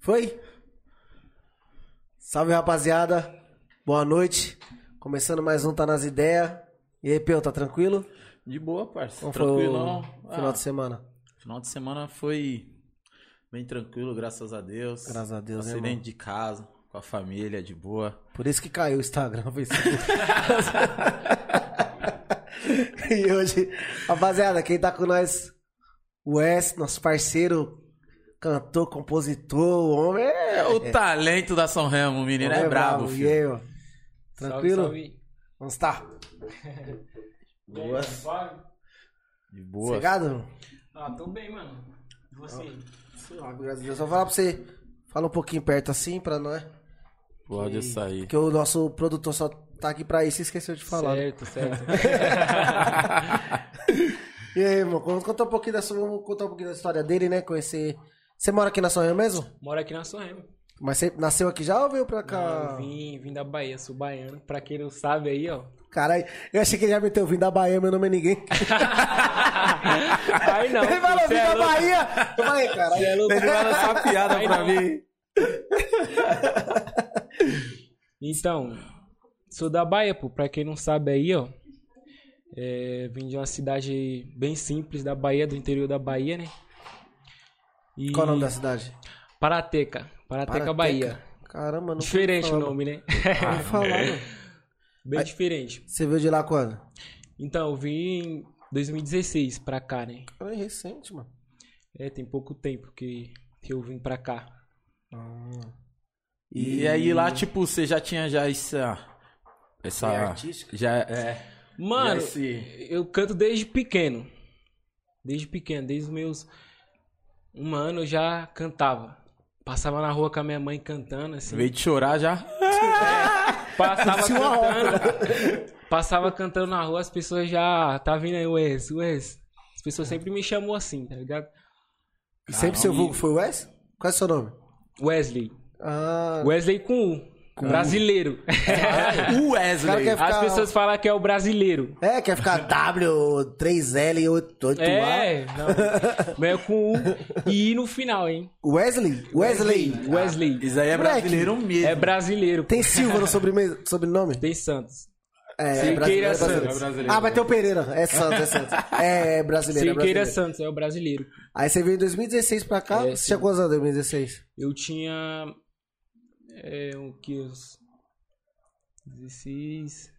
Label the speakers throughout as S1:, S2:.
S1: Foi? Salve, rapaziada. Boa noite. Começando mais um Tá Nas Ideias. E aí, Peu, tá tranquilo?
S2: De boa, parça.
S1: Como
S2: Tranquilão.
S1: foi o
S2: Ah,
S1: final de semana?
S2: semana foi bem tranquilo, graças a Deus.
S1: Graças a Deus, né,
S2: Passei
S1: irmão?
S2: dentro de casa, com a família, de boa.
S1: Por isso que caiu o Instagram, o Facebook. e hoje, rapaziada, quem tá com nós, o Wes, nosso parceiro, cantor, compositor, o homem é...
S2: É o talento da São Remo, o menino é, brabo,
S1: E
S2: filho.
S1: aí, ó? Tranquilo?
S3: Salve, salve.
S1: Vamos tá? estar.
S2: Boa.
S3: Suave?
S2: De boa.
S1: Cegado?
S3: Ah, tô bem, mano. E você?
S1: Graças a Deus. Só falar pra você. Fala um pouquinho perto assim pra nós.
S2: Pode sair.
S1: Porque o nosso produtor só tá aqui pra isso e esqueceu de falar. né?
S3: Certo, certo.
S1: E aí, irmão, conta conta um pouquinho da sua, vamos contar um pouquinho da história dele, né? Conhecer. Você mora aqui na sua região mesmo?
S3: Moro aqui na Sorremo.
S1: Mas você nasceu aqui já ou veio pra cá?
S3: Eu vim, vim da Bahia, sou baiano. Pra quem não sabe aí, ó.
S1: Caralho, eu achei que ele já meteu vindo da Bahia, meu nome é ninguém.
S3: aí não.
S1: ele falou
S3: cê
S1: vindo
S3: é
S1: da
S3: louco,
S1: Bahia! Eu falei,
S3: cê é
S1: caralho.
S3: louco.
S2: Ele vai lançar piada
S3: Aí
S2: pra
S3: não.
S2: mim.
S3: Então, sou da Bahia, pô. Pra quem não sabe aí, ó. É, vim de uma cidade bem simples da Bahia, do interior da Bahia, né? E...
S1: Qual é o nome da cidade?
S3: Parateca. Parateca,
S1: Parateca.
S3: Bahia.
S1: Caramba, não
S3: Diferente o nome, né?
S1: Não falaram.
S3: bem diferente.
S1: Você veio de lá quando?
S3: Então, eu vim em 2016 pra cá, né?
S1: Cara, é recente, mano.
S3: É, tem pouco tempo que, que eu vim pra cá.
S2: E aí lá, tipo, você já tinha já essa.
S3: Tá.
S2: Essa.
S1: Veia artística?
S2: Já é.
S3: Mano,
S2: já esse-
S3: eu canto desde pequeno. Desde pequeno, desde os meus. Um ano eu já cantava. Passava na rua com a minha mãe cantando, assim.
S2: Veio de chorar já.
S3: Passava
S1: Parecia uma
S3: cantando. passava cantando na rua, as pessoas já. Tá vindo aí, Wes, Wes. As pessoas sempre me chamou assim, tá ligado?
S1: E
S3: Ah,
S1: sempre seu vulgo foi o Wes? Qual é o seu nome?
S3: Wesley.
S1: Ah,
S3: Wesley com U. Brasileiro.
S2: O Wesley.
S1: Cara,
S3: As pessoas falam que é o brasileiro.
S1: é, quer ficar W3L88A?
S3: É, não. Mas é com U e no final, hein?
S1: Wesley? Wesley.
S3: Wesley.
S2: Isso aí é
S1: Moleque.
S2: brasileiro mesmo.
S3: É brasileiro.
S1: Tem Silva no sobreme- sobrenome?
S3: Tem Santos.
S1: É,
S3: Siqueira
S1: brasileiro, é
S3: Santos.
S1: brasileiro.
S2: É brasileiro.
S1: Ah, mas tem o Pereira. É Santos, é Santos. É, é brasileiro, é
S3: Siqueira
S1: brasileiro.
S3: Santos é o brasileiro.
S1: Aí você veio em 2016 pra cá.
S3: É,
S1: você tinha quantos anos em 2016?
S3: Eu tinha. É, o que? Uns 16.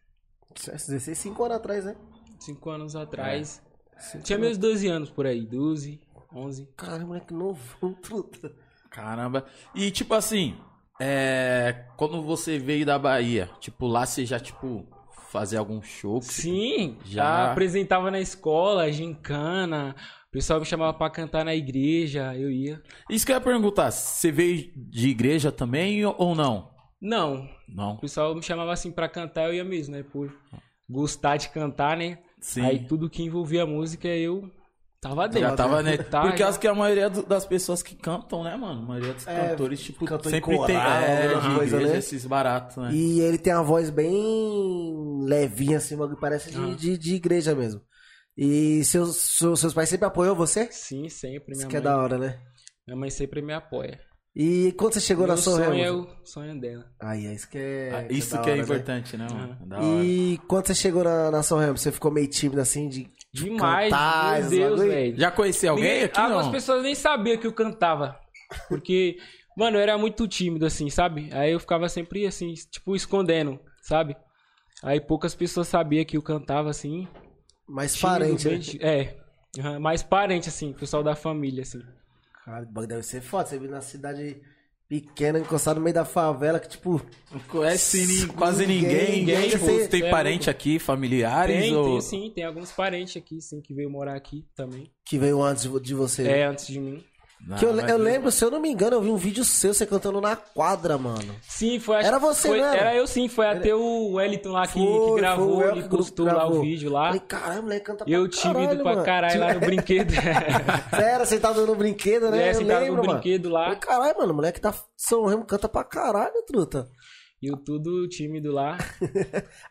S1: 16, 5 anos atrás, né?
S3: 5 anos atrás.
S1: Cinco
S3: Tinha
S1: anos.
S3: meus 12 anos por aí. 12, 11.
S1: Caralho, moleque novo. puta.
S2: Caramba. E tipo assim, é... quando você veio da Bahia, tipo, lá você já, tipo, fazia algum show? que-
S3: Sim,
S2: Já.
S3: já apresentava na escola, gincana. O pessoal me chamava pra cantar na igreja, eu ia.
S2: Isso que eu ia perguntar, você veio de igreja também ou ou não?
S3: Não,
S2: Não.
S3: O pessoal me chamava assim pra cantar, eu ia mesmo, né? Por gostar de cantar, né?
S2: Sim.
S3: Aí tudo que envolvia a música, eu tava dentro.
S2: já tava, né?
S3: Tá,
S2: Porque
S3: já.
S2: acho que a maioria do- das pessoas que cantam, né, mano? A maioria dos
S1: É,
S2: cantores, tipo,
S1: cantor em
S2: sempre
S1: coral,
S2: tem é,
S1: alguma
S2: de
S1: coisa,
S2: igreja,
S1: né?
S2: esses baratos, né?
S1: E ele tem uma voz bem levinha, assim, mano, que parece de,
S3: Ah.
S1: de, de igreja mesmo. E seus, seus, seus pais sempre apoiam você?
S3: Sim, sempre.
S1: Isso
S3: Minha
S1: que é
S3: mãe,
S1: da hora, né?
S3: minha mãe sempre me apoia.
S1: E quando você chegou
S3: Meu
S1: na sua
S3: sonho é
S1: reunião?
S3: o sonho dela.
S1: Aí, é isso que é.
S2: Ah,
S1: que é
S2: Isso
S1: da
S2: que é
S1: hora, né?
S2: importante, né, mano? Da hora.
S1: E quando você chegou na, na São Remo, você ficou meio tímido assim de.
S3: Demais,
S1: cantar,
S3: meu
S1: esses
S3: Deus,
S1: bagulho?
S3: velho.
S2: Já conheci alguém
S3: Ninguém-
S2: aqui,
S1: ah,
S3: Algumas
S2: não?
S3: pessoas nem sabiam que eu cantava. Porque, mano, eu era muito tímido, assim, sabe? Aí eu ficava sempre, assim, tipo, escondendo, sabe? Aí poucas pessoas sabiam que eu cantava, assim.
S1: Mais
S3: Tímido,
S1: parente.
S3: bem
S1: né?
S3: ti- É. Aham, mais parente, assim, pessoal da família, assim.
S1: Cara, o bagulho deve ser foda. Você vive na cidade pequena, encostado no meio da favela, que tipo.
S2: Não conhece nin- quase ninguém.
S1: Ninguém,
S2: ninguém tipo,
S1: você-
S2: você tem
S3: você é
S2: parente aqui, familiares
S3: Tem,
S2: ou...
S3: tem sim, tem alguns parentes aqui, sim, que veio morar aqui também.
S1: Que veio antes de vo- de você.
S3: É, Ah, antes de mim.
S2: Não,
S1: Que eu,
S2: mas
S1: eu lembro, se eu não me engano, eu vi um vídeo seu, você cantando na quadra, mano.
S3: Sim, foi acho
S1: Era
S3: que
S1: você,
S3: foi,
S1: não era?
S3: eu sim, foi até o Wellington lá que, que
S1: Foi, foi, o
S3: gravou,
S1: Elton
S3: ele
S1: que
S3: postou lá
S1: gravou.
S3: o vídeo lá.
S1: Falei, caralho, moleque, canta pra
S3: Ah. Eu tímido
S1: caralho,
S3: pra
S1: mano.
S3: caralho lá no brinquedo.
S1: Você era sentado no brinquedo, né?
S3: É,
S1: eu
S3: sentado no
S1: lembro, mano.
S3: brinquedo lá.
S1: Falei, caralho, mano, o moleque tá São Remo canta pra caralho, truta.
S3: e eu tudo tímido lá.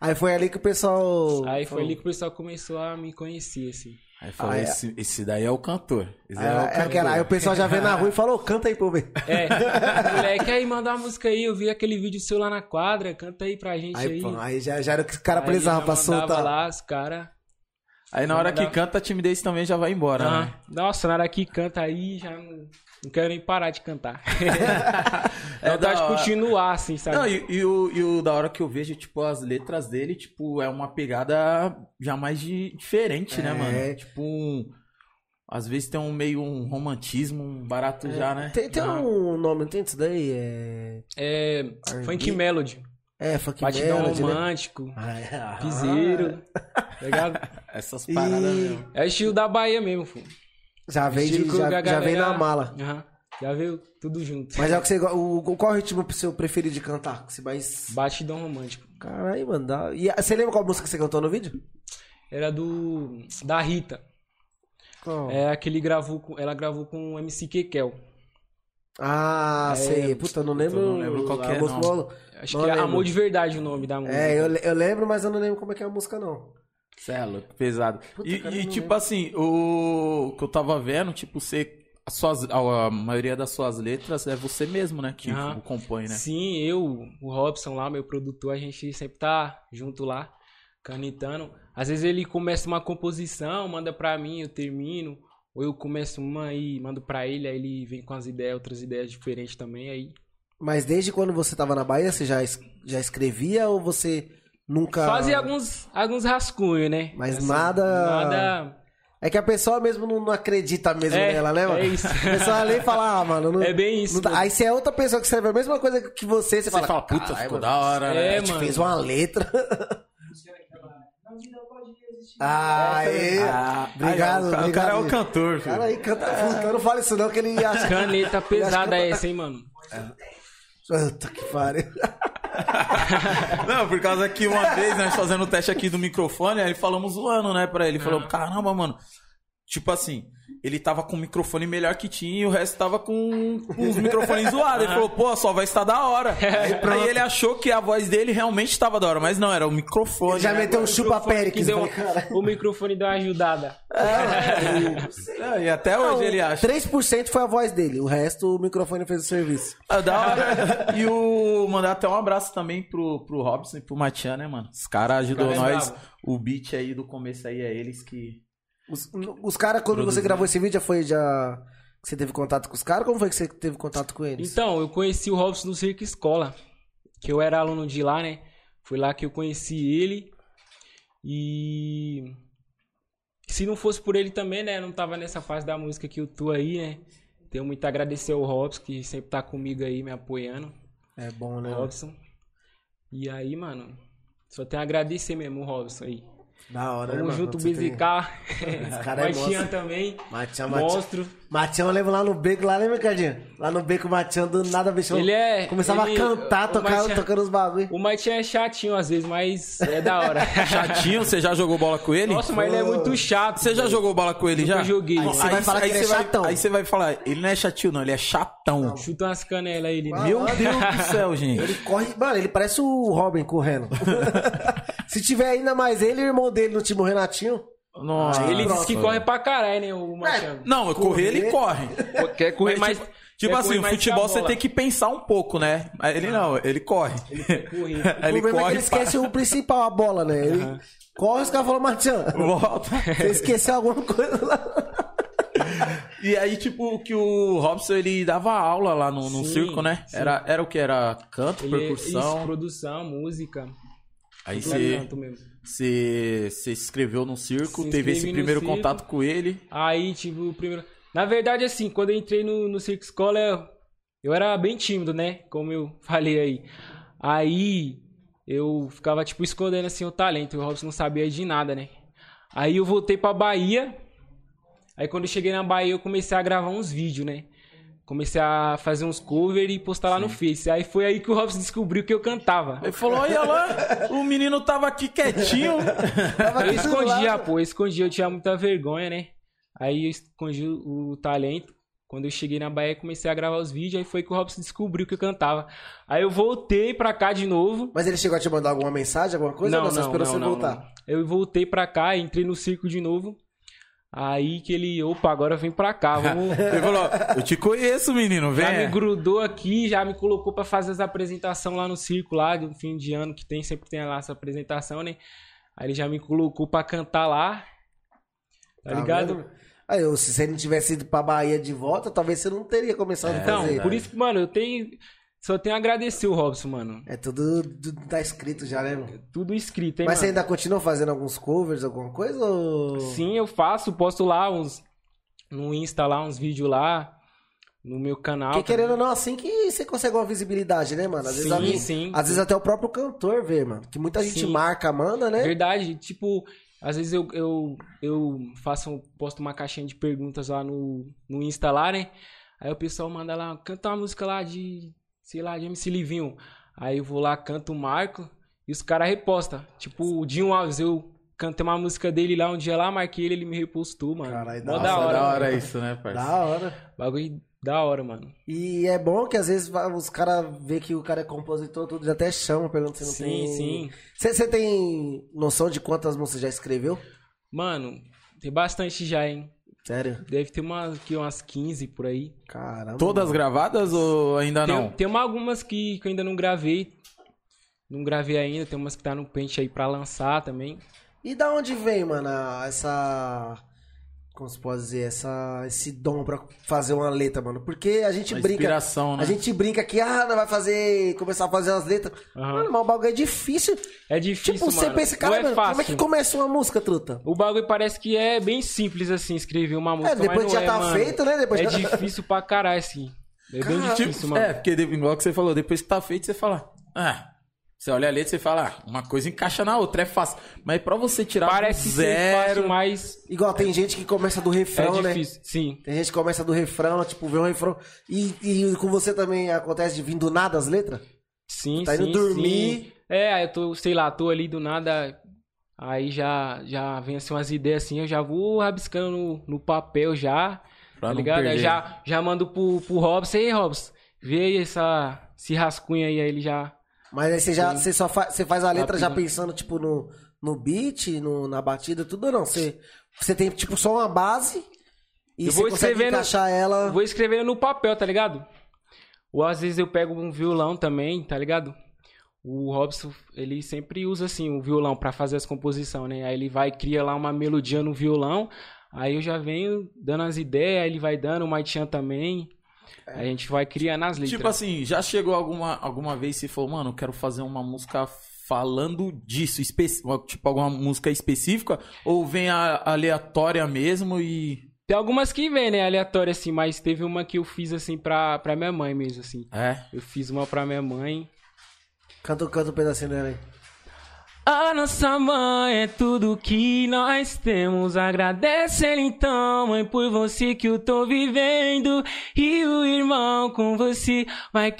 S1: Aí foi ali que o pessoal.
S3: Aí foi
S1: falou.
S3: ali que o pessoal começou a me conhecer, assim.
S2: Aí falou,
S1: Ah, é.
S2: esse, esse daí é o cantor. Esse daí é, o
S1: Ah, é
S2: cantor.
S1: aquela- aí o pessoal já vê na rua e falou, canta aí pra eu ver.
S3: É, moleque, aí manda uma música aí, eu vi aquele vídeo seu lá na quadra, canta aí pra gente aí.
S1: Aí, pô, aí já, já era o que o cara
S3: Aí
S1: precisava
S3: já
S1: pra
S3: mandava
S1: soltar.
S3: lá, os cara...
S2: Aí na hora que
S3: Mandar-
S2: canta, a timidez também já vai embora,
S3: Ah,
S2: né?
S3: Nossa, na hora que canta aí, já não, não quero nem parar de cantar.
S2: É
S3: é vontade
S2: da
S3: de
S2: hora.
S3: continuar, assim, sabe?
S2: Não, e, e o, e o da hora que eu vejo, tipo, as letras dele, tipo, é uma pegada jamais de, diferente, né,
S1: É.
S2: mano? Tipo, um- às vezes tem um meio um romantismo, um barato já, né?
S1: É. Tem, tem
S3: Ah.
S1: um nome, não tem disso daí? É,
S3: É,
S1: R&B?
S3: funk melody,
S1: é funk
S3: batidão
S1: melody, né?
S3: romântico,
S1: Ah, é.
S3: piseiro, tá ligado?
S2: Essas
S1: E-
S2: paradas né? mesmo.
S3: É estilo da Bahia mesmo, pô.
S1: Já vem, de-
S3: Estilo que
S1: já,
S3: a
S1: já
S3: galera-
S1: vem na mala.
S3: Aham, já veio tudo junto.
S1: Mas é o que você go- o Qual é o ritmo seu preferido de cantar? Que você mais.
S3: Batidão romântico.
S1: Caralho, mano. dá- E a- você lembra qual música que você cantou no vídeo?
S3: Era do. Da Rita.
S1: Qual?
S3: É aquele gravou com. Ela gravou com o MC Kekel.
S1: Ah,
S3: É,
S1: sei. Puta, eu não lembro.
S2: eu não lembro qual que
S1: a
S2: é,
S1: música-
S3: Acho
S1: Não
S3: que é
S1: lembro.
S3: Amor de Verdade o nome da música.
S1: É, eu, le- eu lembro, mas eu não lembro como é que é a música, não.
S2: Cê é louco, pesado.
S1: Puta,
S2: e,
S1: cara,
S2: e,
S1: eu não
S2: tipo
S1: lembro.
S2: assim, o que eu tava vendo, tipo, você. As suas, a, a maioria das suas letras é você mesmo, né? Que
S3: Aham.
S2: o compõe, né?
S3: Sim, eu, o Robson lá, meu produtor, a gente sempre tá junto lá, canitando. Às vezes ele começa uma composição, manda pra mim, eu termino. Ou eu começo uma e mando pra ele, aí ele vem com as ideias, outras ideias diferentes também, aí.
S1: Mas desde quando você tava na Bahia, você já, es- já escrevia ou você nunca.
S3: Fazia alguns, alguns rascunhos, né?
S1: Mas nada-
S3: Nada.
S1: É que a pessoa mesmo não, não acredita mesmo
S3: É,
S1: nela, né, mano?
S3: é isso.
S1: A pessoa lê e fala, ah, mano, não.
S3: É bem isso.
S1: não tá-
S3: mano.
S1: Aí se é outra pessoa que escreve a mesma coisa que você, você,
S2: Você fala, puta,
S1: "Caralho, mano,
S2: ficou da hora, né?
S3: É,
S1: a gente
S3: mano.
S1: fez uma letra. Ah, é.
S2: Ah,
S1: Obrigado,
S2: aí, ó, o ca-
S1: obrigado.
S2: O cara é o cantor, filho.
S1: Cara aí canta muito. Eu não falo isso não, que ele acha...
S3: Caneta pesada é essa, hein, mano?
S1: Puta que pariu.
S2: Não, por causa que uma vez nós fazendo o teste aqui do microfone, aí falamos zoando, né, pra ele.
S1: É.
S2: Falou, caramba, mano. Tipo assim, ele tava com o microfone melhor que tinha e o resto tava com os microfones zoados. Ele falou, pô, só vai estar da hora.
S1: É.
S2: Aí, aí ele achou que a voz dele realmente tava da hora, mas não, era o microfone.
S1: Já
S3: é
S2: né?
S1: meteu um chupa
S3: Que
S1: Péricles.
S3: deu
S1: eu
S3: uma-
S1: falei, cara.
S3: o microfone deu uma ajudada.
S2: É, E até hoje ele acha.
S1: 3% foi a voz dele, o resto o microfone fez o serviço.
S2: Ah, da hora. E o mandar até um abraço também pro, pro Robson e pro Matian, né, mano? Os caras ajudou
S3: Cara é
S2: nós.
S3: brabo.
S2: O beat aí do começo aí é eles que.
S1: Os, os caras, quando você gravou esse vídeo, já foi já. que Você teve contato com os caras? Como foi que você teve contato com eles?
S3: Então, eu conheci o Robson no Circo Escola, que eu era aluno de lá, né? Foi lá que eu conheci ele. E se não fosse por ele também, né? Não tava nessa fase da música que eu tô aí, né? Tenho muito a agradecer ao Robson, que sempre tá comigo aí, me apoiando.
S1: É bom, né?
S3: Robson. E aí, mano, só tenho a agradecer mesmo o Robson aí.
S1: Da hora, né?
S3: Tamo
S1: mano?
S3: junto,
S1: Você tem-
S3: BZK.
S1: Esse cara é
S3: Matinha
S1: monstro.
S3: também.
S1: Matião, Matião.
S3: Monstro.
S1: Matião, eu lembro lá no beco, lá, lembra, Cardinho? Lá no beco, o Matião, do nada, bicho.
S3: Ele é-
S1: Começava a
S3: ele-
S1: cantar,
S3: o
S1: tocar,
S3: Matião-
S1: tocando os bagulho.
S3: O Matinha é chatinho às vezes, mas é da hora.
S2: Chatinho, você já jogou bola com ele?
S3: Nossa, mas ele é muito chato.
S2: Você já jogou bola com ele
S3: Nunca
S2: já?
S3: joguei. Aí
S1: você vai falar que ele é
S2: você vai-
S1: chatão.
S2: aí você vai falar, ele não é chatinho, não, ele é chatão.
S3: Chuta umas canelas aí, ele.
S2: Meu Deus do céu, gente.
S1: Ele corre. Mano, ele parece o Robin correndo. Se tiver ainda mais ele e o irmão dele no time, o Renatinho.
S2: Nossa.
S1: Ah,
S3: Ele
S1: pronto.
S3: disse que corre pra caralho, né, o Machado?
S2: Não, correr, é ele corre.
S3: Quer correr
S2: Mas,
S3: mais.
S2: tipo, tipo assim, o futebol você tem que pensar um pouco, né? Mas Ele não, ele corre.
S3: correr.
S2: Aí
S1: o
S2: ele
S1: problema é que
S2: corre,
S1: ele esquece o principal, a bola, né? Ele corre, os caras falam, Matião,
S2: pá, volta.
S1: você esqueceu alguma coisa lá.
S2: E aí, tipo, que o Robson, ele dava aula lá no, no
S3: Sim,
S2: circo, né?
S3: sim.
S2: Era, era o que? Era canto,
S3: Ele é-
S2: percussão.
S3: isso, produção, música.
S2: Aí
S3: tudo é
S2: você
S3: canto mesmo.
S2: você se inscreveu no circo,
S3: Se
S2: teve esse
S3: inscrevi no
S2: primeiro
S3: circo.
S2: contato com ele.
S3: Aí, tipo, o primeiro. Na verdade, assim, quando eu entrei no, no Circo Escola, eu, eu era bem tímido, né? Como eu falei aí. Aí eu ficava, tipo, escondendo assim o talento. E o Robson não sabia de nada, né? Aí eu voltei pra Bahia. Aí quando eu cheguei na Bahia, eu comecei a gravar uns vídeos, né? Comecei a fazer uns covers e postar lá no Face. Aí foi aí que o Robson descobriu que eu cantava.
S2: Ele falou, olha lá, o menino tava aqui quietinho.
S1: Tava
S3: Eu
S1: aqui Tá do
S3: escondia,
S1: lado.
S3: pô, eu escondia, eu tinha muita vergonha, né? Aí eu escondi o talento. Quando eu cheguei na Bahia, comecei a gravar os vídeos, aí foi que o Robson descobriu que eu cantava. Aí eu voltei pra cá de novo.
S1: Mas ele chegou a te mandar alguma mensagem, alguma coisa?
S3: não,
S1: só
S3: não,
S1: esperou Tá
S3: não,
S1: você
S3: não,
S1: voltar.
S3: não. Eu voltei pra cá, entrei no circo de novo. Aí que ele, opa, agora vem pra cá, vamos.
S2: Ele falou, ó, eu te conheço, menino,
S3: Já me
S2: vem.
S3: grudou aqui, já me colocou pra fazer as apresentações lá no circo, lá do fim de ano que tem, sempre tem lá essa apresentação, né? Aí ele já me colocou pra cantar lá. Tá, ligado?
S1: vendo? Aí, eu- se você não tivesse ido pra Bahia de volta, talvez você não teria começado a
S3: Então,
S1: fazer.
S3: por isso que, mano, eu tenho. Só tenho a agradecer o Robson, mano. É
S1: É tudo, tudo tá escrito já, né? mano?
S3: Tudo escrito, hein,
S1: Mas você
S3: mano?
S1: ainda continua fazendo alguns covers, alguma coisa? Ou...
S3: Sim, eu faço, posto lá uns. No Insta lá, uns vídeos lá. No meu canal.
S1: Porque querendo ou não, assim que você consegue uma visibilidade, né, mano? Às vezes,
S3: Sim,
S1: alguém-
S3: sim.
S1: às vezes até o próprio cantor vê, mano. Que muita gente
S3: Sim.
S1: marca, manda, né?
S3: Verdade, tipo, às vezes eu, eu, eu faço, um- posto uma caixinha de perguntas lá no, no Insta lá, né? Aí o pessoal manda lá, canta uma música lá de, sei lá, de MC Livinho. Aí eu vou lá, canto o Marco e os caras repostam. Tipo, o Dinho Alves, eu cantei uma música dele lá um dia lá, marquei ele, ele me repostou, mano.
S1: Caralho, da
S3: Mó da
S2: Nossa,
S3: hora.
S2: da
S3: mano.
S2: hora isso, né, parceiro?
S1: Da hora.
S3: Bagulho da hora, mano.
S1: E é bom que às vezes va- os caras vê que o cara é compositor, tudo, já até chama, pergunta se não
S3: sim,
S1: tem...
S3: sim.
S1: Você você tem noção de quantas músicas já escreveu?
S3: Mano, tem bastante já, hein?
S1: Sério?
S3: Deve ter umas, aqui, umas 15 por aí.
S1: Caramba.
S2: Todas gravadas ou ainda
S3: tem,
S2: não?
S3: tem uma- algumas que, que eu ainda não gravei. Não gravei ainda, tem umas que tá no pente aí pra lançar também.
S1: E da onde vem, mano, a- essa. Como se pode dizer? Essa, esse dom pra fazer uma letra, mano? Porque a gente
S2: A
S1: brinca.
S2: inspiração,
S1: A
S2: né?
S1: gente brinca que, ah, não vai fazer. começar a fazer umas letras.
S3: Aham.
S1: Mano, mas o bagulho é difícil.
S3: É difícil,
S1: tipo, você
S3: mano.
S1: pensa,
S3: Ou
S1: cara,
S3: é
S1: mano,
S3: fácil.
S1: como é que começa uma música, truta?
S3: O bagulho parece que é bem simples assim, escrever uma
S1: é,
S3: música,
S1: depois
S3: mas
S1: já
S3: não é,
S1: tá
S3: mano.
S1: feito, né? Depois
S3: É
S1: já...
S3: difícil pra caralho, assim. É bem
S1: Cara,
S3: difícil,
S2: Tipo,
S3: mano.
S2: é, porque de- igual que você falou, depois que tá feito, você fala. Ah, você olha a letra e você fala, ah, uma coisa encaixa na outra, é fácil. Mas pra você
S1: tá
S2: tirar
S3: Parece
S2: do
S3: ser fácil,
S2: zero.
S3: mas
S1: Igual tem gente que começa do refrão,
S3: é
S1: né?
S3: difícil. Sim.
S1: Tem gente que começa do refrão, tipo, vê o refrão. E, e com você também acontece de vir do nada as letras?
S3: Sim,
S1: Tá indo
S3: sim,
S1: dormir.
S3: sim. É, aí eu tô, sei lá, tô ali do nada. Aí já, já vem assim umas ideias assim, eu já vou rabiscando no, no papel já.
S2: Pra
S3: tá
S2: não
S3: ligado? Aí
S2: perder.
S3: já, já mando pro, pro Robson, ei Robson, vê aí essa, esse rascunho aí, aí ele já.
S1: Mas aí você já você só fa- você
S3: Tá
S1: faz a letra já
S3: Rapidão.
S1: pensando, tipo, no, no beat, no, na batida, tudo ou não. Você, você tem, tipo, só uma base e
S3: Eu
S1: você
S3: vou
S1: consegue
S3: escrevendo-
S1: encaixar ela.
S3: Vou escrevendo no papel, tá ligado? Ou às vezes eu pego um violão também, tá ligado? O Robson, ele sempre usa assim o violão pra fazer as composições, né? Aí ele vai cria lá uma melodia no violão, aí eu já venho dando as ideias, aí ele vai dando, o Maitian também. Aí a gente vai criando as letras.
S2: Tipo assim, já chegou alguma, alguma vez e falou, mano, eu quero fazer uma música falando disso, especi- tipo alguma música específica, ou vem a aleatória mesmo e.
S3: Tem algumas que vem, né, aleatória assim, mas teve uma que eu fiz assim pra, pra minha mãe mesmo, assim.
S2: É.
S3: Eu fiz uma pra minha mãe.
S1: Canta, canta um pedacinho dela aí.
S3: A nossa mãe é tudo que nós temos. Agradece ela então, mãe, por você que eu tô vivendo. E o irmão com você vai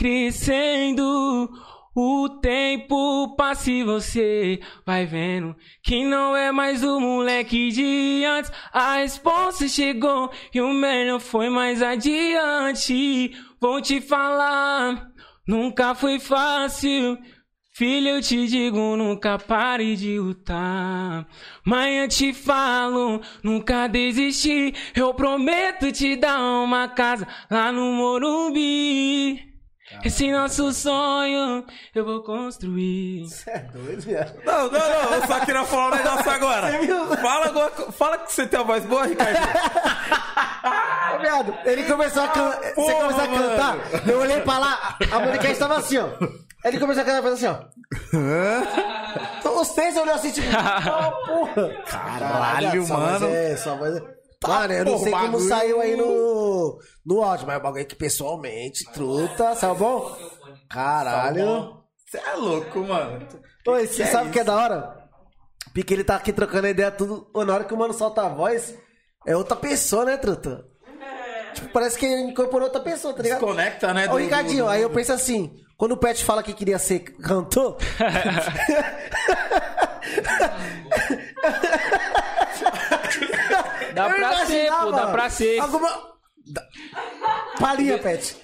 S3: crescendo. O tempo passa e você vai vendo que não é mais o moleque de antes. A resposta chegou e o melhor foi mais adiante. Vou te falar, nunca foi fácil. Filho, eu te digo, nunca pare de lutar. Mãe, eu te falo, nunca desisti. Eu prometo te dar uma casa lá no Morumbi. Esse nosso sonho eu vou construir.
S1: Você é doido, viado.
S2: Não, não, não, eu só queria falar um negócio agora.
S1: Você viu?
S2: Fala, alguma co- fala que você tem uma voz boa, Ricardo.
S1: Ô, viado, ele começou a, can... você
S2: porra,
S1: começou a
S2: mano.
S1: cantar, eu olhei pra lá, a mulher estava assim, ó. Ele começou a cantar fazendo assim, ó. Então, Os três olhou assim, tipo, oh, porra.
S2: Caralho,
S1: sua voz
S2: mano. Tá
S1: É, sua voz é... Mano, eu não
S2: porra,
S1: sei como
S2: bagulho.
S1: saiu aí no, no áudio, mas o bagulho é que pessoalmente, truta, saiu bom? Caralho.
S2: Você é louco, mano.
S1: Ô, e você sabe o que é da hora? Porque ele tá aqui trocando ideia tudo, ô, na hora que o mano solta a voz, é outra pessoa, né, truta? Tipo, parece que ele incorporou outra pessoa, tá ligado?
S2: Desconecta, né?
S1: Ô,
S2: do-
S1: Ricardinho,
S2: do-
S1: aí eu penso assim, quando o Pet fala que queria ser cantor,
S3: Dá
S1: eu
S3: pra ser, pô, dá
S1: imaginava
S3: pra ser.
S1: Alguma... Da- Palinha, Pet.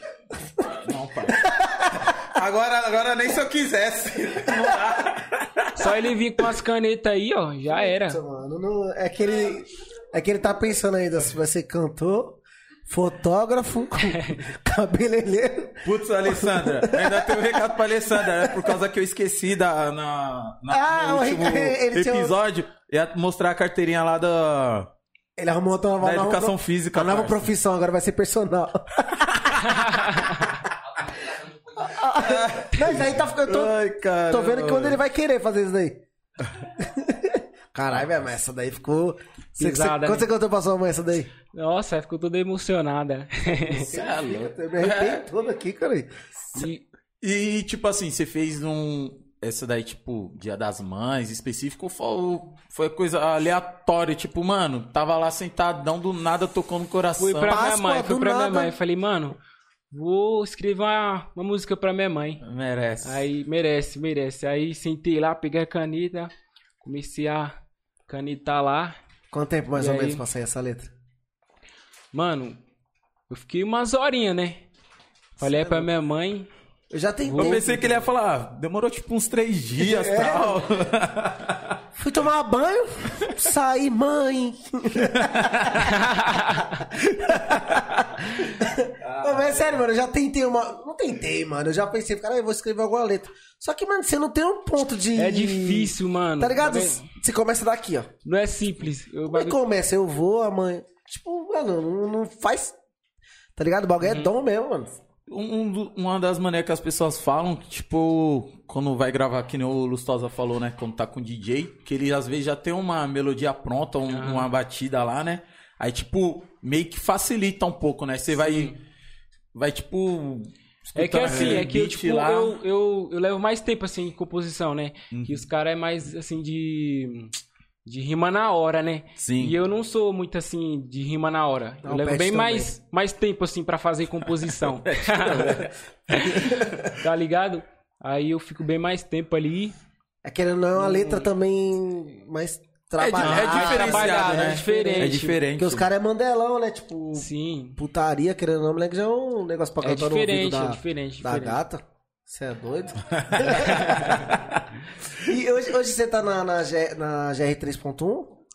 S2: Não, pai. Agora, agora nem se eu quisesse. Não dá.
S3: Só ele vir com as canetas aí, ó, já era.
S1: Mano, não- é que ele. É que ele tá pensando ainda se vai ser cantor, fotógrafo, cabeleireiro.
S2: Putz, Alessandra, ainda tem um recado pra Alessandra, é por causa que eu esqueci da, na, na-
S1: Ah,
S2: no
S1: o
S2: último
S1: Ricardo, ele tinha o-
S2: episódio, ia mostrar a carteirinha lá da,
S1: Ele arrumou outra nova,
S2: da educação
S1: nova,
S2: física.
S1: uma nova
S2: parça.
S1: profissão, agora vai ser personal. Não, isso aí tá ficando. eu tô-
S2: Ai, cara.
S1: Tô vendo que quando ele vai querer fazer isso daí. Caralho, velho, mas essa daí ficou. Você- você-
S3: Pisada,
S1: quando
S3: né?
S1: você cantou pra sua mãe essa daí?
S3: Nossa, ficou toda emocionada.
S2: Você é louco.
S1: Eu me arrependo todo aqui, cara.
S3: E-
S2: E, tipo assim, você fez um. Essa daí, tipo, Dia das Mães específico, foi, foi coisa aleatória. Tipo, mano, tava lá sentadão do nada tocando o coração.
S3: Fui pra minha
S1: Páscoa,
S3: mãe, fui
S1: do
S3: pra minha
S1: nada.
S3: mãe. Falei, mano, vou escrever uma, uma música pra minha mãe.
S2: Merece.
S3: Aí, merece, merece. Aí, sentei lá, peguei a caneta, comecei a canitar lá.
S1: Quanto tempo mais
S3: E
S1: ou
S3: aí?
S1: menos pra sair essa letra?
S3: Mano, eu fiquei umas horinhas, né? Falei
S1: é
S3: pra minha mãe,
S1: Eu já tentei.
S2: Eu pensei que ele ia falar, ah, demorou tipo uns três dias
S3: É.
S2: e tal.
S1: Fui tomar banho, saí, mãe. Não, mas é sério, mano, eu já tentei uma. Não tentei, mano. Eu já pensei, cara, eu vou escrever alguma letra. Só que, mano, você não tem um ponto de.
S3: é difícil, mano.
S1: Tá ligado?
S3: Também
S1: Você começa daqui, ó.
S3: Não é simples.
S1: Como
S3: Eu,
S1: é que
S3: bagulho-
S1: começa? Eu vou, a mãe. Tipo, mano, não, não faz. Tá ligado? O bagulho
S3: Uhum.
S1: é dom mesmo, mano.
S2: Um- um do- uma das maneiras que as pessoas falam, que, tipo, quando vai gravar, que nem o Lustosa falou, né? Quando tá com o DJ, que ele às vezes já tem uma melodia pronta, um-
S3: Ah.
S2: uma batida lá, né? Aí, tipo, meio que facilita um pouco, né? Você vai. Vai, tipo.
S3: É que
S2: escutando
S3: assim,
S2: aquele
S3: é que eu,
S2: beat
S3: tipo, eu, eu, eu levo mais tempo, assim, em composição, né?
S1: Uhum.
S3: Que os caras é mais, assim, de... De rima na hora, né?
S2: Sim.
S3: E eu não sou muito, assim, de rima na hora.
S1: Não,
S3: eu levo
S1: Pet
S3: bem
S1: também.
S3: mais, mais tempo, assim, pra fazer composição. tá ligado? Aí eu fico bem mais tempo ali.
S1: É que não é
S3: Uhum.
S1: uma letra também mais trabalhada.
S2: É diferenciado,
S3: trabalhado,
S2: né?
S3: É diferente.
S2: É diferente.
S1: Porque os caras é mandelão, né? Tipo,
S3: Sim.
S1: putaria, querendo ou não, moleque, já é um negócio pra
S3: É
S1: cantar
S3: diferente,
S1: no ouvido
S3: é
S1: da,
S3: diferente,
S1: da
S3: diferente.
S1: gata. Você é doido? e hoje, hoje você tá na, na, G- na GR3.1?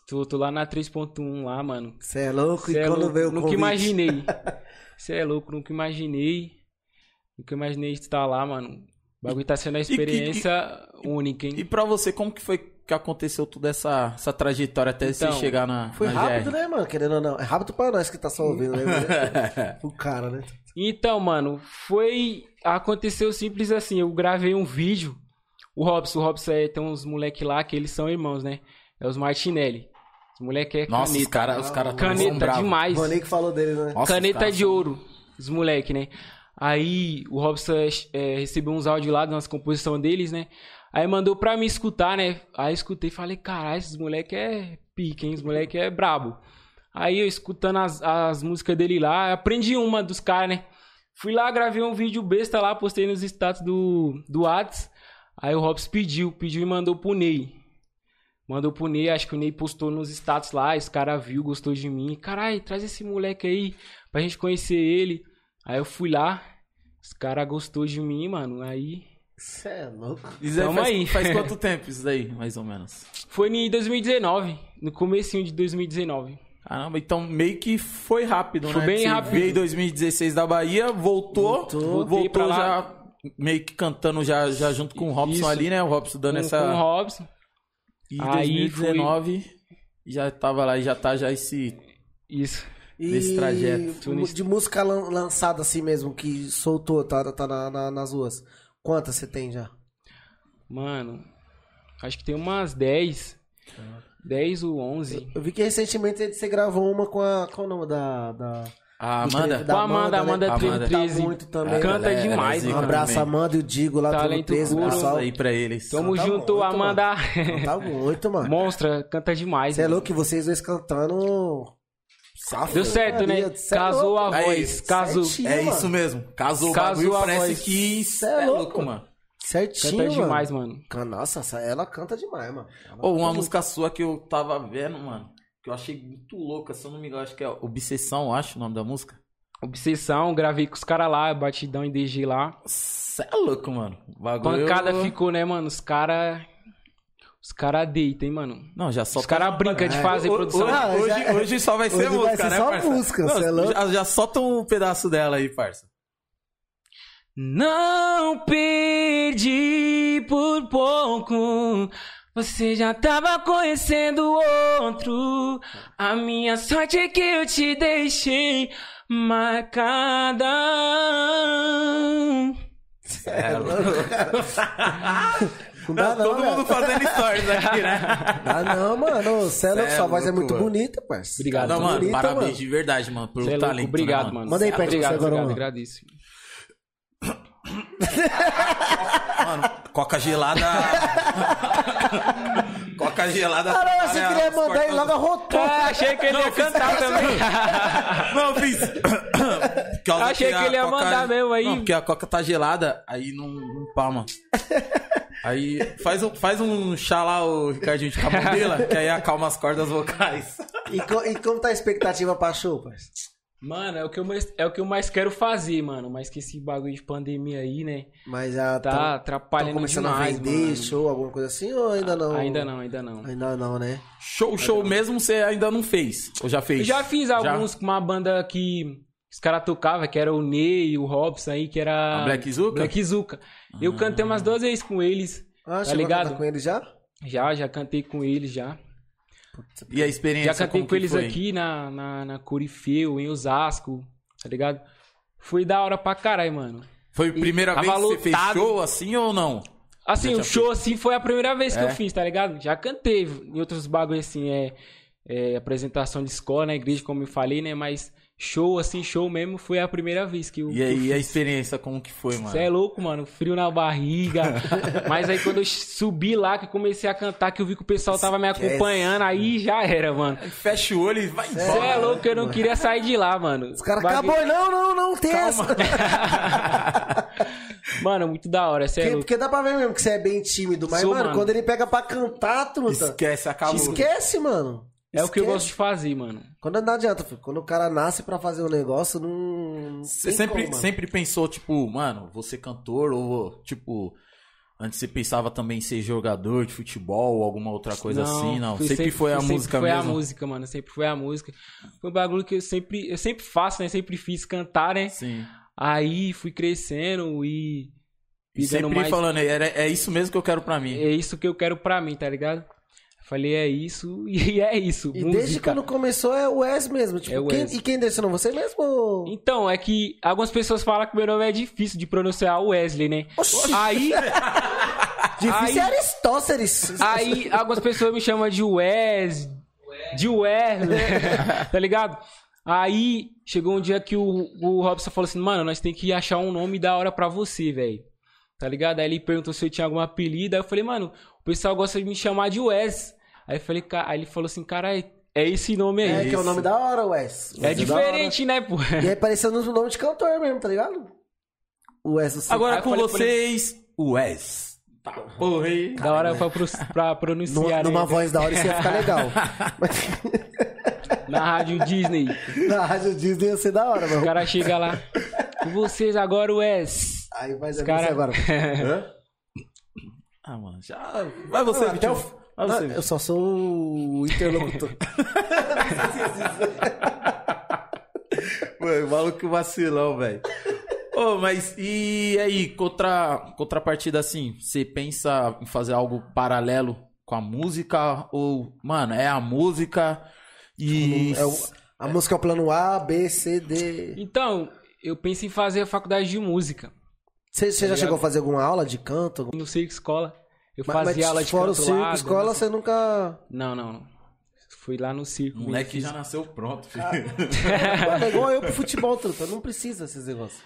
S3: Tô, tô lá na 3.1 lá, mano.
S1: Você um? é louco?
S3: Cê
S1: e
S3: é
S1: quando
S3: louco,
S1: veio o
S3: nunca
S1: convite?
S3: imaginei. Você é louco, nunca imaginei. Nunca imaginei estar lá, mano. O bagulho tá sendo uma
S2: que-
S3: experiência única,
S2: E
S3: hein?
S2: pra você, como que foi que aconteceu toda essa, essa trajetória até você
S3: Então,
S2: chegar na.
S1: Foi
S2: na
S1: rápido,
S2: GR?
S1: né, mano? Querendo ou não. É rápido pra nós que tá só ouvindo, né? o cara, né?
S3: Então, mano, foi. Aconteceu simples assim. Eu gravei um vídeo. O Robson, o Robson é, tem uns moleque lá que eles são irmãos, né? É os Martinelli. Os moleque é
S2: Nossa, os
S3: caneta.
S2: caras os cara são
S3: Caneta
S2: bravos.
S1: O
S3: demais.
S1: Boninho que falou dele, né?
S2: Nossa, os
S3: caneta é
S2: caras
S3: de ouro, os moleque, né? Aí o Robson é, recebeu uns áudios lá, umas composição deles, né? Aí mandou pra mim escutar, né? Aí eu escutei e falei, caralho, esses moleque é pique, hein? Os moleque é brabo. Aí eu escutando as, as músicas dele lá, aprendi uma dos caras, né? Fui lá, gravei um vídeo besta lá, postei nos status do, do Whats. Aí o Robson pediu, pediu e mandou pro Ney. Mandou pro Ney, acho que o Ney postou nos status lá, esse cara viu, gostou de mim. Caralho, traz esse moleque aí pra gente conhecer ele. Aí eu fui lá, os cara gostou de mim, mano. Aí
S1: Você é louco.
S2: Isso aí
S3: Tamo
S2: faz,
S3: aí.
S2: faz quanto tempo isso daí, mais ou menos?
S3: foi em 2019, no comecinho de 2019.
S2: Caramba, então meio que foi rápido,
S3: Foi
S2: né?
S3: bem
S2: Você
S3: rápido.
S2: Veio em 2016 da Bahia, voltou, voltou,
S3: Voltei pra lá.
S2: já meio que cantando já, já junto com o Robson
S3: Isso.
S2: ali, né? O Robson dando
S3: Com,
S2: essa...
S3: com o Robson.
S2: E
S3: Aí
S2: 2019 já tava lá e já tá já esse...
S3: Isso.
S1: E
S2: Nesse trajeto,
S1: mu- De música lan- lançada assim mesmo, que soltou, tá, tá na- na- nas ruas. Quantas você tem já?
S3: Mano, acho que tem umas 10. 10 ou 11.
S1: Eu vi que recentemente você gravou uma com a. Qual é o nome da. da
S2: A
S1: do
S2: Amanda...
S1: trevo da
S3: Com a Amanda, Amanda
S2: Amanda.
S3: 13.
S1: Tá muito também.
S2: Ela
S3: Canta
S2: é- ela é
S3: demais,
S2: zica
S1: Um
S3: mano.
S1: abraço,
S2: também.
S1: Amanda e o Digo lá do
S3: Talento
S1: Trevo,
S3: puro.
S1: pessoal.
S2: Abraço aí pra eles.
S3: Tamo
S1: Tá bom,
S3: junto,
S1: muito
S3: Amanda.
S1: Tá muito, mano.
S3: Monstra, canta demais.
S1: Você é
S3: mano.
S1: louco, e vocês dois cantando.
S2: Safo.
S3: Deu certo, né?
S1: Maria, cê é
S3: Casou a
S2: louco. Aí,
S3: voz, casou.
S1: certinho.
S2: É
S1: mano.
S2: isso mesmo. Casou o
S3: Casou
S2: bagulho,
S3: a
S2: parece
S3: voz.
S2: que...
S1: Cê é louco,
S2: mano.
S1: Certinho.
S3: Canta
S1: mano.
S3: demais, mano.
S1: Can- Nossa, essa- ela canta demais, mano. Ela
S2: Ou uma
S1: canta
S2: música sua que eu tava vendo, mano, que eu achei muito louca, se eu não me engano, acho que é Obsessão, acho o nome da música.
S3: Obsessão, gravei com os caras lá, batidão em DG lá.
S2: Cê é louco, mano. O Bagulho.
S3: Pancada ficou, né, mano? Os caras. Os caras deitam, hein, mano.
S2: Não, já solta.
S3: Os caras brincam de fazer
S2: Ho-
S3: produção.
S2: Hoje,
S1: Ah,
S2: hoje,
S1: já-
S2: hoje só vai
S1: hoje
S2: ser
S1: vai
S2: música,
S1: ser
S2: né,
S1: só
S2: parça?
S1: música,
S2: Não,
S1: cê é louco.
S2: já, já solta um pedaço dela aí, parça.
S3: Não perdi por pouco. Você já tava conhecendo outro. A minha sorte é que eu te deixei marcada.
S2: É,
S1: Não dá não,
S2: Todo
S1: velho.
S2: mundo fazendo stories aqui, né?
S1: Dá não, mano. Você é louco,
S2: Cê é
S1: sua voz é
S2: louco,
S1: muito
S2: mano.
S1: bonita, parça.
S3: Obrigado,
S2: Não,
S3: tá
S2: mano,
S1: bonito,
S2: parabéns
S1: mano.
S2: de verdade, mano, pelo
S3: Cê é louco,
S2: talento. né,
S3: obrigado, mano. é
S1: Manda aí pra gente
S3: obrigado,
S1: agora,
S3: obrigado,
S1: mano.
S3: agradeço.
S2: Mano, coca gelada. coca gelada.
S1: Caralho, você
S2: né,
S1: queria
S2: as
S1: mandar e
S2: cortas-
S1: logo arrotou.
S3: Ah, achei que ele ia cantar também.
S2: Não, eu fiz. Por causa
S3: Achei que
S2: a
S3: ele ia
S2: Coca-
S3: mandar mesmo aí.
S2: Não, porque a coca tá gelada, aí não, não palma. Aí faz, um- faz um chá lá, o Ricardinho de Cabondela, que aí acalma as cordas vocais.
S1: E, co- e como tá a expectativa pra show, parça?
S3: Mano, é o, que eu mais, é o que eu mais quero fazer, mano. Mas que esse bagulho de pandemia aí, né?
S1: Mas já
S3: Tá
S1: tá,
S3: atrapalhando
S1: começando
S3: demais,
S1: a vender
S3: mano. Ah,
S1: show, alguma coisa assim, ou ainda não?
S3: Ainda não, ainda não.
S1: Ainda não, né?
S2: Show, show mesmo você ainda não fez. Ou já
S3: Eu
S2: fez?
S3: já fiz alguns com uma banda que os caras tocavam, que era o Ney, o Robson aí, que era.
S2: A Black Zuka?
S3: Black Zuka. Ah. Eu cantei umas duas vezes com eles.
S1: Ah,
S3: tá
S1: chegou a
S3: ligado?
S1: cantar com ele já?
S3: Já, já cantei com eles já.
S2: E a experiência
S3: já cantei
S2: como
S3: com
S2: que
S3: eles
S2: foi?
S3: aqui na, na, na Corifeu, em Osasco, tá ligado? Foi da hora pra caralho, mano.
S2: Foi a primeira
S3: Tava
S2: vez que você fez
S3: lotado.
S2: show assim ou não?
S3: Assim,
S2: Já
S3: o
S2: tinha
S3: show assim foi a primeira vez que
S2: É.
S3: eu fiz, tá ligado? Já cantei em outros bagulhos assim, é, é, apresentação de escola na igreja, como eu falei, né? Mas show assim, show mesmo, foi a primeira vez que eu,
S2: E
S3: que eu
S2: aí, a experiência como que foi, mano?
S3: Você é louco, mano. Frio na barriga. Mas aí quando eu subi lá, que eu comecei a cantar, que eu vi que o pessoal tava me
S1: Esquece.
S3: acompanhando, aí já era, mano.
S2: Fecha o olho e vai embora.
S3: Você é louco, eu não queria sair de lá, mano.
S1: Os caras
S3: Bagulho-
S1: acabou, não, não, não, tem essa.
S3: Mano, muito da hora, você é
S1: Porque,
S3: louco.
S1: porque dá pra ver mesmo que você é bem tímido, mas,
S3: Sou,
S1: mano,
S3: mano.
S1: quando ele pega pra cantar, truta,
S2: Esquece, acabou.
S1: esquece, mano.
S3: É o que eu
S1: Esquece.
S3: gosto de fazer, mano.
S1: Quando não adianta, filho. Quando o cara nasce pra fazer um negócio, não.
S2: Você sempre, sempre pensou, tipo, mano, vou ser cantor ou, tipo, antes você pensava também em ser jogador de futebol ou alguma outra coisa assim, não?
S3: fui
S2: Sempre, foi a
S3: fui-
S2: música
S3: foi
S2: mesmo.
S3: a música, mano. Sempre foi a música. Foi um bagulho que eu sempre, eu sempre faço, né? Sempre fiz cantar, né?
S2: Sim.
S3: Aí fui crescendo e.
S2: E
S3: e dando
S2: sempre falando, era, é isso mesmo que eu quero pra mim.
S3: É isso que eu quero pra mim, tá ligado? Falei, é isso e é isso.
S1: E
S3: música.
S1: desde quando começou é o Wes mesmo. Tipo,
S3: É o
S1: quem-
S3: Wes.
S1: e quem decidiu? Você mesmo? ou-
S3: Então, é que algumas pessoas falam que meu nome é difícil de pronunciar Wesley, né?
S1: Oxi.
S3: Aí,
S1: Difícil é
S3: aí-
S1: Aristóceles.
S3: aí algumas pessoas me chamam de Wes, de Wesley, tá ligado? Aí chegou um dia que o, o Robson falou assim, mano, nós tem que achar um nome da hora pra você, velho. Tá ligado? Aí ele perguntou se eu tinha algum apelido. Aí eu falei, mano, o pessoal gosta de me chamar de Wes. Aí, eu falei, "Ca-" aí ele falou assim, cara, é é esse nome aí.
S1: É, que é o nome da hora, Wes. Wes
S3: É
S1: da hora.
S3: diferente, né, pô?
S1: E aí parecendo um nome de cantor mesmo, tá ligado? O Wes assim. do Sul.
S2: Agora
S3: Aí eu
S2: com
S3: falei-
S2: vocês, o Wes. Tá, porra aí.
S3: Da hora pra, pro- pra
S1: Numa,
S3: pronunciar né?
S1: numa voz da hora isso ia ficar legal.
S3: na rádio Disney.
S1: Na rádio Disney ia ser da hora,
S3: O
S1: mano.
S3: cara chega lá. Com vocês agora, o S.
S1: Aí faz a
S3: Os cara-
S1: cara... agora.
S2: Ah, mano, já. Vai você,
S1: Ah, até
S2: Vitinho.
S1: o-
S3: É
S2: Vai
S1: Não,
S2: você.
S1: eu só sou o interlocutor.
S2: Mano, maluco vacilão, velho. Ô, mas e aí, contra, contrapartida assim, você pensa em fazer algo paralelo com a música? Ou, mano, é a música e.
S1: É o- a música é o plano A, B, C, D.
S3: Então, eu penso em fazer a faculdade de música.
S1: Você você já
S2: Tá
S3: ligado?
S1: chegou a fazer alguma aula de canto? alguma-
S3: No circo escola. Eu
S1: Mas-
S3: fazia
S1: mas
S3: aula de
S1: fora o
S3: canto
S1: circo,
S3: lá,
S1: escola,
S2: né?
S3: dança.
S1: você nunca.
S3: Não, não, não. Fui lá no circo.
S2: O moleque já tá nasceu pronto, filho.
S1: Mano, é igual eu pro futebol, truta. Não precisa desses negócios.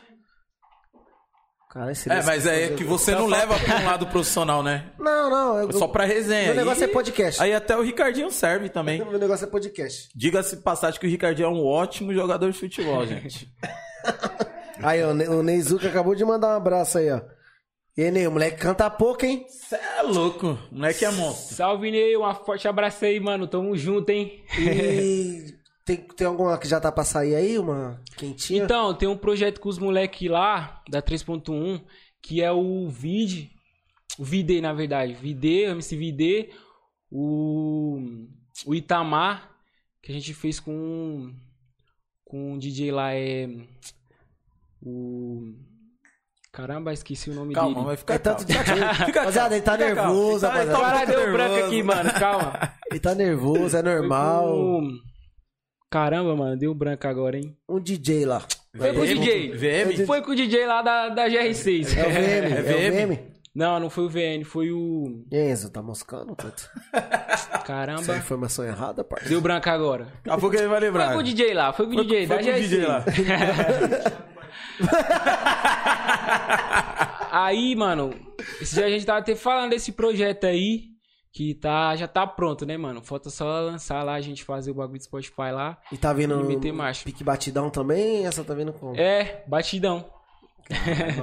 S1: Cara, esse
S2: é, mas é que você não leva pra um lado profissional, né?
S1: Não, não. Eu...
S2: É só pra resenha.
S1: Meu negócio
S2: Aí-
S1: é podcast.
S2: Aí até o Ricardinho serve também.
S1: Meu negócio é podcast.
S2: Diga-se de passagem que o Ricardinho é um ótimo jogador de futebol, gente.
S1: Aí, ó, o Ne- o Neizuka acabou de mandar um abraço aí, ó. E aí, Ney, o moleque canta pouco, hein?
S2: Você é louco. O moleque é monstro.
S3: Salve, Ney. Um forte abraço aí, mano. Tamo junto, hein?
S1: E tem, tem alguma que já tá pra sair aí? Uma quentinha?
S3: Então, tem um projeto com os moleques lá, da 3.1, que é o VID. O VD, na verdade. VD, MC VD, o, o Itamar, que a gente fez com, com um DJ lá, é. O. Caramba, esqueci o nome
S2: Calma,
S3: dele.
S2: vai ficar
S1: É tanto de
S2: Fica
S1: Rapaziada, ele tá
S2: calmo, fica
S1: nervoso,
S2: calmo. Ele tá-
S1: rapaziada.
S3: Cara,
S2: muito
S3: deu então, branco
S2: nervoso.
S3: aqui, mano, calma.
S1: Ele tá nervoso, é
S3: Foi
S1: normal.
S3: com- Caramba, mano, deu branco agora, hein?
S1: Um DJ lá.
S3: Foi com o DJ.
S2: VM?
S3: Foi com o DJ lá da, da GR6.
S1: É o VM,
S2: É
S1: é, o
S2: VM?
S1: VM.
S3: Não, não foi o VN, foi o.
S1: Enzo, tá moscando, tanto. Isso é
S3: Caramba.
S1: informação errada, parceiro.
S3: Deu branco agora.
S2: Daqui a pouco ele vai lembrar.
S3: Foi com o DJ lá, foi com o
S2: Foi-
S3: DJ,
S2: foi
S3: da
S2: com o
S3: GR6.
S2: DJ lá.
S3: Aí, mano, esse dia a gente tava até falando desse projeto aí, que tá, já tá pronto, né, mano? Falta só lançar lá, a gente fazer o bagulho do Spotify lá.
S1: E tá vindo
S3: Ele meteu marcha.
S1: pique batidão também? Essa tá vindo com.
S3: É, batidão.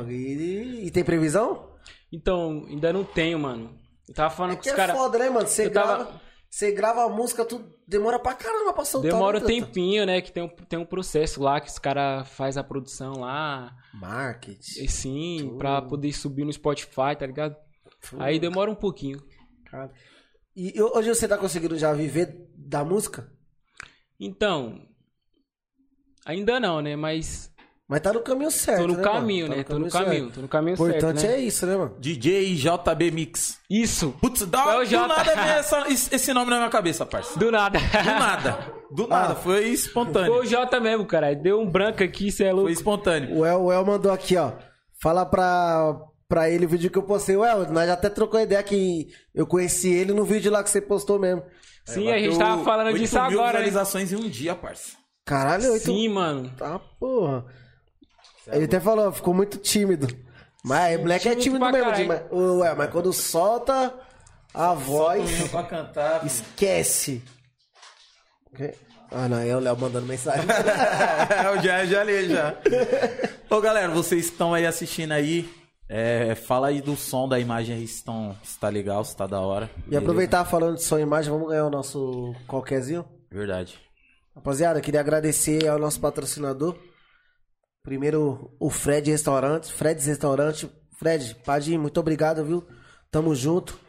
S1: E, e tem previsão?
S3: Então, ainda não tenho, mano. Eu tava falando
S1: É
S3: com
S1: que
S3: os
S1: é
S3: caras.
S1: foda, né, mano? Você
S3: eu tava-
S1: grava, você grava a música, tu demora pra caramba pra soltar.
S3: Demora um
S1: né, Tata?
S3: tempinho, né? Que tem um, tem um processo lá que os caras fazem a produção lá.
S1: Marketing.
S3: E sim, pra poder subir no Spotify, tá ligado? Aí demora um pouquinho.
S1: Cara. E ho- hoje você tá conseguindo já viver da música?
S3: Então. Ainda não, né? Mas.
S1: Mas tá no caminho certo.
S3: tô no
S1: né,
S3: caminho,
S1: mano?
S3: né?
S1: Tá
S3: Tô no
S1: certo.
S3: caminho, tô no caminho
S1: O importante
S3: certo. Né?
S1: é isso, né, mano?
S2: DJ JB Mix.
S3: Isso!
S2: Putz, dá
S3: Qual é o
S2: do
S3: J?
S2: nada veio essa- esse esse nome na minha cabeça, parça.
S3: Do nada.
S2: Do nada. Do nada. Foi espontâneo.
S3: Ah. Foi o Jota mesmo, cara. Deu um branco aqui, cê é
S2: Foi
S3: louco.
S2: espontâneo.
S1: O El, o El mandou aqui, ó. Fala pra, pra ele o vídeo que eu postei. O El, nós já até trocou ideia que eu conheci ele no vídeo lá que você postou mesmo.
S3: Sim, a gente
S2: é, Bateu
S3: tava falando
S2: 8
S3: disso
S2: mil
S3: agora, né?
S2: visualizações em um dia, parça.
S1: Caralho, oito...
S3: Sim, mano.
S1: Tá, porra. Ele até falou, ficou muito tímido. Mas o moleque é
S3: tímido
S1: tímido
S3: pra
S1: mesmo.
S3: caralho.
S1: demais. Ué, mas quando solta a voz,
S2: Pra cantar.
S1: esquece. Ok? Ah, não, é o Léo mandando mensagem.
S2: eu já, É, já li, já. Ô, galera, vocês que estão aí assistindo aí. é, fala aí do som da imagem aí, se, tão, se tá legal, se tá da hora.
S1: e aproveitar falando de som e imagem, vamos ganhar o nosso qualquerzinho.
S2: Verdade.
S1: Rapaziada, queria agradecer ao nosso patrocinador. Primeiro, o Fred Restaurante. Fred's Restaurante. Fred, Padim, muito obrigado, viu? Tamo junto.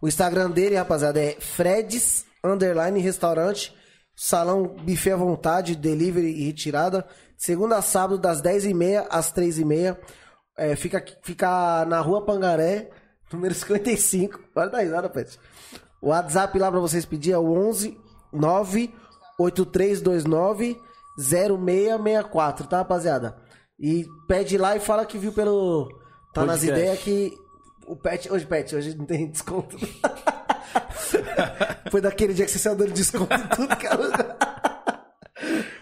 S1: O Instagram dele, rapaziada, é Fred's Underline Restaurante. Salão buffet à vontade, delivery e retirada. Segunda a sábado, das 10h30 às 3h30. É, fica, fica na Rua Pangaré, número 55. Olha daí, olha, Pet. O WhatsApp lá pra vocês pedir é o 11 98329 0664, tá, rapaziada? E pede lá e fala que viu pelo. Tá nas
S2: Podcast.
S1: ideias que. O Pet. Hoje, Pet, hoje não tem desconto. Foi daquele dia que você saiu dando desconto em tudo, cara.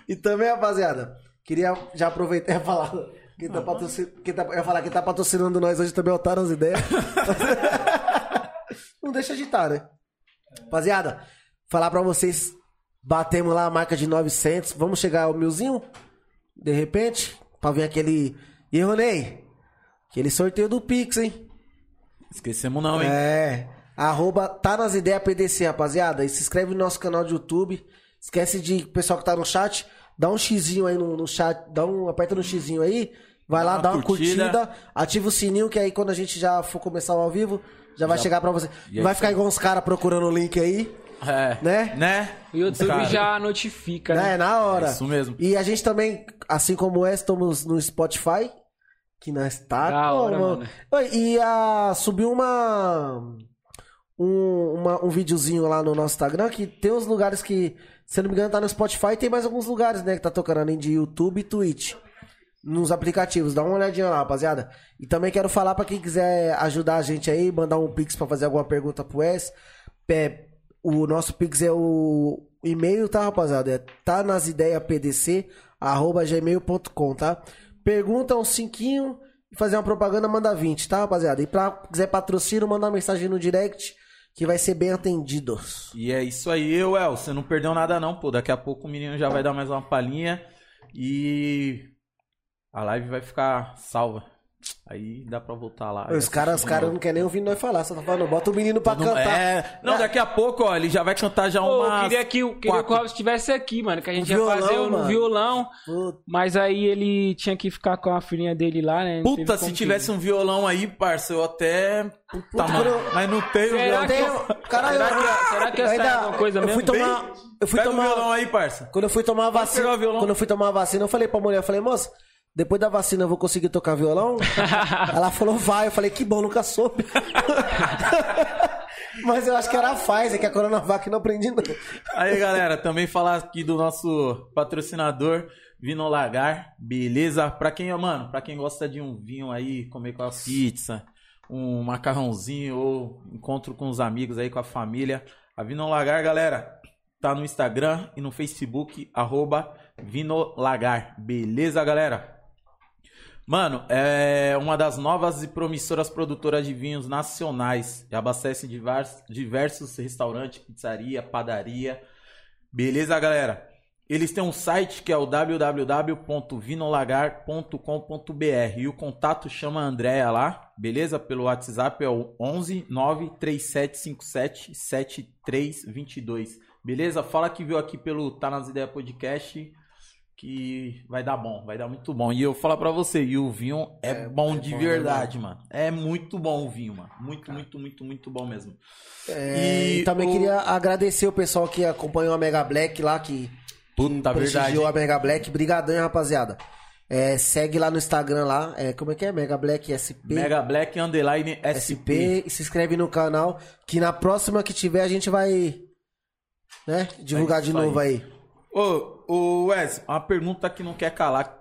S1: E também, rapaziada, queria já aproveitar e falar. Quem tá, patrocin... quem tá... Eu ia falar, quem tá patrocinando nós hoje também é o Taras Ideias. Não deixa agitar, né? Rapaziada, falar pra vocês. Batemos lá a marca de 900. Vamos chegar ao milzinho? De repente? Pra ver aquele. E Ronei? Aquele sorteio do Pix, hein?
S2: Esquecemos não, hein?
S1: É. Arroba tá nas ideias PDC, rapaziada. E se inscreve no nosso canal de YouTube. Esquece de, pessoal que tá no chat, dá um xizinho aí no, no chat, dá um, aperta no xizinho aí, vai lá,
S2: uma
S1: dá uma curtida.
S2: curtida.
S1: ativa o sininho, que aí quando a gente já for começar o ao vivo, já vai chegar pra você.
S2: E é
S1: Vai
S2: isso
S1: ficar igual uns caras procurando o link aí.
S2: É.
S1: Né?
S2: Né?
S3: O YouTube
S2: Cara,
S3: já notifica, né?
S1: É, na hora.
S2: É isso mesmo.
S1: E a gente também, assim como é, estamos no Spotify. Que nós tá.
S3: Da
S1: pô,
S3: hora,
S1: mano.
S3: mano.
S1: Oi, E a, subiu uma um, uma- um videozinho lá no nosso Instagram que tem uns lugares que, se eu não me engano, tá no Spotify e tem mais alguns lugares, né? Que tá tocando além de YouTube e Twitch. Nos aplicativos, dá uma olhadinha lá, rapaziada. E também quero falar pra quem quiser ajudar a gente aí, mandar um pix pra fazer alguma pergunta pro S. É, o nosso pix é o e-mail, tá, rapaziada? É tá nas ideias pdc, arroba gmail.com, tá? Pergunta um cinquinho e fazer uma propaganda, manda 20, tá, rapaziada? E pra quiser patrocínio, manda uma mensagem no direct que vai ser bem atendido.
S2: E é isso aí, eu, El. Você não perdeu nada, não, pô. Daqui a pouco o menino já vai dar mais uma palhinha. E. A live vai ficar salva. Aí dá pra voltar lá.
S1: Os caras os cara não querem nem ouvir nós falar, só tá falando, bota o menino pra
S2: Não,
S1: cantar.
S2: é, não, daqui a pouco, ó, ele já vai cantar já
S3: Pô,
S2: uma.
S3: eu queria que, o- queria que
S2: É, quatro.
S3: o Robson estivesse aqui, mano, que a gente ia
S1: violão,
S3: fazer um
S1: mano.
S3: violão.
S1: Puta,
S3: Mas aí ele tinha que ficar com a filhinha dele lá, né? Não
S2: Puta,
S3: teve
S2: se
S3: como
S2: tivesse um violão aí, parça, eu até. Puta, mano.
S1: quando-
S2: Mas não tem o
S3: Será
S2: violão.
S1: eu tenho- Caralho,
S3: Será que- será que
S1: eu
S3: essa é
S1: ainda-
S3: alguma coisa
S1: eu fui
S3: mesmo?
S1: tomar, eu fui
S2: Pega o
S1: tomar,
S2: violão aí, parça.
S1: quando eu fui tomar a vacina,
S2: pegar o violão.
S1: quando eu fui tomar a vacina, eu falei pra mulher, eu falei, moça, depois da vacina eu vou conseguir tocar violão? Ela falou, vai. Eu falei, que bom, nunca soube. Mas eu acho que era a Pfizer, que a Coronavac não aprendi não.
S2: Aí, galera, também falar aqui do nosso patrocinador, Vino Lagar, beleza? Pra quem, ó, mano, pra quem gosta de um vinho aí, comer com a pizza, um macarrãozinho ou encontro com os amigos aí, com a família. A Vino Lagar, galera, tá no Instagram e no Facebook, arroba Vino Lagar, beleza, galera? Mano, é uma das novas e promissoras produtoras de vinhos nacionais. E abastece diversos, diversos restaurantes, pizzaria, padaria. Beleza, galera? Eles têm um site que é o www.vinolagar.com.br e o contato chama a Andrea lá, beleza? Pelo WhatsApp é o 11 93757 7322. Beleza? Fala que viu aqui pelo Tá nas Ideias Podcast que vai dar bom, vai dar muito bom. E eu falo pra você, e o vinho é, bom de
S1: bom, né,
S2: verdade, mano. É muito bom o vinho, mano. Muito, muito, muito, muito bom mesmo.
S1: É, e também
S2: o-
S1: queria agradecer o pessoal que acompanhou a Mega Black lá, que
S2: Puta É verdade.
S1: prestigiou a Mega Black. Brigadão, hein, rapaziada. É, segue lá no Instagram lá, é, como é que é? Mega Black SP.
S2: Mega Black Underline
S1: SP
S2: SP.
S1: e se inscreve no canal, que na próxima que tiver a gente vai, né, divulgar
S2: É
S1: de
S2: isso
S1: novo aí.
S2: Ô, ô Wes, uma pergunta que não quer calar.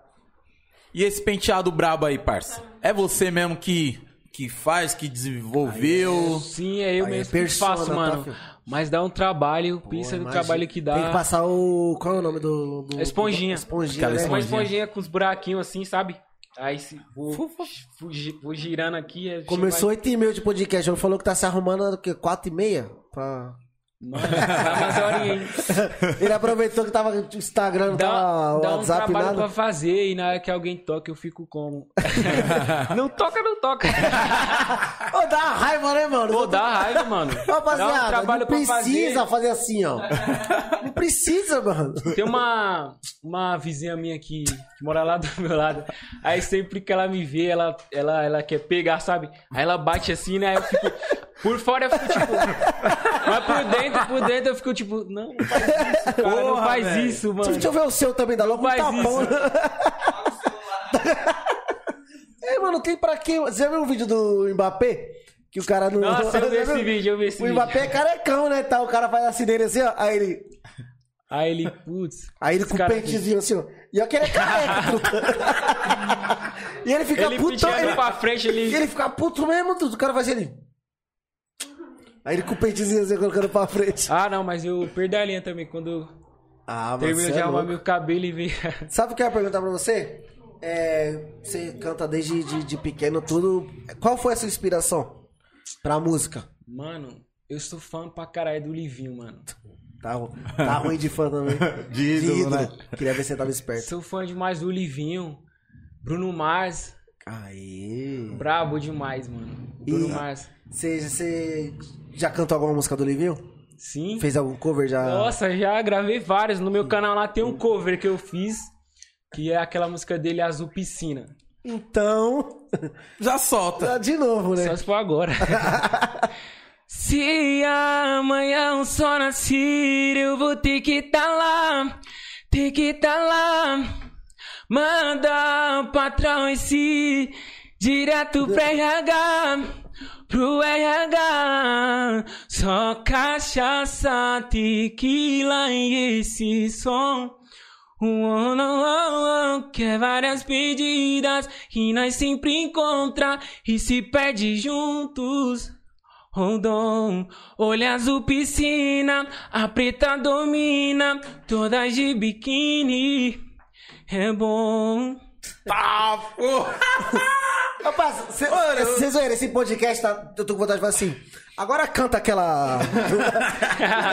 S2: E esse penteado brabo aí, parça? É você mesmo que, que faz, que desenvolveu?
S3: Sim, é eu
S1: Aí é
S3: mesmo que
S1: persona,
S3: faço,
S1: tá,
S3: mano.
S1: filho?
S3: Mas dá um trabalho, pensa no
S1: imagina.
S3: trabalho que dá.
S1: Tem que passar o... qual é o nome do... do-
S3: Esponjinha.
S1: do- esponjinha,
S2: Aquela
S1: né?
S3: Uma
S2: esponjinha.
S3: esponjinha com os buraquinhos assim, sabe? Aí se vou, vou gi- vou girando aqui. aí
S1: Começou
S3: vai-
S1: 8 e meia de podcast, ele falou que tá se arrumando, o quê? 4 e meia? Pra...
S3: Nossa, vai umas horinhas, hein?
S1: Ele aproveitou que tava no Instagram, não
S3: Dá,
S1: tava
S3: dá um
S1: WhatsApp,
S3: trabalho pra
S1: nada.
S3: fazer e na hora que alguém toca eu fico como? não toca, não toca.
S1: Ô, dá uma raiva, né, mano?
S3: Pô, dá raiva, mano. dá um
S1: Rapaziada,
S3: trabalho
S1: não
S3: pra
S1: precisa fazer.
S3: fazer.
S1: assim, ó. Não precisa, mano.
S3: Tem uma, uma vizinha minha que, que mora lá do meu lado. Aí sempre que ela me vê, ela, ela, ela quer pegar, sabe? Aí ela bate assim, né? Aí eu fico. Por fora eu fico tipo. Mas por dentro, por dentro eu fico tipo. Não, não faz isso, cara, não
S2: Porra,
S3: faz
S2: velho.
S3: isso, mano.
S1: Deixa eu ver o seu também, da louco.
S3: Não faz
S1: Tá bom,
S3: isso.
S1: É, mano, tem pra quê? Você já viu um vídeo do Mbappé? Que o cara não.
S3: Nossa, eu vi
S1: Já
S3: esse
S1: viu?
S3: vídeo, eu vi esse
S1: O
S3: vídeo.
S1: Mbappé é carecão, né? Tá, o cara faz assim dele assim, ó. Aí ele.
S3: Aí ele, putz.
S1: Aí ele
S3: esse
S1: com o
S3: cara-
S1: pentezinho assim, ó. E eu quero é careca, truta. E ele fica
S3: Ele
S1: putão.
S3: puxando
S1: Ele,
S3: pra frente,
S1: e
S3: ele.
S1: ele fica puto mesmo, tudo. O cara faz ele. Aí ele com o pentezinho assim, colocando pra frente.
S3: Ah, não, mas eu perdi a linha também. Quando
S1: Ah, mas
S3: termino
S1: você
S3: de
S1: é
S3: arrumar
S1: louco.
S3: meu cabelo e ver.
S1: Sabe o que eu ia perguntar pra você? É, você canta desde de, de pequeno, tudo. Qual foi a sua inspiração pra música?
S3: Mano, eu sou fã pra caralho do Livinho, mano.
S1: Tá, tá ruim de fã também.
S2: De ídolo, né?
S1: Queria ver se você tava esperto.
S3: É, Sou fã demais do Livinho. Bruno Mars,
S1: Aí.
S3: brabo demais, mano. Bruno
S1: E-
S3: Mars.
S1: Você, você já cantou alguma música do Livinho?
S3: Sim.
S1: Fez algum cover já?
S3: Nossa, já gravei vários. No meu canal lá tem um cover que eu fiz, que é aquela música dele Azul Piscina.
S1: Então.
S2: Já solta.
S1: tá De novo, né?
S3: Só se for agora. Se amanhã o sol nascer, eu vou ter que tá lá, ter que tá lá. Manda o patrão esse direto pra RH, pro RH. Só cachaça, tequila e esse som. Um, um, um, que é várias pedidas que nós sempre encontra e se perde juntos. Rondon, olha azul piscina, a preta domina, todas de biquíni. É bom.
S2: Tá, porra.
S1: Rapaz, cê, vocês verem, esse podcast tá. Eu tô com vontade de falar assim. Agora canta aquela.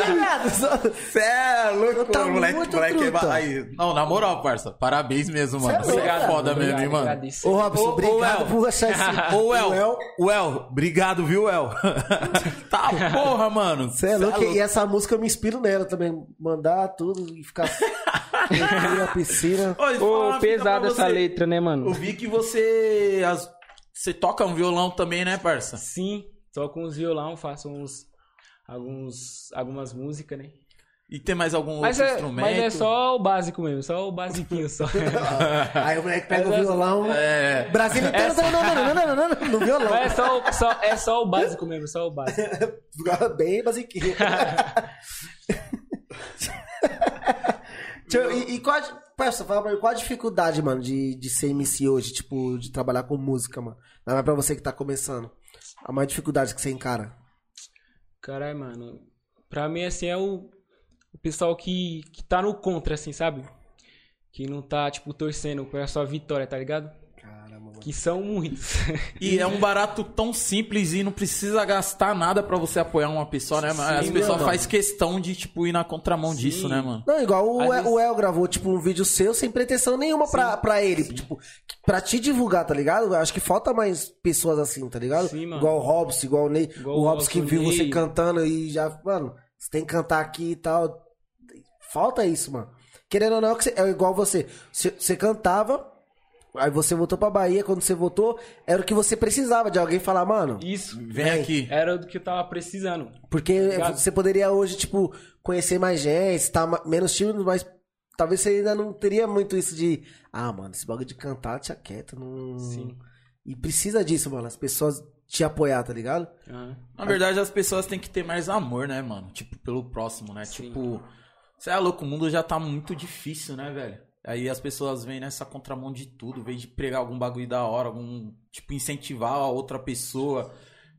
S1: Obrigado, só-
S2: Você é louco,
S1: Eu tava
S2: mano, moleque,
S1: muito
S2: moleque é ba-
S1: truta.
S2: Aí, não, na moral, parça, parabéns mesmo, mano.
S1: é
S2: Você é
S1: louco,
S2: foda
S3: obrigado,
S2: mesmo, hein, mano.
S3: obrigadíssimo.
S1: Ô, Robson,
S2: Ô, ô,
S1: obrigado
S2: El.
S1: por achar esse. tipo
S2: Ô, El,
S1: O El.
S2: o El, obrigado, viu, El? tá porra, mano.
S1: Você é louco. E essa música eu me inspiro nela também. Mandar tudo e ficar. na piscina.
S2: Ô, deixa eu falar
S3: Ô,
S2: uma fita
S3: pesada
S2: pra
S3: essa
S2: você.
S3: letra, né, mano?
S2: Eu vi que você. as- Você toca um violão também, né, parça?
S3: Sim, toco uns violão, faço uns. Alguns, algumas músicas, né?
S2: E tem mais algum
S3: Mas
S2: outro
S3: é,
S2: instrumento?
S3: mas é só o básico mesmo, só o basiquinho só.
S1: Aí o moleque pega o violão.
S2: É.
S1: Brasil inteiro. tá- Não, não, não, não, não, não, não, no violão.
S3: é, só, o- só- é só o básico mesmo, só o básico.
S1: Bem basiquinho. Tio, e, e qual, a, parça, fala pra mim, qual a dificuldade, mano, de, de ser MC hoje, tipo, de trabalhar com música, mano? Não é pra você que tá começando. A maior dificuldade que você encara.
S3: Caralho, mano. Pra mim, assim, é o, o pessoal que, que tá no contra, assim, sabe? Que não tá, tipo, torcendo pra sua vitória, tá ligado?
S1: Caramba, mano.
S3: Que são muitos.
S2: E é um barato tão simples e não precisa gastar nada pra você apoiar uma pessoa, né? mano?
S3: Sim,
S2: As pessoas
S1: mano.
S2: fazem questão de, tipo, ir na contramão
S3: Sim.
S2: disso, né, mano?
S1: Não, igual o,
S3: Às
S1: El,
S3: vezes-
S1: o El gravou, tipo, um vídeo seu sem pretensão nenhuma pra, pra ele. Tipo, pra te divulgar, tá ligado? Eu Acho que falta mais pessoas assim, tá ligado?
S3: Sim, mano.
S1: Igual o Hobbs, igual o Ney.
S3: Igual
S1: o
S3: o
S1: Hobbs que
S3: Nelson
S1: viu você
S3: Ney.
S1: cantando e já, mano, você tem que cantar aqui e tal. Falta isso, mano. Querendo ou não, que você- é igual você. Você você cantava, aí você voltou pra Bahia, quando você voltou, era o que você precisava de alguém falar, mano.
S3: Isso.
S2: Vem aqui.
S3: Era o que eu tava precisando.
S1: Porque
S3: Obrigado.
S1: você poderia hoje, tipo, conhecer mais gente, tá ma- menos tímido, mas talvez você ainda não teria muito isso de. Ah, mano, esse bagulho de cantar te aquieta. Não...
S3: Sim.
S1: E precisa disso, mano. As pessoas te apoiar, tá ligado?
S3: Aham.
S2: Na verdade, as pessoas têm que ter mais amor, né, mano? Tipo, pelo próximo, né?
S3: Sim.
S2: Tipo, você é louco, o mundo já tá muito difícil, né, velho? Aí as pessoas vêm nessa contramão de tudo, vem de pregar algum bagulho da hora, algum. Tipo, incentivar a outra pessoa.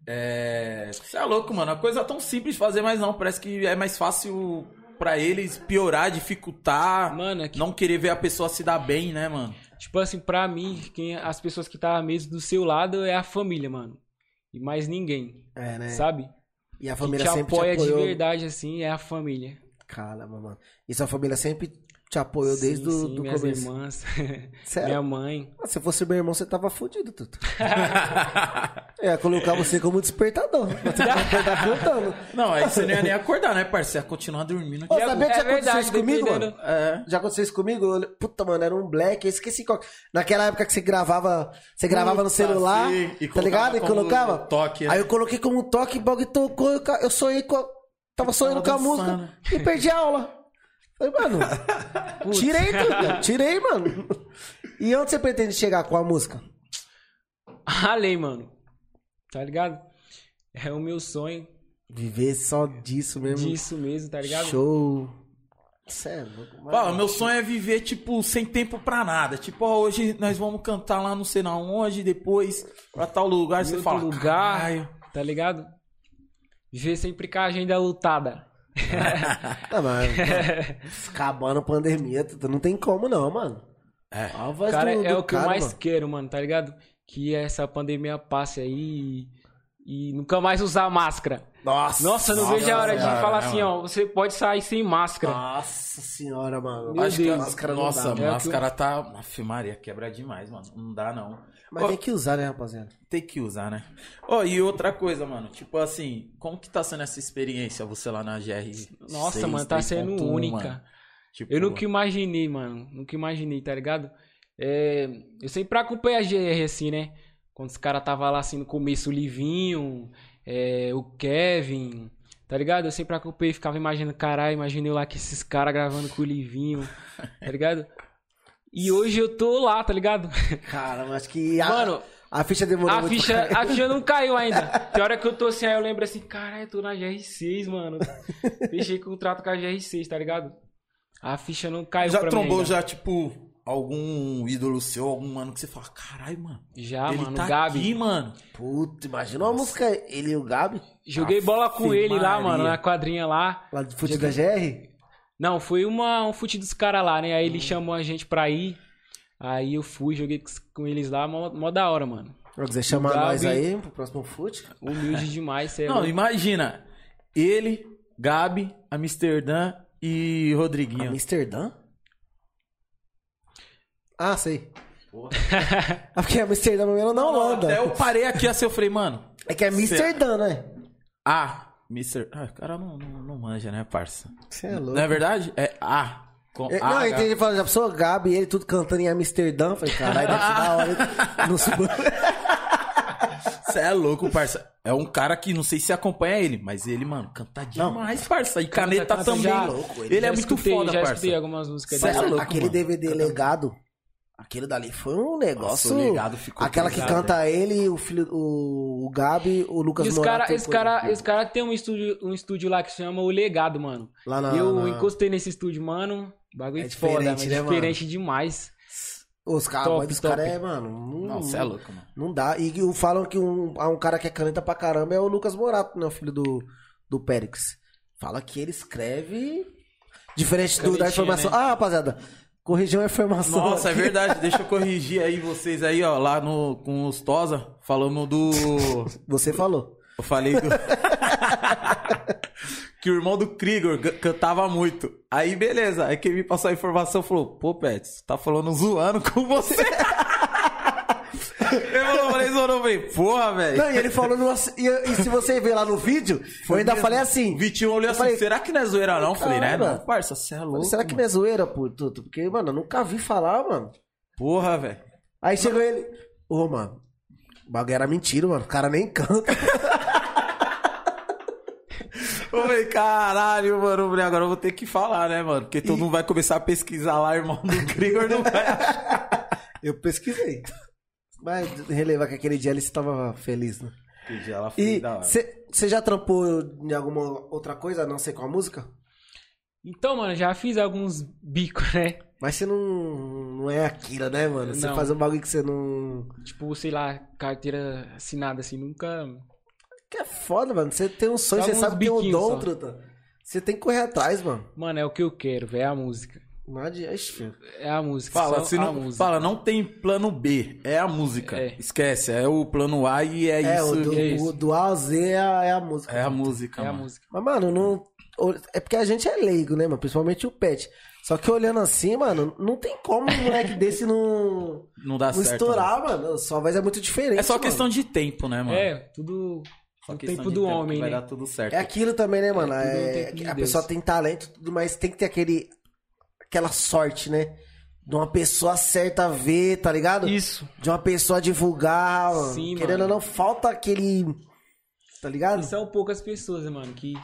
S2: É. Você é louco, mano. A coisa é tão simples de fazer, mas não. Parece que é mais fácil pra eles piorar, dificultar.
S3: Mano, é que,
S2: Não querer ver a pessoa se dar bem, né, mano?
S3: tipo assim, pra mim, quem, as pessoas que tava mesmo do seu lado é a família, mano. E mais ninguém,
S1: É, né?
S3: sabe?
S1: E a
S3: Que
S1: família
S3: te
S1: sempre te
S3: apoia de
S1: apoiou.
S3: verdade, assim, é a família.
S1: Caramba, mano. E sua família sempre te apoiou desde
S3: Sim,
S1: do,
S3: sim,
S1: do
S3: minhas
S1: começo.
S3: irmãs,
S1: Sério?
S3: minha mãe.
S1: Ah, Se fosse meu irmão, você tava fudido, Tuto. é, colocar você como despertador. Você tá cantando.
S2: Não, aí você não ia nem acordar, né, parceiro? Você ia continuar dormindo
S1: Ô,
S2: de é.
S1: sabia que já
S3: é
S1: aconteceu isso
S3: verdade,
S1: comigo,
S3: dependendo-
S1: mano? Já aconteceu isso comigo? Eu olhei- puta, mano, era um black, eu esqueci qual. Naquela época que você gravava, você gravava no
S2: Puta,
S1: celular,
S2: sim, e
S1: tá ligado? E
S2: colocava como
S1: colocava.
S2: toque, né?
S1: Aí eu coloquei como um toque, o bagulho tocou, eu, ca- eu sonhei com. a- Tava sonhando com a
S2: tava
S1: música e perdi a aula. Falei, mano, tirei tudo, tirei, mano. E onde você pretende chegar com a música?
S3: Além, mano. Tá ligado? É o meu sonho
S1: Viver só disso mesmo.
S3: disso mesmo, tá ligado?
S1: Show. Sério, louco, mano.
S2: Fala, meu sonho é viver, tipo, sem tempo pra nada. Tipo, ó, hoje nós vamos cantar lá não sei na onde, depois pra tal lugar.
S3: Em
S2: Você
S3: outro
S2: fala,
S3: lugar,
S2: "Caralho."
S3: tá ligado? Viver sempre com a agenda lutada.
S1: Ah, mas, mano, acabando a pandemia, tu- tu não tem como não, mano.
S2: É.
S1: Olha a voz
S3: cara,
S1: do-
S3: é
S1: do
S3: o que eu mais
S1: mano.
S3: quero, mano, tá ligado? Que essa pandemia passe aí e, e nunca mais usar máscara.
S1: Nossa, Ah,
S3: Nossa, eu não
S2: Nossa
S3: vejo a hora de
S2: senhora,
S3: falar
S2: né,
S3: assim,
S2: mano?
S3: ó, você pode sair sem máscara.
S1: Nossa senhora, mano.
S3: Meu
S2: Acho que a
S3: Deus.
S2: máscara
S1: não
S2: Nossa,
S1: dá,
S2: a
S1: né?
S3: É o
S2: máscara tá. Aff, Maria, quebra demais, mano. Não dá, não.
S1: Mas
S2: Ô,
S1: tem que usar, né, rapaziada?
S2: Tem que usar, né? Ó, e outra coisa, mano. Tipo assim, como que tá sendo essa experiência, você lá na GR?
S3: Nossa, mano, tá sendo
S2: um,
S3: única.
S2: Tipo,
S3: Eu nunca imaginei, mano. Nunca imaginei, tá ligado? É, eu sempre acompanhei a GR, assim, né? Quando os caras tava lá, assim, no começo, o Livinho, é, o Kevin, tá ligado? Eu sempre acompanhei, ficava imaginando, caralho, imaginei eu lá que esses caras gravando com o Livinho, tá ligado? E hoje eu tô lá, tá ligado?
S1: Cara, mas acho que a,
S3: Mano,
S1: a ficha demorou
S3: a
S1: muito
S3: ficha,
S1: pra-
S3: a ficha não caiu ainda. Tem hora que eu tô assim, aí eu lembro assim, caralho, eu tô na GR6, mano. Fechei contrato com a GR6, tá ligado? A ficha não caiu
S2: Já
S3: pra mim
S2: trombou,
S3: ainda.
S2: já, tipo, algum ídolo seu, algum mano que você fala, caralho, mano.
S3: Já,
S2: ele
S3: Ah, mano,
S2: tá
S3: o Gabi.
S2: aqui, mano.
S1: Puta, imagina uma música, ele e o Gabi,
S3: Joguei bola com
S2: Afe
S3: ele lá,
S2: Maria.
S3: mano, na quadrinha lá.
S1: lá de Fute da GR.
S3: Não, foi uma, um fute dos caras lá,
S2: Hum.
S3: né? Aí ele chamou a gente pra ir. Aí eu fui, joguei com os- com eles lá, mó, mó da hora, mano.
S1: Quer dizer, chamar
S3: O Gabi-
S1: nós aí pro próximo foot.
S3: Humilde demais, você é
S2: Não,
S3: um-
S2: imagina. Ele, Gabi, Amsterdã e Rodriguinho.
S1: Amsterdã? Ah, sei. Ah, porque Amsterdã primeiro não Holanda.
S2: Até eu parei aqui assim, eu falei, mano.
S1: É que é Amsterdã, né?
S2: Ah, Mr. Ah, o cara não, não, não manja, né, parça?
S1: Você é
S2: Não é
S1: louco.
S2: verdade? É A. Com
S1: É,
S2: A,
S1: não, eu
S2: H.
S1: entendi falando, já pessoa Gabi, ele tudo cantando em Amsterdã. Falei, caralho, deve ser da hora. hein? Não se-
S2: Você é louco, parça. É um cara que não sei se acompanha ele, mas ele, mano, canta demais, parça. E caneta
S3: canta
S2: também.
S3: já.
S1: Louco,
S2: ele
S1: ele.
S2: é
S3: já
S2: muito
S3: escutei,
S2: foda,
S3: já
S2: parça.
S3: escutei algumas músicas
S2: Cê é
S3: dele.
S1: Mas
S2: louco,
S1: aquele
S2: mano.
S1: DVD legado, aquele dali foi um negócio.
S2: Nossa, o legado ficou
S1: Aquela que
S2: pesado.
S1: canta ele, o filho, o, o Gabi, o Lucas
S3: E os
S1: Morato,
S3: cara, esse
S1: foi-
S3: cara, esse cara tem um estúdio, um estúdio lá que chama O Legado, mano.
S1: Lá na,
S3: eu
S1: na-
S3: encostei nesse estúdio, mano. Bagulho
S1: É
S3: foda,
S1: diferente,
S3: mas
S1: né, mano?
S3: diferente demais.
S1: Os caras,
S3: Top,
S1: mas os
S3: top.
S1: caras é, mano. Não,
S2: Não, você é louco, mano.
S1: Não dá. E que o- falam que um, há um cara que é caneta pra caramba é o Lucas Morato, né? O filho do, do Périx. Fala que ele escreve. Diferente do, da
S3: Canetinha,
S1: informação.
S3: né?
S1: Ah, rapaziada. Corrigiu a informação.
S2: Nossa, é
S1: aqui.
S2: verdade. Deixa eu corrigir aí vocês aí, ó, lá no, com os Tosa. Falamos do.
S1: Você falou.
S2: Eu falei do. que o irmão do Krigor g- cantava muito. Aí, beleza. Aí quem me passou a informação falou: Pô, Pet, você tá falando zoando com você. eu falei, eu falei, zoando, eu falei, porra, velho.
S1: Não, e ele falou. numa- e, e se você ver lá no vídeo, eu ainda
S2: mesmo.
S1: falei assim.
S2: O Vitinho olhou
S1: eu
S2: assim:
S1: falei,
S2: será que não é zoeira, não? Eu Falei, né?
S1: Cara.
S2: Não, parça, você é louco.
S1: Será que não é zoeira, por tudo? Porque, mano, eu nunca vi falar, mano.
S2: Porra, velho.
S1: Aí chegou ele. Ô, mano. O bagulho era mentira, mano. O cara nem canta.
S2: Eu falei, caralho, mano. eu falei, Agora eu vou ter que falar, né, mano? Porque todo mundo vai começar a pesquisar lá, irmão do Krigor não vai achar.
S1: Eu pesquisei. Mas relevar que aquele dia ele estava feliz, né?
S2: Que dia ela foi
S1: E
S2: da hora.
S1: você já trampou em alguma outra coisa, a não ser com a música?
S3: Então, mano, já fiz alguns bicos, né?
S1: Mas você não, não é aquilo, né, mano? Você
S3: Não.
S1: faz um bagulho que você não.
S3: Tipo, sei lá, carteira assinada, assim, nunca.
S1: Que é foda, mano. Você tem um sonho,
S3: Só
S1: você
S3: uns
S1: sabe que tem um
S3: biquinhos
S1: dom,
S3: só.
S1: truta. Você tem que correr atrás, mano.
S3: Mano, é o que eu quero, velho. É a música.
S1: Não adianta. Ixi, filho.
S3: É a música.
S2: Fala,
S3: só
S2: se
S3: a
S2: não,
S3: música.
S2: fala, não tem plano B, é a música.
S3: É.
S2: Esquece, é o plano A e é,
S1: É,
S2: isso.
S1: o do,
S3: é isso.
S1: o do A ao Z é a, é a música.
S2: É a música,
S3: É a
S2: mano.
S3: música.
S1: Mas, mano, não. É porque a gente é leigo, né, mano? Principalmente o pet. Só que olhando assim, mano, não tem como um moleque desse não,
S2: Não dá
S1: não
S2: Tá certo.
S1: estourar, mano. Sua voz é muito
S2: mano.
S1: diferente.
S2: É só
S1: mano.
S2: questão de tempo, né, mano?
S3: É, tudo.
S2: só
S3: o
S2: questão
S3: tempo
S2: de
S3: do
S2: que
S3: homem,
S2: vai
S3: né?
S2: dar tudo certo.
S1: É aquilo também, né, mano?
S3: tudo
S1: É,
S3: tem que ir
S1: a
S3: Deus.
S1: pessoa tem talento, tudo, mas tem que ter aquele, aquela sorte, né? De uma pessoa certa ver, tá ligado?
S3: Isso.
S1: De uma pessoa divulgar, mano.
S3: Sim,
S1: Querendo
S3: mano.
S1: ou não, falta aquele. Tá ligado?
S3: E são poucas pessoas, né, mano, que. que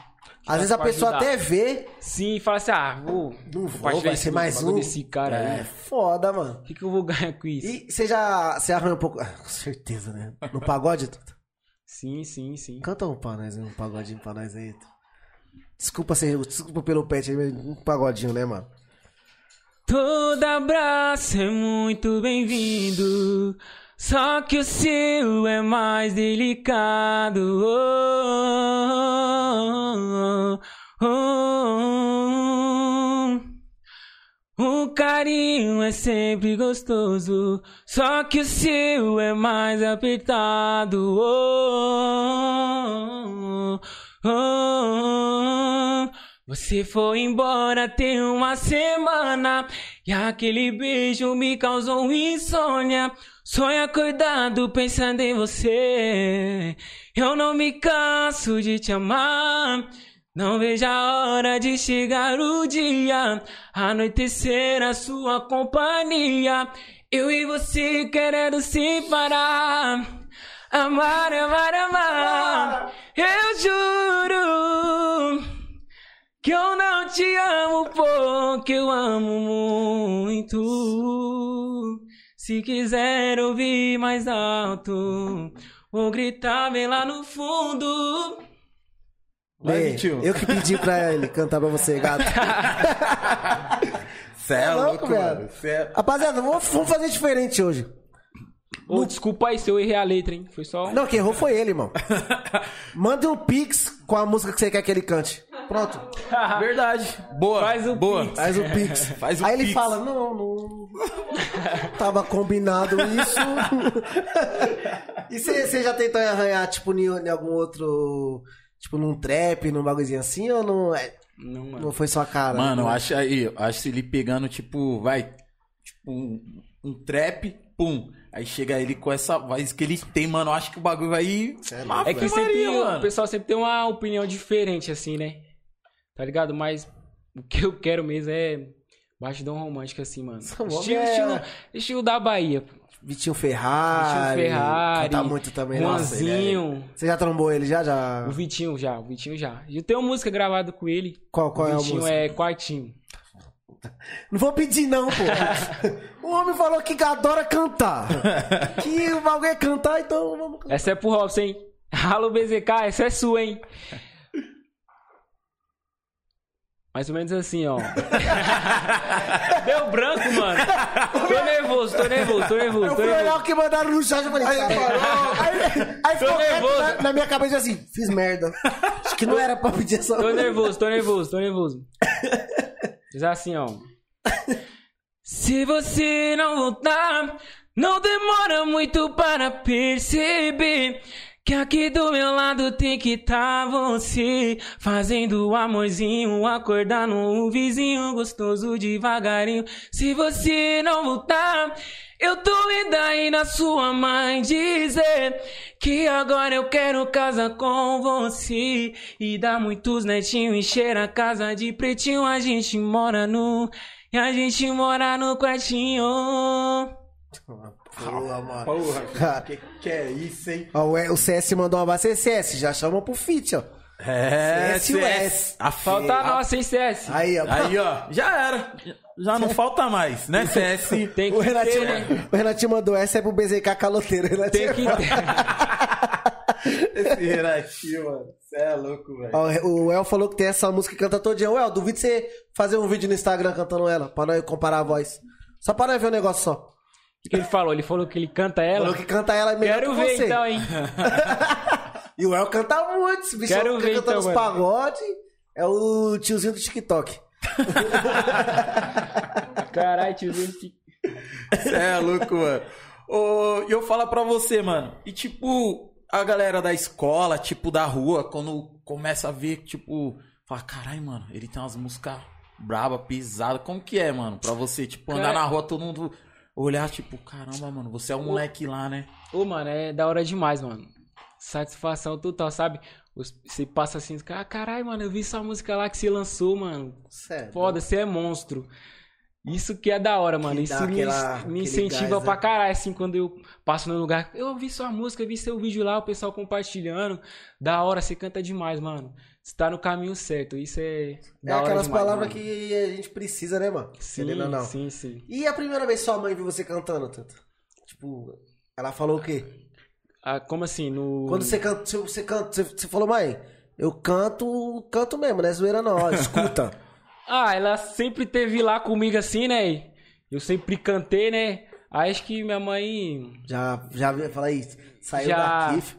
S1: Às
S3: tá
S1: vezes a
S3: pra
S1: pessoa
S3: ajudar.
S1: até vê.
S3: Sim, fala assim, ah, vou.
S1: Não vou,
S3: compartilhar
S1: vai
S3: esse
S1: ser mais
S3: bagulho
S1: um.
S3: desse cara né?
S1: É,
S3: aí.
S1: foda, mano.
S3: O que, que eu vou ganhar com isso?
S1: E você já. Você arranha um pouco. Ah, com certeza, né? No pagode? Tuta?
S3: Sim, sim, sim.
S1: Canta um pra nós, um pagodinho pra nós aí. Tuta. Desculpa, ser, desculpa pelo pet aí, mas um pagodinho, né, mano?
S3: Todo abraço é muito bem-vindo. Só que o seu é mais delicado. Oh, oh, oh, oh. O carinho é sempre gostoso. Só que o seu é mais apertado. Oh, oh, oh, oh. Você foi embora tem uma semana E aquele beijo me causou insônia Sonho acordado pensando em você Eu não me canso de te amar Não vejo a hora de chegar o dia Anoitecer a sua companhia Eu e você querendo separar Amar, amar, amar Eu juro que eu não te amo pouco, eu amo muito. Se quiser ouvir mais alto, ou gritar bem lá no fundo.
S2: Vai,
S1: Lê,
S2: Vitinho.
S1: Eu que pedi pra ele cantar pra você, gato.
S2: Cê é,
S1: Tá louco,
S2: louco, mano.
S1: velho.
S2: Cê é-
S1: Rapaziada, vamos, vamos fazer diferente hoje.
S3: Ô, desculpa aí se eu errei a letra, hein? Foi só. um-
S1: Não, quem errou foi ele, irmão. Manda um pix com a música que você quer que ele cante. Pronto.
S2: Verdade. Boa.
S3: Faz o
S2: boa.
S3: Pix.
S1: Faz o Pix.
S2: Faz o
S1: Aí ele
S2: um Pix.
S1: fala, não, não. Tava combinado isso. e você você já tentou arranhar, tipo, em em algum outro. Tipo, num trap, num bagulhozinho assim, ou não, é-
S3: Não, mano.
S1: não foi sua cara?
S2: Mano, eu
S1: Não.
S2: acho aí, eu acho ele pegando, tipo, vai, tipo, um, um trap, pum. Aí chega ele com essa voz que ele tem, mano. Eu acho que o bagulho vai.
S1: Cê é louco,
S2: Ave
S3: É que sempre
S2: Maria,
S3: tem- o
S2: mano.
S3: pessoal sempre tem uma opinião diferente, assim, né? Tá ligado? Mas o que eu quero mesmo é batidão romântico, assim, mano.
S1: São
S3: Estilo,
S1: homem é-
S3: estilo, estilo da Bahia. pô.
S1: Vitinho Ferrari.
S3: Vitinho Ferrari,
S1: Tá muito também. nossa, ele é-
S3: Juanzinho.
S1: Você já trombou ele já? já...
S3: O Vitinho já, o Vitinho já. Eu tenho música gravada com ele.
S1: Qual, qual é a
S3: o Vitinho
S1: música?
S3: é Quartinho.
S1: Não vou pedir, não, pô. o homem falou que adora cantar. que o bagulho é cantar, então vamos cantar.
S3: Essa é pro Robson, hein? Alô, BZK, essa é sua, hein? Mais ou menos assim, ó. Deu branco, mano. Tô nervoso, tô nervoso, tô nervoso,
S1: Eu
S3: tô
S1: fui olhar
S3: nervoso.
S1: o que mandaram no chat, eu falei, aí, aí, aí ficou
S3: nervoso.
S1: na, na minha cabeça assim, fiz merda. Acho que não era pra pedir essa
S3: Tô nervoso, tô nervoso, tô nervoso. Diz assim, ó. Se você não voltar, não demora muito para perceber que aqui do meu lado tem que tá você fazendo o amorzinho, acordar no vizinho gostoso devagarinho. Se você não voltar, eu tô indo aí na sua mãe dizer que agora eu quero casa com você e dar muitos netinhos, encher a casa de pretinho, a gente mora no e a gente mora no quartinho.
S1: Porra, mano.
S2: Porra, que, que é isso, hein?
S1: Ó, o- o CS mandou um uma base CS, já chama pro fit, ó.
S2: É,
S1: CS.
S2: CS. A
S3: Falta
S2: a-
S3: a nossa, hein, CS?
S1: Aí, ó.
S2: Aí, ó, já era. Já não falta mais, né, CS?
S3: Tem
S1: o,
S3: que
S1: Renatinho,
S3: ter, né?
S1: o Renatinho mandou essa é pro BZK caloteiro.
S3: Tem
S1: Renatinho.
S3: que ter.
S2: Esse Renatinho, mano. Você é louco, velho.
S1: Ó, o El falou que tem essa música que canta todo dia. El, duvido você fazer um vídeo no Instagram cantando ela, pra nós comparar a voz. Só pra nós ver o negócio só.
S3: O que ele falou? Ele falou que ele canta ela.
S1: Falou que canta ela melhor
S3: Quero
S1: que
S3: ver
S1: você.
S3: então, hein?
S1: E o El canta muito. Esse bicho é
S3: Quero
S1: fica
S3: ver,
S1: cantando
S3: então,
S1: os
S3: mano.
S1: pagode. É o tiozinho do TikTok.
S3: Caralho, tiozinho. que-
S2: Você é louco, mano. Ô, E eu falo pra você, mano. E tipo, a galera da escola, tipo, da rua, quando começa a ver, tipo, fala, caralho, mano, ele tem umas músicas braba, pesada. Como que é, mano? Pra você, tipo, andar
S3: Cara-
S2: na rua, todo mundo olhar, tipo, caramba, mano, você é um moleque lá, né?
S3: Ô, mano, é da hora demais, mano. Satisfação total, sabe? Os- Você passa assim, ah, caralho, mano, eu vi sua música lá que você lançou, mano.
S1: Sério.
S3: Foda, você é monstro. Isso que é da hora, mano.
S1: Que
S3: Isso
S1: dá
S3: me,
S1: aquela- aquele
S3: me incentiva
S1: gás, né?
S3: pra caralho, assim, quando eu passo no lugar. Eu vi sua música, eu vi seu vídeo lá, o pessoal compartilhando. Da hora, você canta demais, mano. Você tá no caminho certo. Isso é.
S1: É
S3: Da hora
S1: aquelas
S3: demais,
S1: palavras
S3: mano.
S1: que a gente precisa, né, mano?
S3: Sim,
S1: Querendo ou não.
S3: sim, sim.
S1: E a primeira vez sua mãe viu você cantando, Tanto? Tipo, ela falou o quê?
S3: Ah, como assim? No...
S1: Quando você canta, você- você, canta, você, você falou, mãe, eu canto, canto mesmo, não é zoeira não, ó, escuta.
S3: Ah, ela sempre teve lá comigo assim, né? Eu sempre cantei, né? Aí Acho que minha mãe
S1: já, já ia falar isso, saiu
S3: Já.
S1: daqui, fi.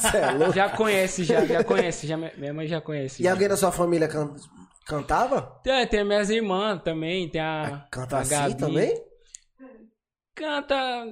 S1: Você é louco.
S3: já conhece, já, já conhece, já, minha mãe já conhece.
S1: E alguém da sua família can- cantava?
S3: Tem, tem minhas irmãs também, tem a.
S1: Canta
S3: a
S1: assim
S3: Gabi.
S1: também?
S3: Canta.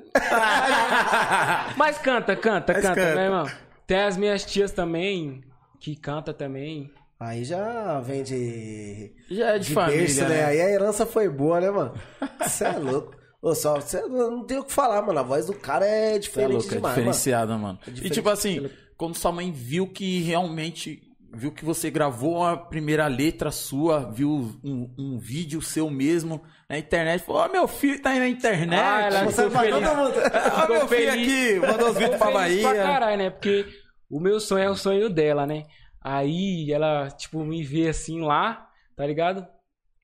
S3: Mas canta, canta,
S2: Mas
S3: canta,
S2: canta.
S3: né, irmão? Tem as minhas tias também, que canta também.
S1: Aí já vem de,
S2: Já é de,
S1: de
S2: família,
S1: berço, né?
S2: né?
S1: Aí a herança foi boa, né, mano? Você é louco. Ô, só, você não tem o que falar, mano. A voz do cara é
S2: Tá
S1: diferente
S2: louco, é
S1: demais, mano.
S2: diferenciada, mano.
S3: É
S2: E
S1: diferente-
S2: tipo assim, quando sua mãe viu que realmente. Viu que você gravou a primeira letra sua, viu um, um vídeo seu mesmo na internet, falou: Ó, meu filho tá aí na internet.
S3: Ah, ela
S1: Você
S3: ficou
S1: vai
S3: feliz.
S1: todo mundo.
S2: Ó, meu filho
S3: feliz.
S2: aqui, mandou os vídeos pra
S3: Ficou feliz pra
S2: Bahia.
S3: caralho, né? Porque o meu sonho é o sonho dela, né? Aí ela, tipo, me vê assim lá, tá ligado?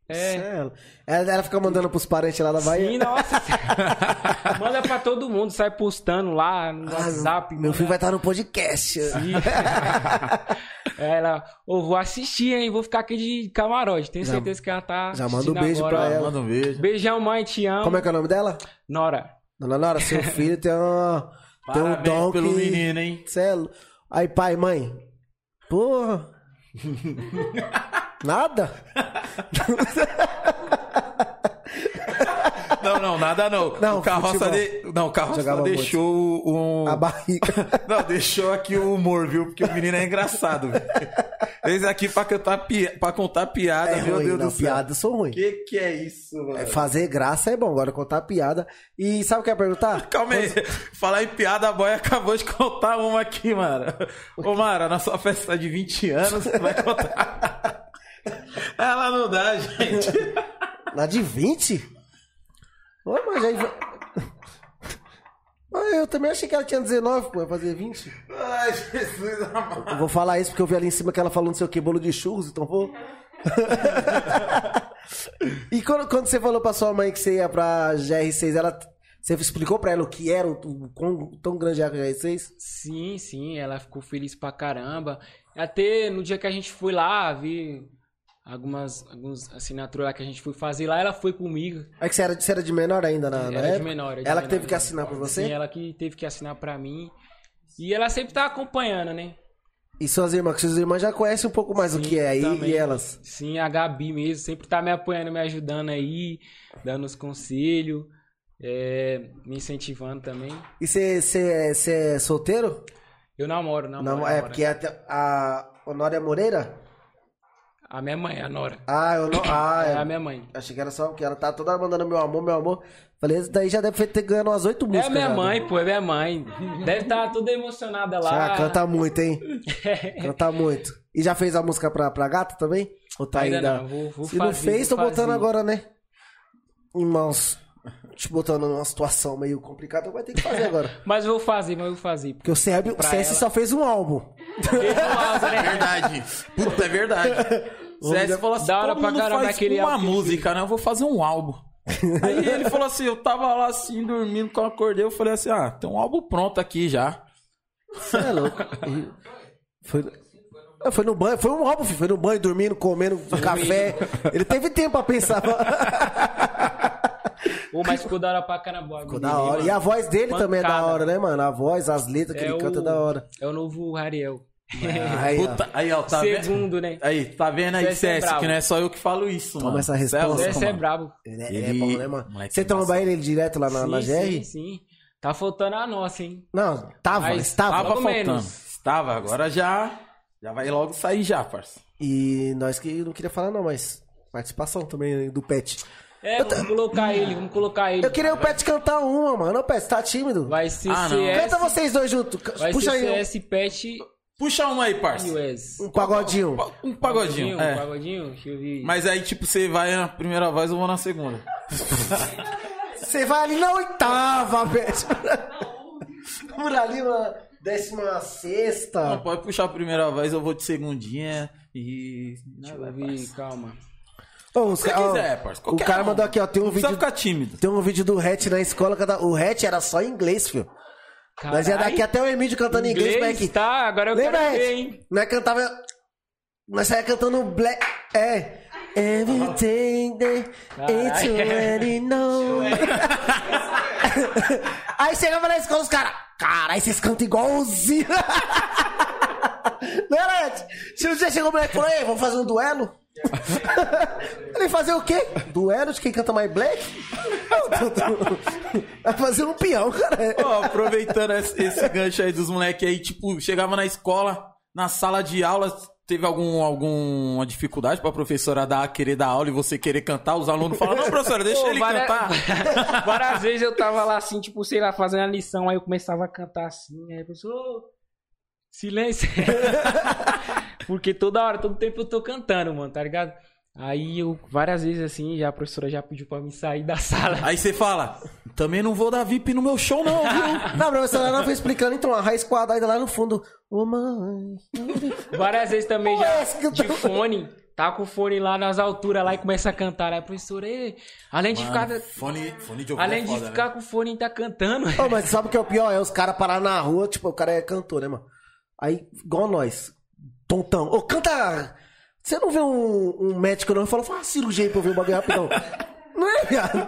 S3: É.
S1: Ela, ela fica mandando pros parentes lá da Bahia.
S3: Sim, nossa. Manda pra todo mundo, sai postando lá no
S1: Ah,
S3: WhatsApp.
S1: meu filho vai estar no podcast.
S3: Sim. É, ela, ô, vou assistir, hein? Vou ficar aqui de camarote. Tenho
S1: Já-
S3: certeza que ela tá.
S1: já manda um
S3: assistindo
S1: beijo pra
S3: agora.
S1: ela.
S2: Manda um beijo.
S3: Beijão, mãe, te amo.
S1: Como é que é o nome dela?
S3: Nora.
S1: Dona Nora, seu filho tem, uma, tem um
S2: Parabéns
S1: dom é
S2: pelo
S1: que...
S2: menino, hein?
S1: Cê é lou- Aí, pai, mãe. Porra. Nada?
S2: Não, não, nada não.
S1: Não,
S2: o carroça
S1: futebol.
S2: de... Não, o carroça
S1: Jogava muito. Ah,
S2: deixou um.
S1: A barriga.
S2: Não, deixou aqui o humor, viu? Porque o menino é engraçado. velho. Eles aqui pra contar, pi... pra contar piada,
S1: É
S2: meu
S1: ruim,
S2: Deus
S1: não,
S2: do céu.
S1: piada, eu sou ruim.
S2: Que que é isso, mano?
S1: É, Fazer graça é bom, agora contar piada. E sabe o que eu ia perguntar?
S2: Calma aí. Falar em piada, a boy acabou de contar uma aqui, mano. Ô, Mara, na sua festa tá de 20 anos, você vai contar. Ela não dá, gente.
S1: Na de 20? Ô, mas aí. Mas Eu também achei que ela tinha 19, pô, ia fazer 20.
S2: Ai, Jesus amado.
S1: Eu vou falar isso porque eu vi ali em cima que ela falou não sei o que, bolo de churros, então vou. e quando, quando você falou pra sua mãe que você ia pra GR6, ela. Você explicou pra ela o que era, o, o quão tão grande era a GR6?
S3: Sim, sim, ela ficou feliz pra caramba. Até no dia que a gente foi lá, vi algumas alguns assinaturas lá que a gente foi fazer lá, ela foi comigo.
S1: É que você era, de- você era de menor ainda na, na
S3: era de
S1: época?
S3: menor. era de
S1: Ah, ela
S3: menor,
S1: que teve que
S3: né?
S1: assinar pra você?
S3: Sim, ela que teve que assinar pra mim. E ela sempre tá acompanhando, né?
S1: E suas irmãs, que suas irmãs já conhecem um pouco mais o
S3: Sim,
S1: que é aí
S3: também. né?
S1: e elas.
S3: Sim, a Gabi mesmo, sempre tá me apoiando, me ajudando aí, dando os conselhos, é, me incentivando também.
S1: E você- você você é solteiro?
S3: Eu namoro, namoro.
S1: Não, é
S3: namoro.
S1: porque até a Honória Moreira?
S3: A minha mãe, a Nora.
S1: Ah, eu não. Ah,
S3: É a
S1: é.
S3: minha mãe.
S1: Achei que era só porque ela tá toda hora mandando meu amor, meu amor. Falei, isso daí já deve ter ganhado umas oito
S3: É
S1: músicas.
S3: a minha
S1: já, né?
S3: mãe, pô, é minha mãe. Deve estar toda emocionada lá.
S1: Já canta muito, hein? canta muito. E já fez a música pra, pra gata também? Ou tá ainda?
S3: Ainda não, vou- vou
S1: Se não
S3: fazer,
S1: fez, tô
S3: vou
S1: botando
S3: fazer.
S1: agora, né? Irmãos, te botando numa situação meio complicada, vai ter que fazer agora.
S3: Mas eu vou fazer, mas eu vou fazer.
S1: Porque o Sérgio, o
S3: É Pra
S1: CS
S3: ela.
S1: só fez um álbum.
S3: Porque eu acho, né?
S2: É Verdade. Puta, é verdade. Zé falou assim,
S3: Da hora
S2: todo
S3: pra
S2: mundo
S3: caramba
S2: faz
S3: aquele
S2: uma
S3: álbum que ele
S2: música, né? Eu vou fazer um álbum. Aí ele falou assim, eu tava lá assim, dormindo, quando eu acordei, eu falei assim, ah, tem um álbum pronto aqui já.
S1: Você é louco. Foi... Ah, Foi no banho, foi um álbum, filho. foi no banho, dormindo, comendo café. Ele teve tempo pra pensar.
S3: Ô, mas ficou da hora pra caramba.
S1: Ficou da hora. E a voz dele também é da
S3: Pancada.
S1: hora, né, mano? A voz, as letras que ele canta é da hora.
S3: É o É. novo Ariel.
S1: Aí, ó.
S2: Puta, aí, ó, tá vendo?
S3: Segundo,
S1: É
S3: né?
S2: Aí, tá vendo aí,
S3: Zé é
S2: CS,
S3: brabo.
S2: que não é só eu que falo isso, mano.
S1: essa
S2: Zé é
S1: resposta,
S2: louco,
S3: Esse é
S2: mano.
S3: brabo.
S1: Ele é,
S2: Ele-
S1: é bom, né, mano?
S2: moleque
S1: Você tromba
S2: embaçado.
S1: ele direto lá na, na
S3: sim,
S1: GR?
S3: sim, sim. Tá faltando a nossa, hein?
S1: Não, tava,
S3: Mas
S1: estava.
S2: Tava
S3: Logo
S2: faltando.
S3: menos.
S2: Estava, agora já. Já vai logo sair já, parça.
S1: E nós que não queria falar, não, mas participação também né, do Pet.
S3: É, vamos colocar ele, vamos colocar ele.
S1: Eu queria o Pet cantar uma, mano. Ô, Pet, tá tímido?
S3: Vai ser
S2: Ah, não.
S3: CS.
S1: Canta vocês dois juntos. C-
S3: Vai
S1: Puxa
S3: ser
S1: aí
S3: CS, Pet
S2: Puxa uma aí,
S3: e
S2: parça.
S3: Wes.
S1: um, um pagodinho.
S2: Um pagodinho,
S3: Um
S2: é.
S3: pagodinho? Deixa eu ver.
S2: Mas aí, tipo, você vai na primeira voz, eu vou na segunda.
S1: Você vai ali na oitava, Pet. Por ali, uma décima
S2: Não,
S1: sexta.
S2: pode puxar a primeira voz, eu vou de segundinha e.
S3: Deixa eu ver, calma.
S1: Ô, os
S2: Se
S1: ca- ó,
S2: quiser, parça.
S1: o
S2: qualquer
S1: cara
S2: um.
S1: mandou aqui, ó. Tem um
S2: Não precisa
S1: vídeo.
S2: ficar tímido.
S1: Tem um vídeo do Hatch na escola. cada- O Hatch era só em inglês, filho. Nós ia
S3: Carai,
S1: daqui até o Emílio cantando é em inglês, é
S3: inglês,
S1: moleque.
S3: Tá, agora eu
S1: Lembra,
S3: quero ver,
S1: Ed? é
S3: hein?
S1: Nós cantava. Nós saía cantando black. É. Everything day, it's
S3: Caralho.
S1: already known. Aí chegava na escola, os caras. Caralho, vocês cantam igualzinho. Não era, Ed? Se um dia chegou o moleque e falou: Ei, vamos fazer um duelo? Ele fazer o quê? Duelo de quem canta mais black? Vai fazer um peão, cara.
S2: Ó, aproveitando esse, esse gancho aí dos moleques aí, tipo, chegava na escola, na sala de aula, teve algum, alguma dificuldade pra professora dar, querer dar aula e você querer cantar? Os alunos falam, não, professora, deixa
S3: Pô,
S2: ele
S3: várias-
S2: cantar.
S3: Várias vezes eu tava lá assim, tipo, sei lá, fazendo a lição, aí eu começava a cantar assim, aí a pessoa. "Ô, Silêncio. Porque toda hora, todo tempo eu tô cantando, mano, tá ligado? Aí eu, várias vezes assim, já a professora já pediu pra mim sair da sala.
S2: Aí você fala, também não vou dar VIP no meu show, não, viu?
S1: Não, a professora ela foi explicando, então, a raiz quadrada lá no fundo. Ô, mãe.
S3: Várias vezes também
S1: Ué,
S3: já
S1: esse que eu
S3: de
S1: tô-
S3: fone. Tá com o fone lá nas alturas lá e começa a cantar. Aí a professora, "Ei, além de ficar.
S2: fone, é né? fone de é
S3: Além de ficar com o fone e tá cantando.
S1: Ô, mas sabe o que é o pior? É os caras parar na rua, tipo, o cara é cantor, né, mano? Aí, igual nós. Tontão. Ô, canta. Você não vê um, um médico não e fala, faz uma cirurgia aí pra eu ver o bagulho rapidão. Não é, viado?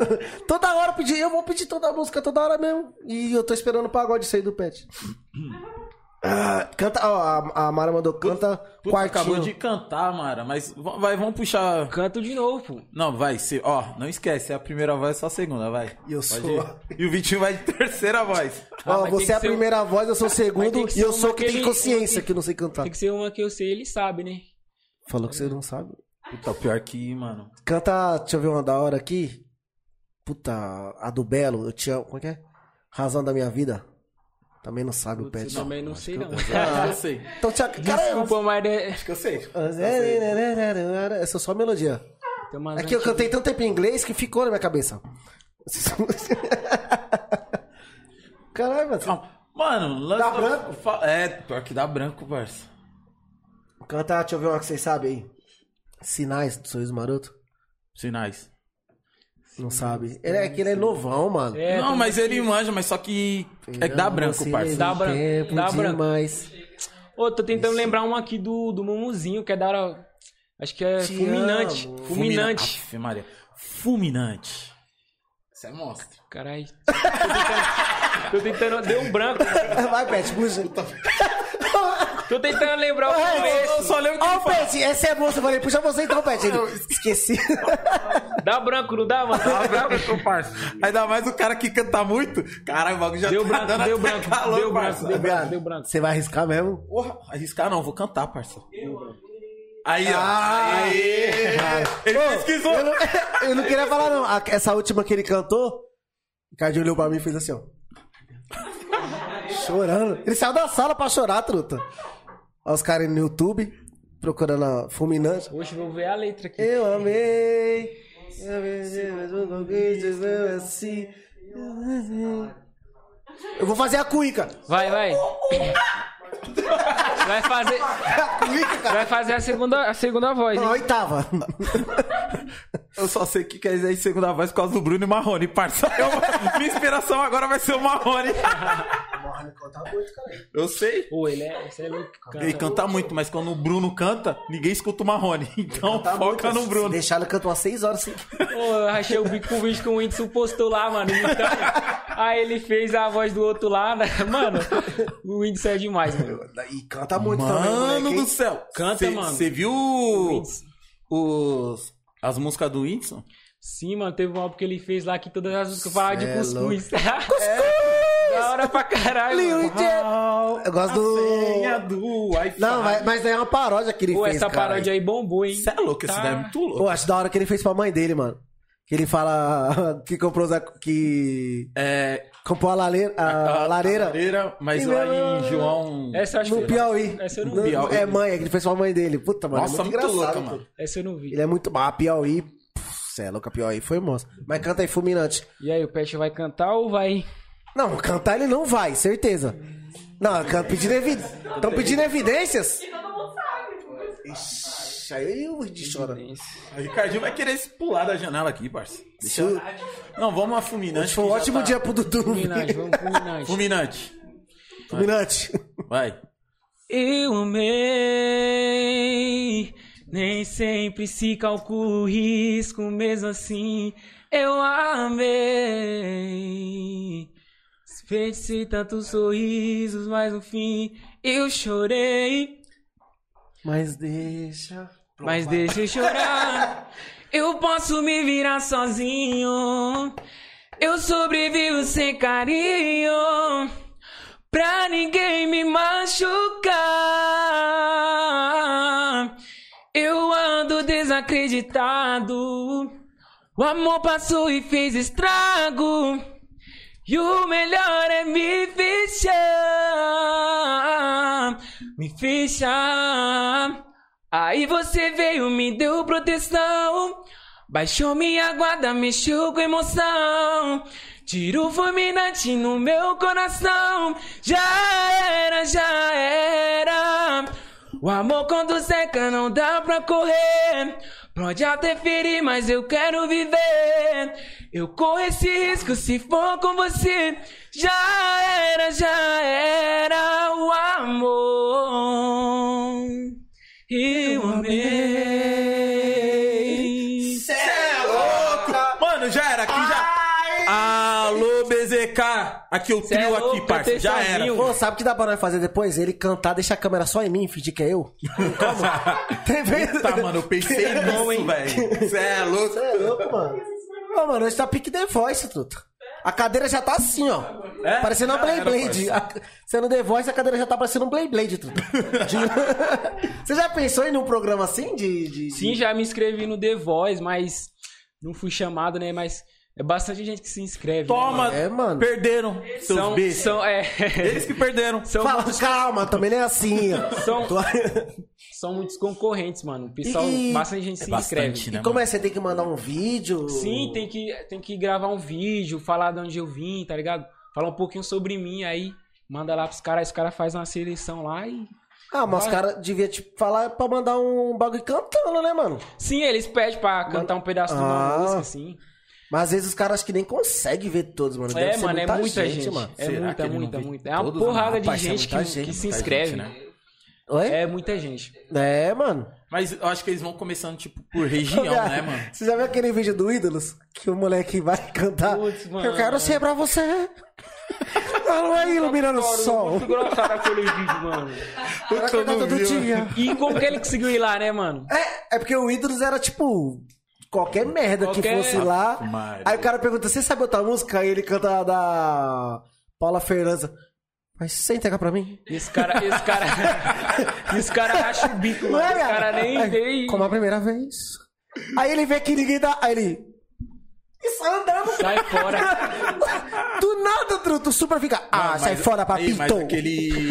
S1: Toda hora eu pedi, eu vou pedir toda a música, toda hora mesmo. E eu tô esperando o pagode sair do pet. Ah, canta, ó, a, a Mara mandou, canta
S2: Putz,
S1: quartinho.
S2: acabou de cantar, Mara, mas v- vai, vamos puxar.
S3: Canto de novo, pô.
S2: Não, vai, se, ó, não esquece, é a primeira voz, só a segunda, vai.
S1: E eu
S2: Pode
S1: sou-
S2: ir. E o Vitinho vai de terceira voz.
S3: Ah,
S1: Ó,
S3: mas tem
S1: você
S3: que
S1: é a
S3: ser um-
S1: primeira voz, eu sou o segundo
S3: tem que
S1: e
S3: ser
S1: eu
S3: um
S1: sou o que tem
S3: daquele-
S1: consciência que eu não sei cantar.
S3: Tem que ser uma que eu sei, ele sabe, né?
S1: Falou que você não sabe.
S2: Puta, pior que, mano.
S1: Canta, deixa eu ver uma da hora aqui. Puta, a do Belo, eu te amo. Como é que é? Razão da minha vida. Também não sabe o
S3: Putz,
S1: pet.
S3: eu também não sei, não.
S2: Acho que eu Ah, sei.
S1: Então, tchau. Caramba!
S3: Desculpa, mas é...
S2: Acho que eu sei.
S1: Essa é só a melodia.
S3: Tem umas
S1: É que eu cantei tanto tempo em inglês que ficou na minha cabeça. Caralho, mano.
S2: Calma. Mano, lança.
S1: Dá branco?
S2: fa- É, pior que dá branco, parça.
S1: Canta, deixa eu ver uma que vocês sabem aí. Sinais do Sorriso Maroto.
S2: Sinais.
S1: Não sabe. Ele é, que ele é novão, mano.
S3: É,
S2: não,
S3: tem
S2: mas ele manja, mas só que. É que dá branco, parça.
S3: Dá branco,
S1: Tempo
S3: dá branco.
S1: demais.
S3: Ô, tô tentando lembrar uma aqui do, do Mumuzinho, que é da hora. Acho que é
S1: Te
S3: fulminante.
S1: amo.
S3: Fulminante.
S2: Aff, Maria. Fulminante. Isso é monstro.
S3: Caralho. Tô tentando- Tô tentando. Deu um branco.
S1: Vai, Pet, puxa.
S3: Tô tentando lembrar o
S1: Ai,
S3: começo.
S2: Eu só lembro que
S1: Ó,
S2: ele
S1: o
S2: falou.
S1: Pet, essa é a moça. Eu falei, puxa você então, Pet. Ele, esqueci.
S3: Dá branco, não dá, mano?
S2: Dá branco, parça. Ainda mais o cara que canta muito. Caralho, o bagulho já
S3: Deu
S2: tá
S3: branco,
S2: dando
S3: deu
S2: até
S3: branco,
S2: calor,
S3: deu branco,
S2: parça.
S3: deu branco, deu branco.
S1: Você vai arriscar mesmo?
S2: Porra, arriscar não, vou cantar, parça. Aí, ó. Ah, Aê! Ele
S1: Ô,
S2: pesquisou.
S1: Eu não, eu não queria falar, não. A- Essa última que ele cantou, o Cardi olhou pra mim e fez assim, ó. Chorando. Ele saiu da sala pra chorar, truta. Ó, os caras no YouTube, procurando a fulminante.
S3: Hoje eu vou ver a letra aqui.
S1: Eu amei. Eu amei, um mas o convite não é assim. Eu amei. Eu vou fazer a cuica.
S3: Vai, vai. Vai fazer,
S1: A cuica, cara.
S3: vai fazer a segunda, a segunda voz.
S1: A
S3: Hein?
S1: oitava.
S2: Eu só sei que quer dizer em segunda voz por causa do Bruno e Marrone, parça. Eu- minha inspiração agora vai ser o Marrone. Eu sei.
S3: Pô, ele é, você é louco, cara.
S2: Ele canta muito, mas quando o Bruno canta, ninguém escuta o Marrone. Então foca no Bruno.
S1: Tá Deixaram ele cantar umas seis horas sem.
S3: Pô, eu achei o bico com o vídeo que o Whindersson postou lá, mano. Então, aí ele fez a voz do outro lá, né? Mano, o Whindersson é demais, mano.
S1: E canta muito também,
S2: Mano
S1: moleque, hein?
S2: do céu.
S3: Canta, mano.
S2: Você viu os, as músicas do Whindersson?
S3: Sim, mano, teve uma época que ele fez lá que todas as músicas falavam
S1: Cê
S3: de
S1: é
S3: cuscuz. da hora pra caralho, mano.
S1: Eu gosto do-
S2: senha do Wi-Fi.
S1: Não, vai- mas é uma paródia que ele
S3: Pô,
S1: fez,
S3: essa
S1: cara.
S3: paródia aí bombou, hein?
S2: Você é louco, esse
S3: Tá.
S2: daí é muito louco.
S1: Eu acho da hora que ele fez pra mãe dele, mano. Que ele fala que comprou os... ac- que
S2: É,
S1: comprou a, lare- a lareira
S2: mas
S1: E
S2: lá
S1: meu-
S2: em João...
S3: Essa eu acho
S1: no
S3: que-
S1: Piauí.
S3: Essa eu não
S1: No-
S3: vi.
S2: Piauí.
S1: É mãe, é que ele fez pra mãe dele. Puta, mano,
S2: Nossa,
S1: é muito,
S2: muito
S1: engraçado.
S2: louca, mano.
S3: Essa eu não vi.
S1: Ele é muito... Ah, Piauí... Você é louca, Piauí foi monstro. Mas canta aí, Fulminante.
S3: E aí, o Pet vai cantar ou vai?
S1: Não, cantar ele não vai, certeza. Não, can- pedindo evi... Estão pedindo evidências? E todo mundo sabe. Ixi, aí eu de chora.
S2: O Ricardinho vai querer se pular da janela aqui, parça. Deixa eu... Não, vamos a Fulminante.
S1: Foi um
S2: que já
S1: ótimo
S2: tá-
S1: dia pro Dudu.
S3: Fulminante, vamos fulminante.
S2: Fulminante.
S1: Fulminante.
S2: Vai.
S3: Eu amei. Nem sempre se calcula o risco, mesmo assim eu amei. Desperdice tantos sorrisos, mas no fim eu chorei.
S1: Mas deixa.
S3: Mas deixa eu chorar. Eu posso me virar sozinho. Eu sobrevivo sem carinho. Pra ninguém me machucar. Eu ando desacreditado. O amor passou e fez estrago. E o melhor é me fechar. Me fechar. Aí você veio, me deu proteção. Baixou minha guarda, mexeu com emoção. Tira o fulminante no meu coração. Já era, já era. O amor quando seca não dá pra correr. Pode até ferir, mas eu quero viver. Eu corro esse risco se for com você. Já era, já era o amor. Eu amei.
S2: é Cê é louco! Mano, já era aqui, já... Alô, BZK! Aqui o
S3: Cê é
S2: trio
S3: louco,
S2: aqui, parça.
S3: cantei
S2: Já
S3: sozinho.
S2: era.
S1: Pô, sabe o que dá pra nós fazer depois? Ele cantar, deixa a câmera só em mim, fingir que é eu. Tem vezes-
S2: Tá, mano, eu pensei não, hein, velho. Cê é louco.
S1: Você é louco, mano. Ô, mano, hoje tá pique The Voice, truta. A cadeira já tá assim, ó.
S2: É?
S1: Parecendo uma
S2: Já era,
S1: Beyblade. A... Sendo The Voice, a cadeira já tá parecendo um Beyblade, truta. De- Você já pensou em um programa assim? De, de-
S3: Sim, já me inscrevi no The Voice, mas não fui chamado, né? Mas é bastante gente que se inscreve. né, mano?
S2: Toma,
S1: É, mano.
S2: perderam. Seus
S3: São,
S2: bestas.
S3: são, é,
S2: Eles que perderam.
S3: são,
S1: Fala, calma, também não é assim, ó.
S3: São- É,
S1: Tô-
S3: são muitos concorrentes, mano. O Pessoal,
S1: E-
S3: bastante gente se inscreve.
S2: né,
S1: Como é? Você tem que mandar um vídeo?
S3: Sim, tem que, tem que gravar um vídeo, falar de onde eu vim, tá ligado? Falar um pouquinho sobre mim aí. Manda lá pros caras, os caras fazem uma seleção lá e.
S1: Ah, mas os
S3: Vai.
S1: caras deviam te falar pra mandar um bagulho cantando, né, mano?
S3: Sim, eles pedem pra cantar um pedaço de
S1: Ah.
S3: uma música, assim.
S1: Mas às vezes os caras acho que nem conseguem ver todos, mano. Deve
S3: É,
S1: ser
S3: mano, é muita gente.
S1: mano.
S3: É
S2: Será que
S3: muita,
S2: ele não
S3: muita,
S2: vê
S3: muita. É uma
S2: todos,
S3: porrada
S2: mano?
S3: de
S2: Rapaz, é
S3: gente,
S2: muita
S3: que, que se
S2: muita
S3: inscreve.
S2: gente, né?
S1: Oi?
S3: É muita gente.
S1: É, mano.
S2: Mas eu acho que eles vão começando, tipo, por região,
S1: Cara,
S2: né, mano?
S1: Você já viu aquele vídeo do Ídolos? Que o moleque vai cantar.
S3: Putz, mano.
S1: Eu quero ser pra você. A lua iluminando o sol.
S3: Muito engraçado aquele vídeo, mano.
S1: Eu quero cantar todo dia.
S3: E como que ele conseguiu ir lá, né, mano?
S1: É, é porque o Ídolos era tipo. Qualquer merda que
S3: Qualquer-
S1: fosse lá.
S2: Ave Maria.
S1: Aí o cara pergunta: Você sabe outra música? Aí ele canta a da Paula Fernandes. Mas você entrega pra mim?
S3: Esse cara, esse cara, esse cara racha o bico,
S1: Não
S3: mano.
S1: é,
S3: Esse
S1: cara?
S3: cara nem
S1: Aí,
S3: veio.
S1: Como a primeira vez. Aí ele vê que ninguém dá. Aí ele. E sai andando.
S3: Sai fora.
S1: Do nada, Truto, o Supra fica. Ah,
S2: Mas-
S1: sai fora,
S2: aí,
S1: papito.
S2: Mas aquele.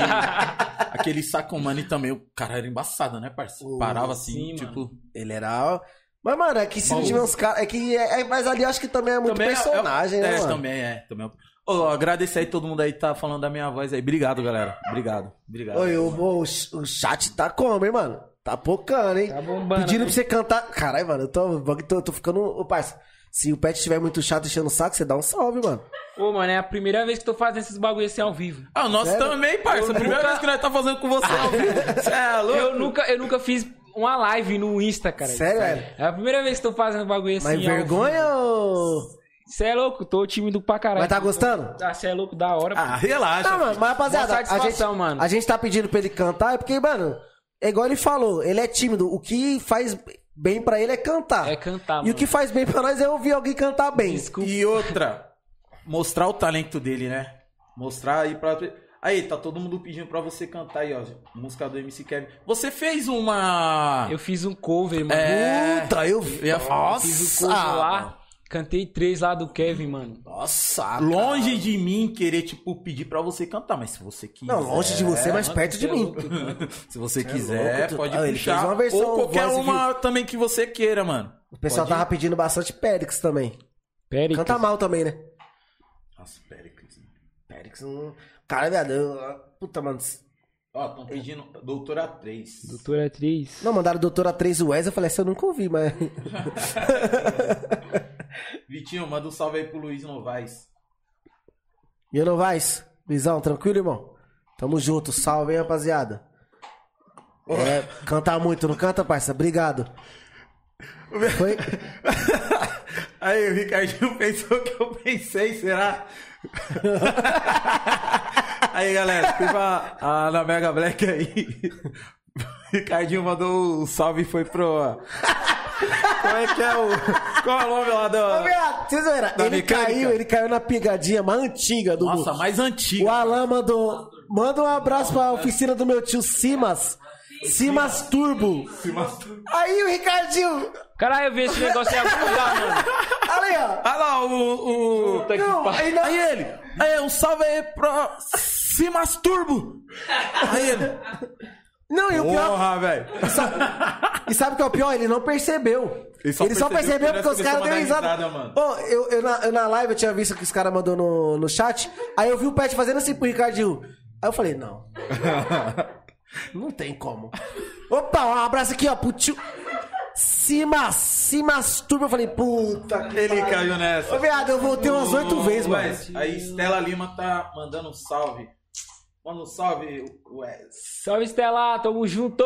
S2: aquele sacomani também, o cara era embaçado, né, parceiro? Parava assim,
S3: sim,
S2: tipo.
S1: Ele era. Mas, mano, é que se não
S2: Bom.
S1: tiver uns caras. É que. É, é- mas ali eu acho que também é muito
S2: Também é-
S1: personagem,
S2: é,
S1: né?
S2: é,
S1: mano?
S2: também é. Também é. Ô, agradecer aí todo mundo aí que tá falando da minha voz aí. Obrigado, galera. Obrigado. Obrigado.
S1: Oi, o, o, o chat tá como, hein, mano? Tá pocando, hein?
S3: Tá bombando,
S1: Pedindo
S3: né?
S1: pra você cantar. Caralho, mano, eu tô, tô, tô ficando. Ô, parça, se o pet estiver muito chato enchendo o saco, você dá um salve, mano.
S3: Ô, mano, é a primeira vez que tô fazendo esses bagulho assim ao vivo.
S2: Ah, o nosso
S1: Sério?
S2: também, parça. Primeira vez que nós tá fazendo com você. ao vivo. Cê é louco?
S3: Eu nunca, eu nunca fiz uma live no Insta, cara.
S1: Sério, velho?
S3: É a primeira vez que tô fazendo bagulho assim.
S1: Mas
S3: ao
S1: vergonha ou.
S3: vivo. Cê é louco, tô tímido pra caralho.
S1: Mas tá gostando?
S3: Ah, cê é louco, da hora. pô.
S2: Ah, relaxa.
S1: Não, mano, mas rapaziada,
S3: Boa
S1: a gente,
S3: satisfação, mano.
S1: a gente tá pedindo pra ele cantar, é porque, mano, é igual ele falou, ele é tímido. O que faz bem pra ele é cantar.
S3: É cantar,
S1: E
S3: mano.
S1: o que faz bem pra nós é ouvir alguém cantar bem.
S3: Desculpa.
S2: E outra, mostrar o talento dele, né? Mostrar aí pra. Aí, tá todo mundo pedindo pra você cantar aí, ó. Música do MC Kevin. Você fez uma.
S3: Eu fiz um cover, mano.
S2: É.
S1: Puta, eu vi.
S2: Eu ia falar,
S3: Eu Fiz um cover lá. Cantei três lá do Kevin, mano.
S1: Nossa,
S2: Longe de mim querer, tipo, pedir pra você cantar, mas se você quiser.
S1: Não, longe de você, mas perto de
S3: Cê é
S1: mim.
S3: louco,
S2: Se você
S1: é
S2: quiser,
S1: louco, tu-
S2: pode
S1: Ah, ele
S2: puxar.
S1: fez uma versão
S2: Ou qualquer
S1: voz e
S2: uma também que você queira, mano.
S1: O pessoal
S2: Pode ir.
S1: tava pedindo bastante Périx também.
S3: Pera aí.
S1: Canta mal também, né?
S2: Nossa, Péricles.
S1: Périx não. hum, Cara, viado, eu... puta, mano.
S2: Ó, tão pedindo Doutora 3.
S3: Doutora Atriz.
S1: Não, mandaram Doutora 3 Wes, eu falei, essa eu nunca ouvi, mas.
S2: Vitinho, manda um salve aí pro Luiz Novaes.
S1: E Novaes, Luizão, tranquilo, irmão? Tamo junto, salve, hein, rapaziada. É, cantar muito, não canta, parça? Obrigado. Foi?
S2: Aí o Ricardinho pensou o que eu pensei, será? aí galera, curva a na Mega Black aí. O Ricardinho mandou um salve e foi pro. Como é que é o. Qual é o nome lá
S1: Ô,
S2: do.
S1: viado, Vocês viram?
S2: Da
S1: Ele
S2: mecânica?
S1: caiu, ele caiu na pegadinha mais antiga do
S2: Nossa, mais
S1: O
S2: antigo.
S1: Alan mandou. Manda um abraço pra oficina do meu tio Simas. Simas Turbo. Aí o Ricardinho.
S3: Caralho, eu vi esse negócio em algum lugar, mano.
S1: Olha aí, ó.
S2: Ah lá, o. o...
S3: Puta que
S1: Não,
S3: pariu.
S1: aí não.
S2: Aí ele, aí um salve aí pra se masturbo. Aí ele,
S1: Não, e o pior.
S2: porra, velho.
S1: E sabe o que é o pior? Ele não percebeu.
S2: Ele
S1: Ele
S2: só
S1: só, percebeu,
S2: percebeu
S1: porque os
S2: que
S1: caras
S2: começou
S1: deram
S2: a
S1: risada.
S2: dar risada, mano.
S1: Ô, eu, eu na, eu na live eu tinha visto que os caras mandou no, no chat. Aí eu vi o Pet fazendo assim pro Ricardinho. Aí eu falei, não. não tem como. Opa, um abraço aqui, ó, pro tio. Simas, Simas Turbo. Eu falei, puta. que
S2: Ele
S1: pariu.
S2: caiu nessa.
S1: Tá Ô, viado, eu voltei umas oito
S2: Ô,
S1: vezes, mano.
S2: Wes, Aí Estela Lima tá mandando um salve. Manda um salve, Wes.
S3: Salve, Estela. Tamo junto.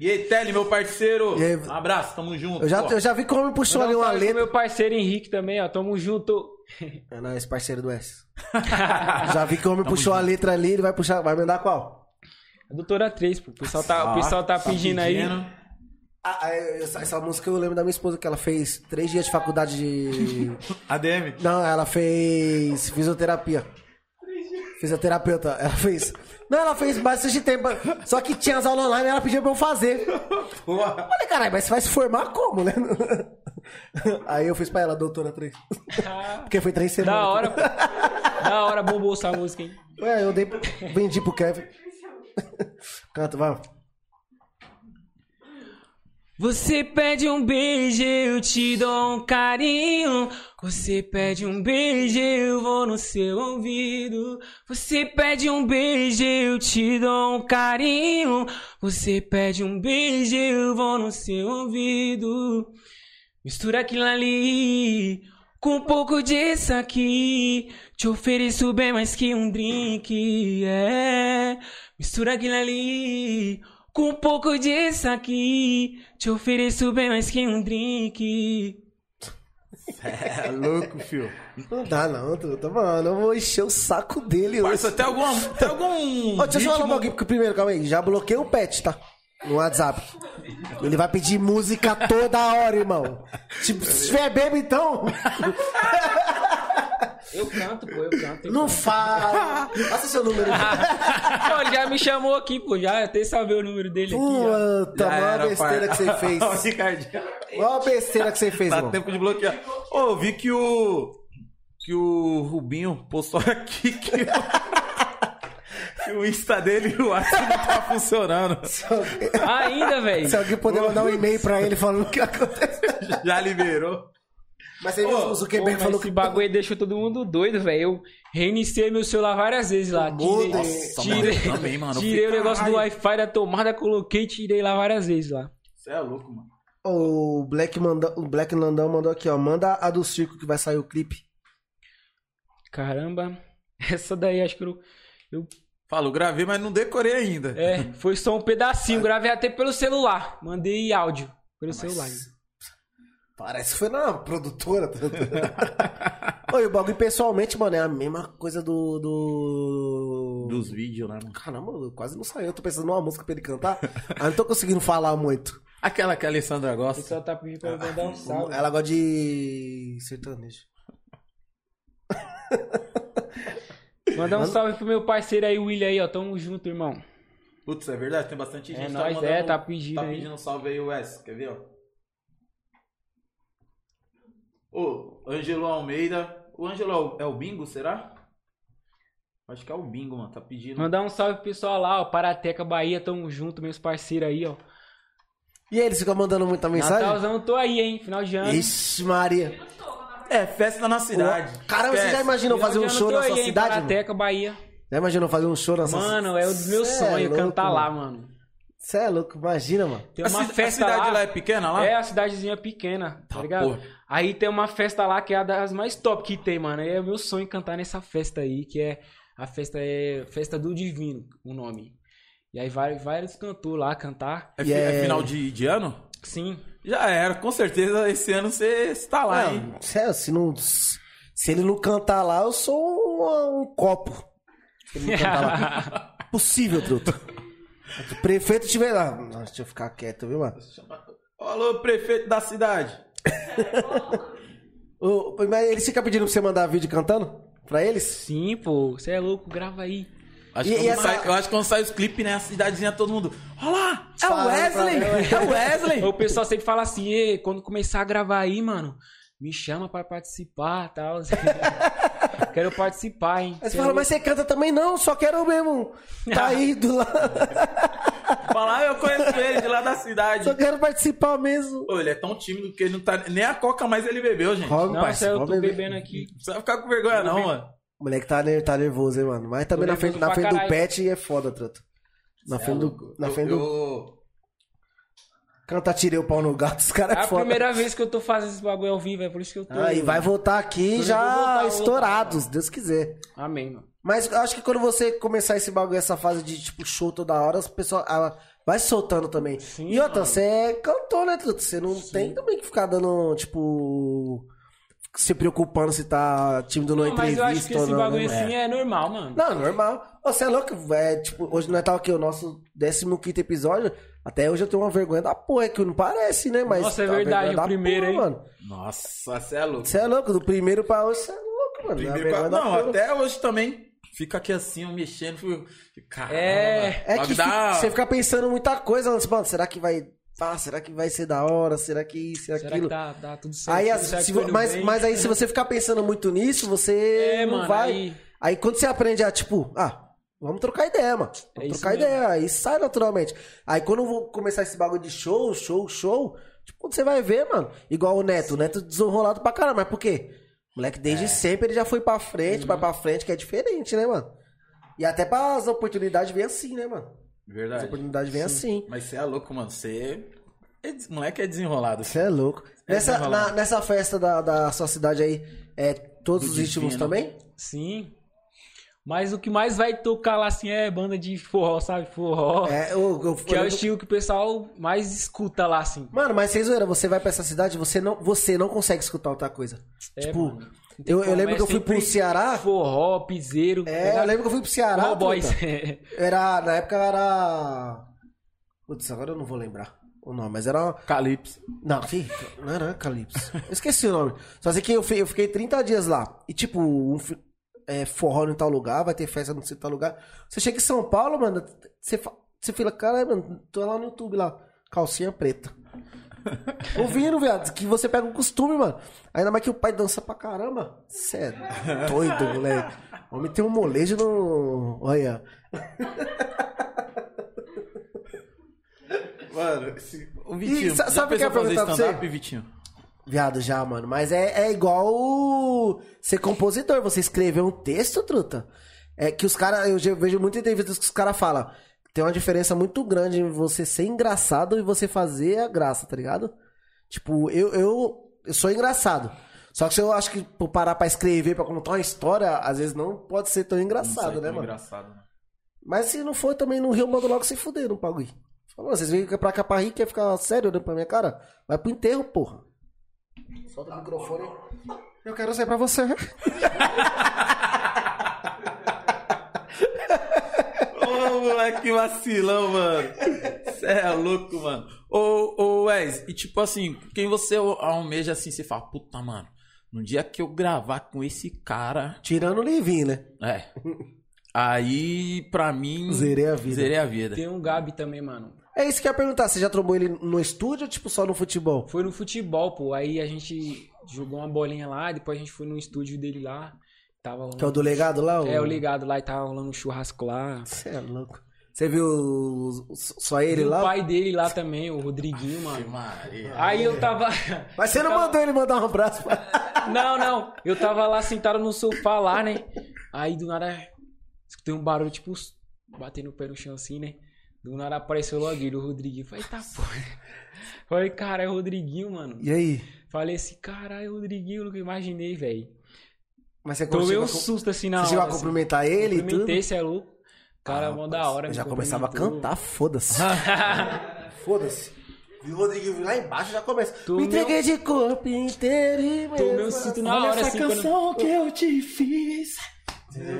S2: E aí, Tele, meu parceiro.
S1: E aí?
S2: Um abraço, tamo junto.
S1: Eu já,
S2: ó.
S1: eu já vi como ele puxou ali
S3: Mandar um
S1: uma
S3: salve pro
S1: letra.
S3: Meu parceiro Henrique também, ó. Tamo junto.
S1: É nóis, parceiro do S. Já vi que o homem puxou a letra ali, ele vai puxar. Vai mandar qual?
S3: A doutora 3, pô. O pessoal tá, o pessoal tá pedindo aí.
S1: Ah, ah, eu- essa, essa música eu lembro da minha esposa que ela fez três dias de faculdade de.
S2: ADM.
S1: Não, ela fez fisioterapia. Fisioterapeuta, ela fez. Não, ela fez bastante tempo. Só que tinha as aulas online e ela pediu pra eu fazer.
S2: Boa.
S1: Falei, caralho, mas você vai se formar como, né? Aí eu fiz pra ela, doutora, três. Porque foi três semanas.
S3: Da hora, pô. Da hora bombou essa música, hein?
S1: Ué, eu dei, vendi pro Kevin. Canta, vai.
S3: Você pede um beijo, eu te dou um carinho. Você pede um beijo, eu vou no seu ouvido. Você pede um beijo, eu te dou um carinho. Você pede um beijo, eu vou no seu ouvido. Mistura aquilo ali com um pouco disso aqui. Te ofereço bem mais que um drink, é. Mistura aquilo ali com um pouco disso aqui. Te ofereço bem mais que um drink.
S2: É louco, filho.
S1: Não dá não, truta. Mano, eu vou encher o saco dele hoje.
S2: Parça, tem algum. Tem algum.
S1: Ó, deixa eu falar
S2: ritmo?
S1: um pouquinho primeiro, calma aí. Já bloqueei o pet, tá? No WhatsApp. Ele vai pedir música toda hora, irmão. Tipo, se tiver bebo, então.
S3: Eu canto, pô, eu canto.
S1: Não fala. Passa seu número.
S3: Não, ele já me chamou aqui, pô, já até salvei o número dele aqui. já.
S1: Puta,
S2: Já
S1: maior
S2: era,
S1: besteira
S2: parça.
S1: que você fez.
S2: Ó, Ricardinho.
S1: Maior besteira que você fez,
S2: Dá
S1: irmão.
S2: tempo de bloquear. Ô, eu vi que o. Que o Rubinho postou aqui que o, que o Insta dele e o WhatsApp não tá funcionando.
S3: Ainda, velho.
S1: Se alguém puder mandar um e-mail pra ele falando o que aconteceu.
S2: Já liberou.
S1: Mas aí
S2: Ô,
S1: o
S3: Pô,
S1: Zuckerberg
S3: mas
S1: falou
S3: esse
S1: que.
S3: bagulho aí deixou todo mundo doido, velho. Eu reiniciei meu celular várias vezes lá. Tirei,
S1: Muda
S2: esse-
S3: tirei,
S2: Nossa, mano, eu também, mano. Eu
S3: tirei
S2: fiquei,
S3: o negócio do
S2: caralho.
S3: Wi-Fi da tomada, coloquei e tirei lá várias vezes lá.
S2: Você é louco, mano.
S1: O Black, manda... o Black Landão mandou aqui, ó. Manda a do circo que vai sair o clipe.
S3: Caramba, essa daí acho que eu. eu-
S2: Falo, gravei, mas não decorei ainda.
S3: é, foi só um pedacinho. Gravei até pelo celular. Mandei áudio pelo celular.
S1: Parece que foi na produtora. Oi, o bagulho pessoalmente, mano, é a mesma coisa do. do...
S2: Dos vídeos, né, mano?
S1: Caramba, eu quase não saiu. Eu tô pensando numa música pra ele cantar. Aí não tô conseguindo falar muito.
S2: Aquela que a Alessandra
S3: O
S2: gosta.
S3: pessoal tá pedindo pra eu mandar um salve.
S1: Ela gosta de. sertanejo.
S3: Mandar um salve pro meu parceiro aí, William aí, ó. Tamo junto, irmão.
S2: Putz, é verdade, tem bastante
S3: É
S2: gente que
S3: nóis, é, tá pedindo
S2: Tá
S3: aí.
S2: pedindo um salve aí, Wes. Quer ver, ó? Ô, Ângelo Almeida. O Ângelo é o- é o Bingo, será? Acho que é o Bingo, mano. Tá pedindo.
S3: Mandar um salve pro pessoal lá, ó. Parateca Bahia, tamo junto, meus parceiros aí, ó.
S1: E aí, eles ficam mandando muita mensagem?
S3: Natalzão, tô aí, hein? Final de ano.
S1: Ixi, Maria.
S2: É, festa na cidade.
S1: Caramba, você já imaginou fazer um show na sua cidade? irmão?
S3: Parateca, Bahia.
S1: Já imaginou fazer um show na sua
S3: Mano, é o dos meus
S1: Cê é
S3: sonhos
S1: louco,
S3: cantar
S1: mano.
S3: lá, mano.
S1: Você é louco, imagina, mano.
S3: Tem
S2: a,
S3: uma
S2: ci- a
S3: festa
S2: cidade lá...
S3: lá.
S2: é pequena lá?
S3: É a cidadezinha pequena, tá
S2: Tá,
S3: ligado?
S2: porra.
S3: Aí tem uma festa lá que é a das mais top que tem, mano. E é o meu sonho cantar nessa festa aí, que é a festa é Festa do Divino, o nome. E aí vai vários cantores lá cantar.
S2: É fi-
S1: Yeah.
S2: é final de, de ano?
S3: Sim.
S2: Já era, com certeza esse ano você está lá, hein?
S1: Não, sério, é, se, não, se ele não cantar lá, eu sou um, um copo. Se ele não cantar lá. Possível, truta. Se o prefeito tiver lá. Nossa, deixa eu ficar quieto, viu, mano?
S2: Alô, prefeito da cidade.
S1: Ô, mas eles ficam pedindo pra você mandar vídeo cantando? Pra eles?
S3: Sim, pô. Você é louco, grava aí.
S2: Acho
S1: E-
S2: que
S1: e
S2: quando
S1: essa-
S2: sai- eu acho que quando sai os clipes, né? A cidadezinha, todo mundo. Olha lá! É o
S1: Fala,
S2: Wesley! É o Wesley!
S3: O pessoal sempre fala assim, "Ê, quando começar a gravar aí, mano, me chama pra participar tal. Quero participar, hein?
S1: Aí você
S3: Cê
S1: fala,
S3: é
S1: mas você canta também? Não, só quero mesmo. Tá aí do lado.
S2: Falar, eu conheço ele de lá da cidade.
S1: Só quero participar mesmo.
S2: Ô, ele é tão tímido que ele não tá. Nem a coca mais ele bebeu, gente. Não
S1: Rob,
S3: louco. Não, cê, é,
S1: parceiro,
S3: eu tô
S1: rob, bebê.
S3: bebendo aqui.
S2: precisa ficar com vergonha, não, mano.
S1: O moleque tá, ner- tá nervoso, hein, mano. Mas também
S3: Tô
S1: na frente,
S3: nervoso
S1: na
S3: pra
S1: frente do
S3: caralho. é
S1: pet é foda, truta. Na frente do. Na
S2: Eu-
S1: frente do.
S2: eu-
S1: Canta Tirei o Pau no Gato, os caras
S3: É
S1: é
S3: a
S1: foda.
S3: primeira vez que eu tô fazendo esse bagulho ao vivo, é por isso que eu tô.
S1: Aí vai voltar aqui
S3: Eu
S1: já
S3: vou voltar, eu vou
S1: estourados,
S3: voltar.
S1: Deus quiser.
S3: Amém, mano.
S1: Mas eu acho que quando você começar esse bagulho, essa fase de tipo show toda hora, as pessoas ah, vai soltando também.
S3: Sim,
S1: e outra,
S3: mano.
S1: você é cantor, né, Truto? Você não tem também que ficar dando, tipo. se preocupando se tá tímido numa
S3: Não, mas
S1: entrevista
S3: eu acho que
S1: ou
S3: esse
S1: não, né,
S3: bagulho
S1: mano?
S3: assim é normal, mano.
S1: Não, normal. Você é louco, é, tipo, hoje nós tá aqui, o nosso 15 episódio. Até hoje eu tenho uma vergonha da porra, é que não parece, né? Mas
S3: Nossa, é
S1: tá uma
S3: verdade,
S1: vergonha
S3: o
S1: da
S3: primeiro, hein?
S1: mano.
S2: Nossa, você é louco.
S1: Você é louco, do primeiro pra hoje você é louco, mano. É uma
S2: Primeiro,
S1: vergonha
S2: cara,
S1: da
S2: não,
S1: porra.
S2: até hoje também. Fica aqui assim, ó, mexendo. fico- Caramba.
S3: É,
S1: É
S2: Logo
S1: que
S2: dá-
S1: fi- você fica pensando muita coisa, mano. Você fala, será que vai. Ah, será que vai ser da hora? Será que isso? Será,
S3: Será
S1: aquilo?
S3: que tá, tá tudo certo?
S1: Aí, as-
S3: Será que
S1: se
S3: tá
S1: vo-
S3: indo
S1: mas,
S3: bem?
S1: mas aí, se você ficar pensando muito nisso, você
S3: É,
S1: não
S3: mano,
S1: vai. Aí...
S3: aí-
S1: quando você aprende a, tipo, ah, vamos trocar ideia, mano.
S3: É
S1: Vamos
S3: isso
S1: trocar
S3: mesmo.
S1: ideia. Aí sai naturalmente. Aí quando eu vou começar esse bagulho de show, show, show, tipo, quando você vai ver, mano. Igual o Neto. O Neto desenrolado pra caramba. Mas por quê? O moleque
S3: É.
S1: desde sempre ele já foi pra frente,
S3: Uhum.
S1: vai pra frente, que é diferente, né, mano? E até para as oportunidades vem assim, né, mano? As
S3: É.
S2: Verdade.
S1: oportunidades vem assim.
S2: Mas você é louco, mano. Você. é des- Moleque é desenrolado.
S1: Você é louco.
S2: É,
S1: Nessa,
S2: vai
S1: na-
S2: lá.
S1: nessa festa da, da sua cidade aí, é todos
S2: Do
S1: os ritmos
S2: Divino.
S1: também?
S3: Sim. Mas o que mais vai tocar lá assim é banda de forró, sabe? Forró.
S1: É, eu, eu,
S3: que é o
S1: eu-
S3: estilo que o pessoal mais escuta lá, assim.
S1: Mano, mas sem zoeira, você vai pra essa cidade, você não, você não consegue escutar outra coisa.
S3: É,
S1: tipo,
S3: mano. Não tem
S1: eu, eu
S3: como,
S1: lembro
S3: é
S1: que eu fui pro
S3: sempre
S1: Ceará.
S3: Forró, piseiro. tá
S1: É, eu lembro que eu fui pro Ceará.
S3: Forró boys.
S1: truta. Era, na época era. Putz, agora eu não vou lembrar o nome, mas era. uma-
S2: Calypso.
S1: Não, fi, não era Calypso. Eu esqueci o nome. Só sei que eu, fi- eu fiquei 30 dias lá. E tipo, um fi- é, forró em tal lugar, vai ter festa não sei tal lugar. Você chega em São Paulo, mano, você, fa- você fala, caralho, mano, tô lá no YouTube lá, calcinha preta. Ouvindo, viado, que você pega o costume, mano. Ainda mais que o pai dança pra caramba. Cê é doido, moleque. O homem tem um molejo no. Olha.
S2: Mano, esse... o
S1: E
S2: Vitinho.
S1: sa- sabe o que eu ia
S2: fazer
S1: perguntar pra
S2: stand-up,
S1: você?
S2: Vitinho?
S1: Viado já, mano. Mas é, é igual o- ser compositor. Você escrever um texto, truta. É que os caras. Eu já vejo muitas entrevistas que os caras falam. Tem uma diferença muito grande em você ser engraçado e você fazer a graça, tá ligado? Tipo, eu, eu, eu sou engraçado. Só que se eu acho que por parar pra escrever, pra contar uma história, às vezes não pode ser tão
S2: Não
S1: engraçado,
S2: sei,
S1: né,
S2: tão
S1: mano?
S2: Engraçado, né?
S1: Mas se não for também no Rio, manda logo se fuder, não pago ir. Falou, vocês veem que pra cá pra rir, quer ficar sério olhando pra minha cara? Vai pro enterro, porra. Solta o microfone. Eu quero ser pra você.
S2: Ô, moleque vacilão, mano. Cê é louco, mano. Ô, ô, Wes, e tipo assim, quem você almeja assim, você fala, puta, mano, no dia que eu gravar com esse cara.
S1: Tirando o Livinho, né?
S2: É. Aí, pra mim.
S1: Hum. Zerei a vida.
S2: Zerei a vida.
S3: Tem um Gabi também, mano.
S1: É isso que eu ia perguntar. Você já trombou ele no estúdio ou tipo só no futebol?
S3: Foi no futebol, pô. Aí a gente jogou uma bolinha lá, depois a gente foi no estúdio dele lá. Tava rolando...
S1: Que é o do legado lá?
S3: É, o ligado lá e tava rolando um churrasco lá.
S1: Você é louco. Você viu o- o- só ele
S3: E o
S1: lá?
S3: pai dele lá também, o Rodriguinho,
S2: Ave
S3: mano.
S2: Maria.
S3: Aí eu tava.
S1: Mas você não mandou ele mandar um abraço pra...
S3: Não, não. Eu tava lá sentado no sofá lá, né? Aí do nada. Escutei um barulho, tipo, uns- batendo o pé no chão assim, né? Do nada apareceu logo ele, o Rodriguinho. Falei, tá porra. Falei, cara, é o Rodriguinho, mano.
S1: E aí?
S3: Falei assim, caralho, é o Rodriguinho, eu nunca imaginei, velho.
S1: Mas você
S3: Tomei um
S1: conseguiu...
S3: susto assim na
S1: Você
S3: hora.
S1: chegou a
S3: assim.
S1: cumprimentar ele e tudo?
S3: Cumprimentei, cê é louco. Cara, mó da hora.
S1: Eu
S3: me
S1: já começava a
S3: cumprimentou.
S1: cantar, foda-se. foda-se. E o Rodrigo lá embaixo já começa.
S3: Tomei
S1: Me entreguei de corpo inteiro e mesmo
S3: Tomei um susto na
S1: assim,
S3: hora assim. Quando...
S2: que eu te fiz.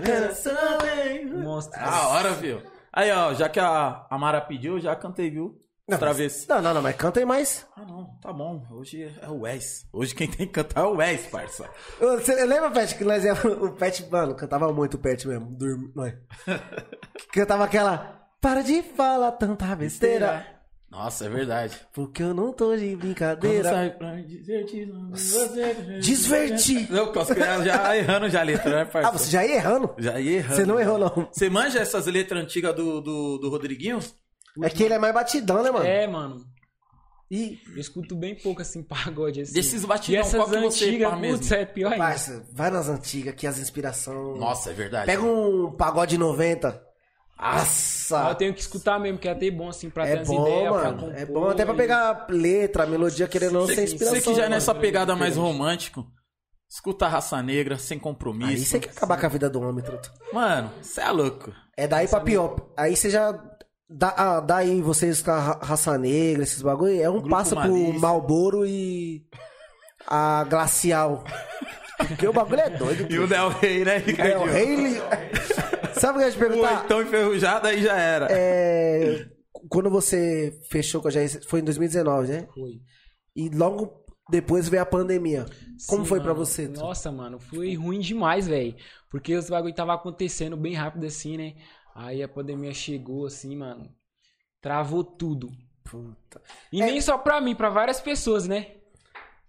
S1: coração, hein?
S3: Monstro.
S1: Ah,
S2: Da hora, viu? Aí, ó, já que a, a Mara pediu, eu já cantei, viu?
S1: Não,
S2: Travessa.
S1: Não, não, não, mas canta aí mais.
S2: Ah, não, tá bom. Hoje é o Wes. Hoje quem tem que cantar é o Wes, parça.
S1: Ô, Você lembra, Pet, que nós ia. O Pet, mano, cantava muito o Pet mesmo. Dormi... não é? cantava aquela. Para de falar tanta besteira.
S2: Nossa, é verdade.
S1: Porque eu não tô de
S2: Quando
S1: brincadeira.
S2: sai pra me divertir, não você-
S1: Desverti.
S2: Não, porque as crianças já errando já a letra, né,
S1: Ah,
S2: parceiro?
S1: você já ia errando?
S2: Já ia errando.
S1: Você não errou, não.
S2: Você manja essas letras antigas do, do, do Rodriguinho?
S1: É que ele é mais batidão, né, mano?
S3: É, mano.
S1: E
S3: Eu escuto bem pouco, assim, pagode, assim.
S2: Desses batidão,
S3: E essas
S2: qual que você
S3: antigas,
S2: pá mesmo?
S3: putz, é pior ainda.
S1: Parça, vai nas antigas que as inspirações.
S2: Nossa, é verdade.
S1: Pega um pagode 90.
S3: Mas eu
S1: Nossa!
S3: tenho que escutar mesmo, que é até bom, assim, pra
S1: É
S3: ter as
S1: bom,
S3: ideias, pra
S1: mano.
S3: compor.
S1: é bom até pra pegar letra, melodia, querendo ou não,
S2: Você
S1: sem inspiração. né?
S2: você que já é
S1: mano.
S2: nessa pegada mais
S3: Diferente.
S2: romântico, escuta a Raça Negra, Sem
S1: Aí
S2: Compromisso.
S1: você quer acabar com a vida do homem, truta.
S2: Mano, você é louco.
S1: É daí pra pior. Aí você já. Dá, ah, daí vocês com a ra- raça negra, esses bagulho, é um
S2: Grupo
S1: passo pro
S2: Malícia.
S1: Malboro e. A Glacial. Porque o bagulho é doido.
S2: E o Del Rey, né,
S1: É o
S2: Ricardinho?
S1: rei. ele- Sabe o que eu ia te
S2: O
S1: perguntar?
S2: então enferrujado aí já era.
S1: tá. É, Quando você fechou com a Jair, foi em 2019, né?
S3: Foi.
S1: E logo depois veio a pandemia. Como
S3: Sim,
S1: foi pra
S3: mano.
S1: você? Tru?
S3: Nossa, mano, foi ruim demais, velho. Porque os bagulho tava acontecendo bem rápido assim, né? Aí a pandemia chegou assim, mano. Travou tudo.
S1: Puta.
S3: E
S1: É.
S3: nem só pra mim, pra várias pessoas, né?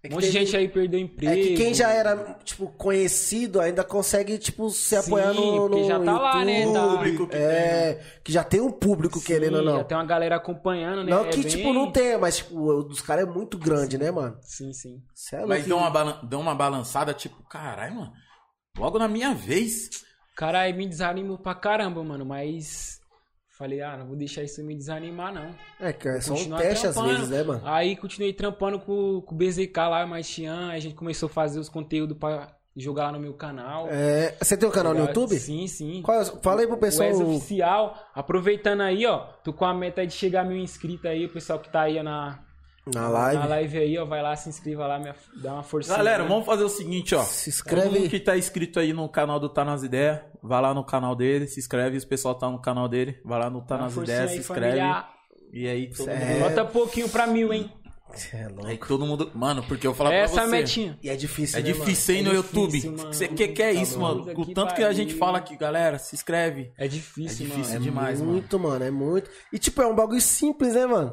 S1: É
S3: Um
S1: que
S3: monte de
S1: teve-
S3: gente aí perdeu emprego.
S1: É que quem já era, tipo, conhecido ainda consegue, tipo, se
S3: Sim,
S1: apoiar no, no
S3: porque já tá lá, né,
S1: YouTube.
S3: tá-
S2: Público que
S1: é, que já tem um público
S3: Sim,
S1: querendo ou não.
S3: Já tem uma galera acompanhando, né?
S1: Não
S3: É
S1: que,
S3: bem-
S1: tipo, não tenha, mas, tipo, o dos caras é muito grande, né, mano?
S3: Sim, sim.
S1: Cê é louco.
S2: Mas deu uma, balan- deu uma balançada, tipo, caralho, mano. Logo na minha vez.
S3: Caralho, me desanimou pra caramba, mano. Mas. Falei, ah, não vou deixar isso me desanimar, não.
S1: É, que é só um
S3: Continuar
S1: teste às
S3: trampando.
S1: vezes, né, mano?
S3: Aí continuei trampando com, com o BZK lá, mais Tian. Aí a gente começou a fazer os conteúdos pra jogar lá no meu canal.
S1: É, você tem um canal no
S3: Ligado?
S1: YouTube?
S3: Sim, sim.
S1: Qual é o- Fala aí pro pessoal.
S3: O Wes Oficial. Aproveitando aí, ó. Tô com a meta de chegar a mil inscritos aí. O pessoal que tá aí ó, na,
S1: Na live.
S3: na live aí, ó. Vai lá, se inscreva lá, minha- dá uma né? força.
S2: Assim, Galera, né? vamos fazer o seguinte, ó.
S1: Se
S2: Todo mundo
S1: inscreve.
S2: que tá inscrito aí no canal do Tá Nas Ideias, vai lá no canal dele, se inscreve. O pessoal tá no canal dele, vai lá no Tá
S3: Dá uma
S2: Nas
S3: forcinha
S2: Ideias, se
S3: aí,
S2: inscreve.
S3: família.
S2: E aí, todo
S1: Certo.
S2: mundo...
S3: Nota pouquinho pra mil, hein?
S1: Cê é louco.
S2: aí todo mundo... Mano, porque eu vou falar
S3: Essa é
S2: pra
S3: a
S2: você...
S3: metinha.
S1: E é difícil,
S2: É
S1: né,
S2: difícil, hein,
S3: É
S2: no
S3: difícil,
S2: YouTube.
S3: mano.
S2: Você que, que é
S3: Tá
S2: isso,
S3: bom.
S2: mano?
S3: Aqui
S2: O tanto que a gente
S3: pariu.
S2: fala aqui, galera, se inscreve.
S3: É difícil,
S2: É difícil
S1: mano?
S3: mano.
S2: demais, mano.
S1: muito, mano. É muito. E, tipo, é um bagulho simples, né, mano?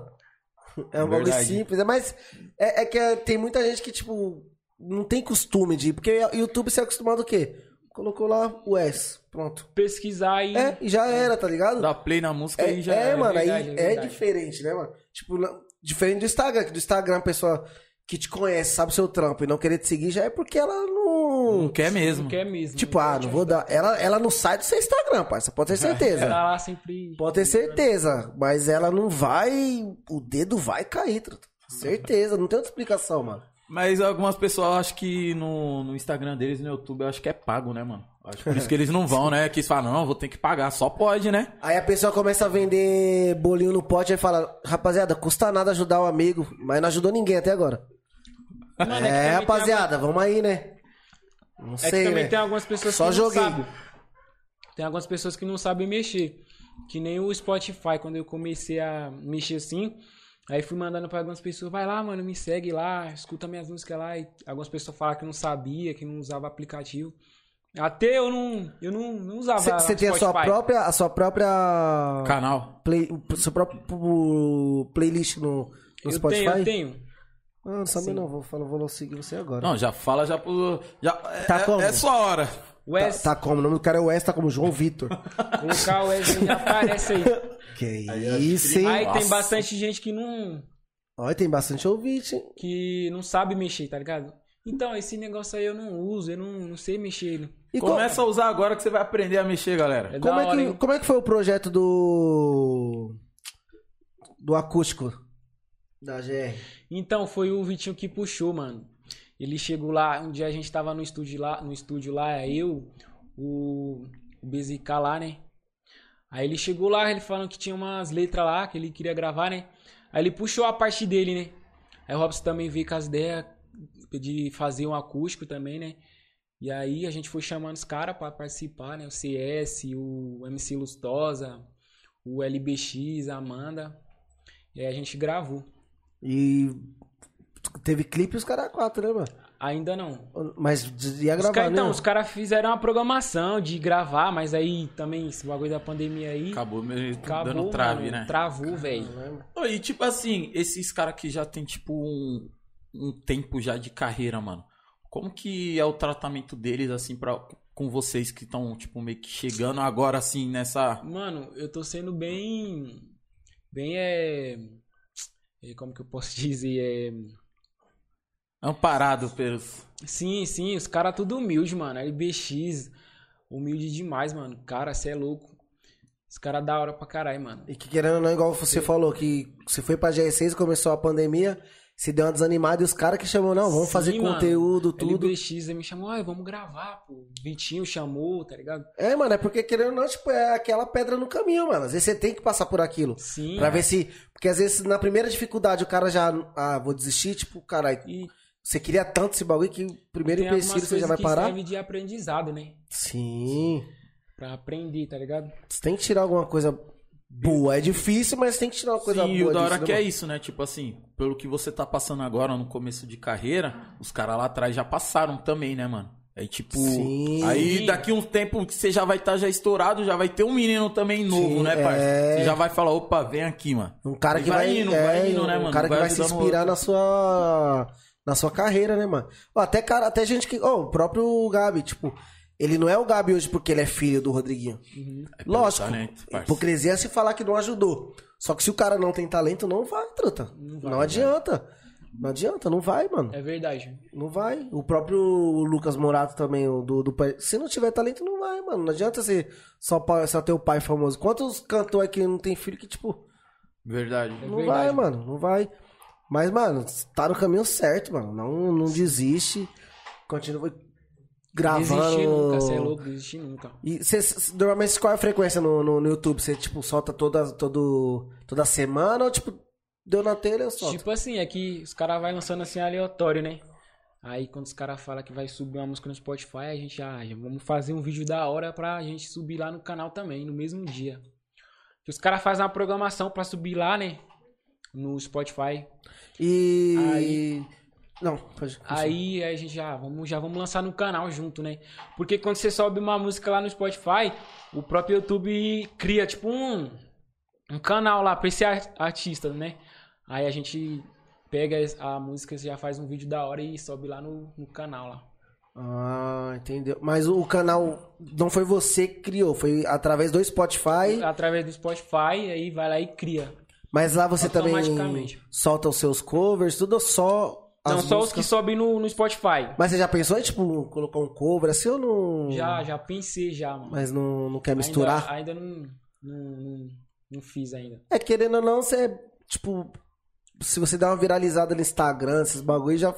S1: É um bagulho
S2: Verdade.
S1: simples. É, mas é, é que é- tem muita gente que, tipo, não tem costume de ir. Porque o YouTube se é acostumado o quê? Colocou lá o S. Pronto.
S3: Pesquisar e.
S1: É, e já era, tá ligado?
S2: Dá play na música
S1: É,
S2: e já
S1: é,
S2: era.
S1: mano,
S3: verdade,
S1: aí
S3: é
S1: é,
S3: verdade.
S1: diferente, né, mano? Tipo, na- diferente do Instagram, que do Instagram a pessoa que te conhece, sabe o seu trampo e não querer te seguir já é porque ela não.
S2: Não quer mesmo.
S3: Não quer mesmo. né?
S1: Tipo, ah, não vou dar. Ela, ela não sai do seu Instagram, parça, pode ter certeza.
S2: É.
S3: Ela é. lá sempre.
S1: Pode ter certeza, mas ela não vai. O dedo vai cair, truta. Certeza, não tem outra explicação, mano.
S2: Mas algumas pessoas acham que no, no Instagram deles, no YouTube, eu acho que é pago, né, mano? Acho que por isso que eles não vão, né? Que eles falam, não, vou ter que pagar. Só pode, né?
S1: Aí a pessoa começa a vender bolinho no pote e fala: Rapaziada, custa nada ajudar o amigo, mas não ajudou ninguém até agora.
S3: Mano, que
S1: é,
S3: também
S1: rapaziada, vamos aí, né? Não
S3: Tem, a- é
S1: sei,
S3: que também
S1: né?
S3: tem algumas pessoas
S1: Só
S3: que
S1: joguei.
S3: não sabem. Tem algumas pessoas que não sabem mexer. Que nem o Spotify, quando eu comecei a mexer assim. Aí fui mandando pra algumas pessoas, vai lá, mano, me segue lá, escuta minhas músicas lá. E algumas pessoas falaram que não sabia, que não usava aplicativo. Até eu não, eu não, não usava
S1: Você tem a sua
S3: Spotify.
S1: própria, a sua própria
S2: Canal.
S1: play, o seu próprio playlist no, no
S3: eu
S1: Spotify?
S3: Tenho, eu tenho.
S1: Ah, não sabe não, vou falar, vou seguir você agora.
S2: Não, já fala já pro. Já, é-
S1: Tá
S2: é,
S1: como?
S2: é sua hora.
S1: Tá,
S3: Wes,
S1: tá como? O nome do cara é Wes, tá como João Vitor.
S3: colocar o Wes aí, aparece aí.
S1: que isso, hein?
S3: Aí tem
S2: Nossa.
S3: bastante gente que não,
S1: Olha, tem bastante ouvinte, hein?
S3: que não sabe mexer, tá ligado? Então, esse negócio aí eu não uso, eu não, não sei mexer ele.
S1: E co-
S2: Começa a usar agora que você vai aprender a mexer, galera.
S3: É
S1: como,
S3: da
S1: é
S3: hora,
S1: que,
S3: hein?
S1: como é que foi o projeto do. do acústico? Da GR.
S3: Então, foi o Vitinho que puxou, mano. Ele chegou lá, um dia a gente tava no estúdio lá, no estúdio lá, é eu, o, o BZK lá, né? Aí ele chegou lá, ele falando que tinha umas letras lá que ele queria gravar, né? Aí ele puxou a parte dele, né? Aí o Robson também veio com as ideias de fazer um acústico também, né? E aí a gente foi chamando os caras pra participar, né? O CS, o MC Lustosa, o LBX, a Amanda. E aí a gente gravou.
S1: E. Teve clipe e os caras quatro, né, mano?
S3: Ainda não.
S1: Mas ia
S3: Os
S1: gravar,
S3: cara,
S1: né?
S3: então, os caras fizeram uma programação de gravar, mas aí também esse bagulho da pandemia aí.
S2: Acabou me
S3: É Acabou,
S2: dando trave,
S3: mano,
S2: né?
S3: Travou, velho.
S2: Ô, E tipo assim, esses caras que já tem tipo um, um tempo já de carreira, mano. Como que é o tratamento deles, assim, pra, com vocês que estão, tipo, meio que chegando agora, assim, nessa.
S3: Mano, eu tô sendo bem. Bem é. é, Como que eu posso dizer? É...
S2: Amparado pelos.
S3: Sim, sim, os caras tudo humilde, mano. LBX, humilde demais, mano. Cara, cê é louco. Os caras da hora pra caralho, mano.
S1: E que querendo ou não, igual você falou, que você foi pra GR6, começou a pandemia, se deu uma desanimada e os caras que chamou, não, vamos
S3: Sim,
S1: fazer
S3: mano.
S1: conteúdo, tudo.
S3: LBX aí me chamou, ai, vamos gravar, pô. Vitinho chamou, tá ligado?
S1: É, mano, é porque querendo ou não, tipo, é aquela pedra no caminho, mano. Às vezes você tem que passar por aquilo.
S3: Sim.
S2: é.
S1: Pra ver se. Porque às vezes na primeira dificuldade o cara já. Ah, vou desistir, tipo, caralho.
S3: E
S1: Você queria tanto esse bagulho que o primeiro
S3: Tem algumas
S1: empecilho você já
S3: coisas
S1: vai
S3: que
S1: parar?
S3: serve de aprendizado, né?
S1: Sim.
S3: Pra aprender, tá ligado?
S1: Você tem que tirar alguma coisa boa. É difícil, mas tem que tirar uma coisa
S2: Sim, e
S1: boa.
S2: o da hora
S1: disso,
S2: que
S1: né,
S2: é
S1: mano?
S2: isso, né? Tipo assim, pelo que você tá passando agora no começo de carreira, os caras lá atrás já passaram também, né, mano? Aí, tipo,
S1: Sim.
S2: aí daqui um tempo que você já vai estar já estourado, já vai ter um menino também novo,
S1: Sim,
S2: né, parça?
S1: é.
S2: Você já vai falar, opa, vem aqui, mano.
S1: Um cara
S2: Aí
S1: que
S2: vai
S1: vai.
S2: indo,
S1: é,
S2: vai indo, né,
S1: um
S2: mano?
S1: cara que
S2: Vai
S1: vai se
S2: ajudando o
S1: inspirar
S2: outro.
S1: na sua. Na sua carreira, né, mano? Ó, Até, cara, até gente que. Ó, o próprio Gabi, tipo, ele não é o Gabi hoje porque ele é filho do Rodriguinho.
S2: É pelo
S1: Lógico.
S2: talento, parça.
S1: hipocrisia é se falar que não ajudou. Só que se o cara não tem talento, não vai, truta. Não, adianta. Não adianta, não vai, mano.
S3: É verdade.
S1: Não vai. O próprio Lucas Morato também, o do, do pai. Se não tiver talento, não vai, mano. Não adianta você só, pa- só ter o pai famoso. Quantos cantores que não tem filho que, tipo,
S2: Verdade.
S3: É
S1: não
S3: verdade.
S1: vai, mano. Não vai. Mas, mano, tá no caminho certo, mano. Não, não desiste. Continua
S3: Desistir nunca, você é
S1: gravando.
S3: louco, desistir nunca.
S1: E cê, cê- normalmente qual é a frequência no, no, no YouTube? Você, tipo, solta toda, todo, toda semana ou, tipo, deu na telha eu solto?
S3: Tipo assim, é que os caras vai lançando assim aleatório, né? Aí quando os caras falam que vai subir uma música no Spotify, a gente, ah, já vamos fazer um vídeo da hora pra gente subir lá no canal também, no mesmo dia. Que os caras fazem uma programação pra subir lá, né? No Spotify.
S1: E.
S3: Aí-
S1: Não, pode. continuar.
S3: Aí, aí a gente já vamos, já vamos lançar no canal junto, né? Porque quando você sobe uma música lá no Spotify, o próprio YouTube cria tipo um, um canal lá pra esse ar- artista, né? Aí a gente pega es- a música, já faz um vídeo da hora e sobe lá no, no canal lá.
S1: Ah, entendeu. Mas o canal não foi você que criou, foi através do Spotify.
S3: Através do Spotify, aí vai lá e cria.
S1: Mas lá você também
S3: Automaticamente.
S1: solta os seus covers, tudo ou só.
S3: Não,
S1: as
S3: só os
S1: músicas?
S3: que sobem no, no Spotify.
S1: Mas você já pensou em, tipo, colocar um cover assim ou não.
S3: Já, já pensei já, mano.
S1: Mas não, não quer
S3: Ainda-
S1: misturar?
S3: Ainda, não, não, não, não fiz ainda.
S1: É, querendo ou não, você é, tipo. Se você dá uma viralizada no Instagram, esses bagulho já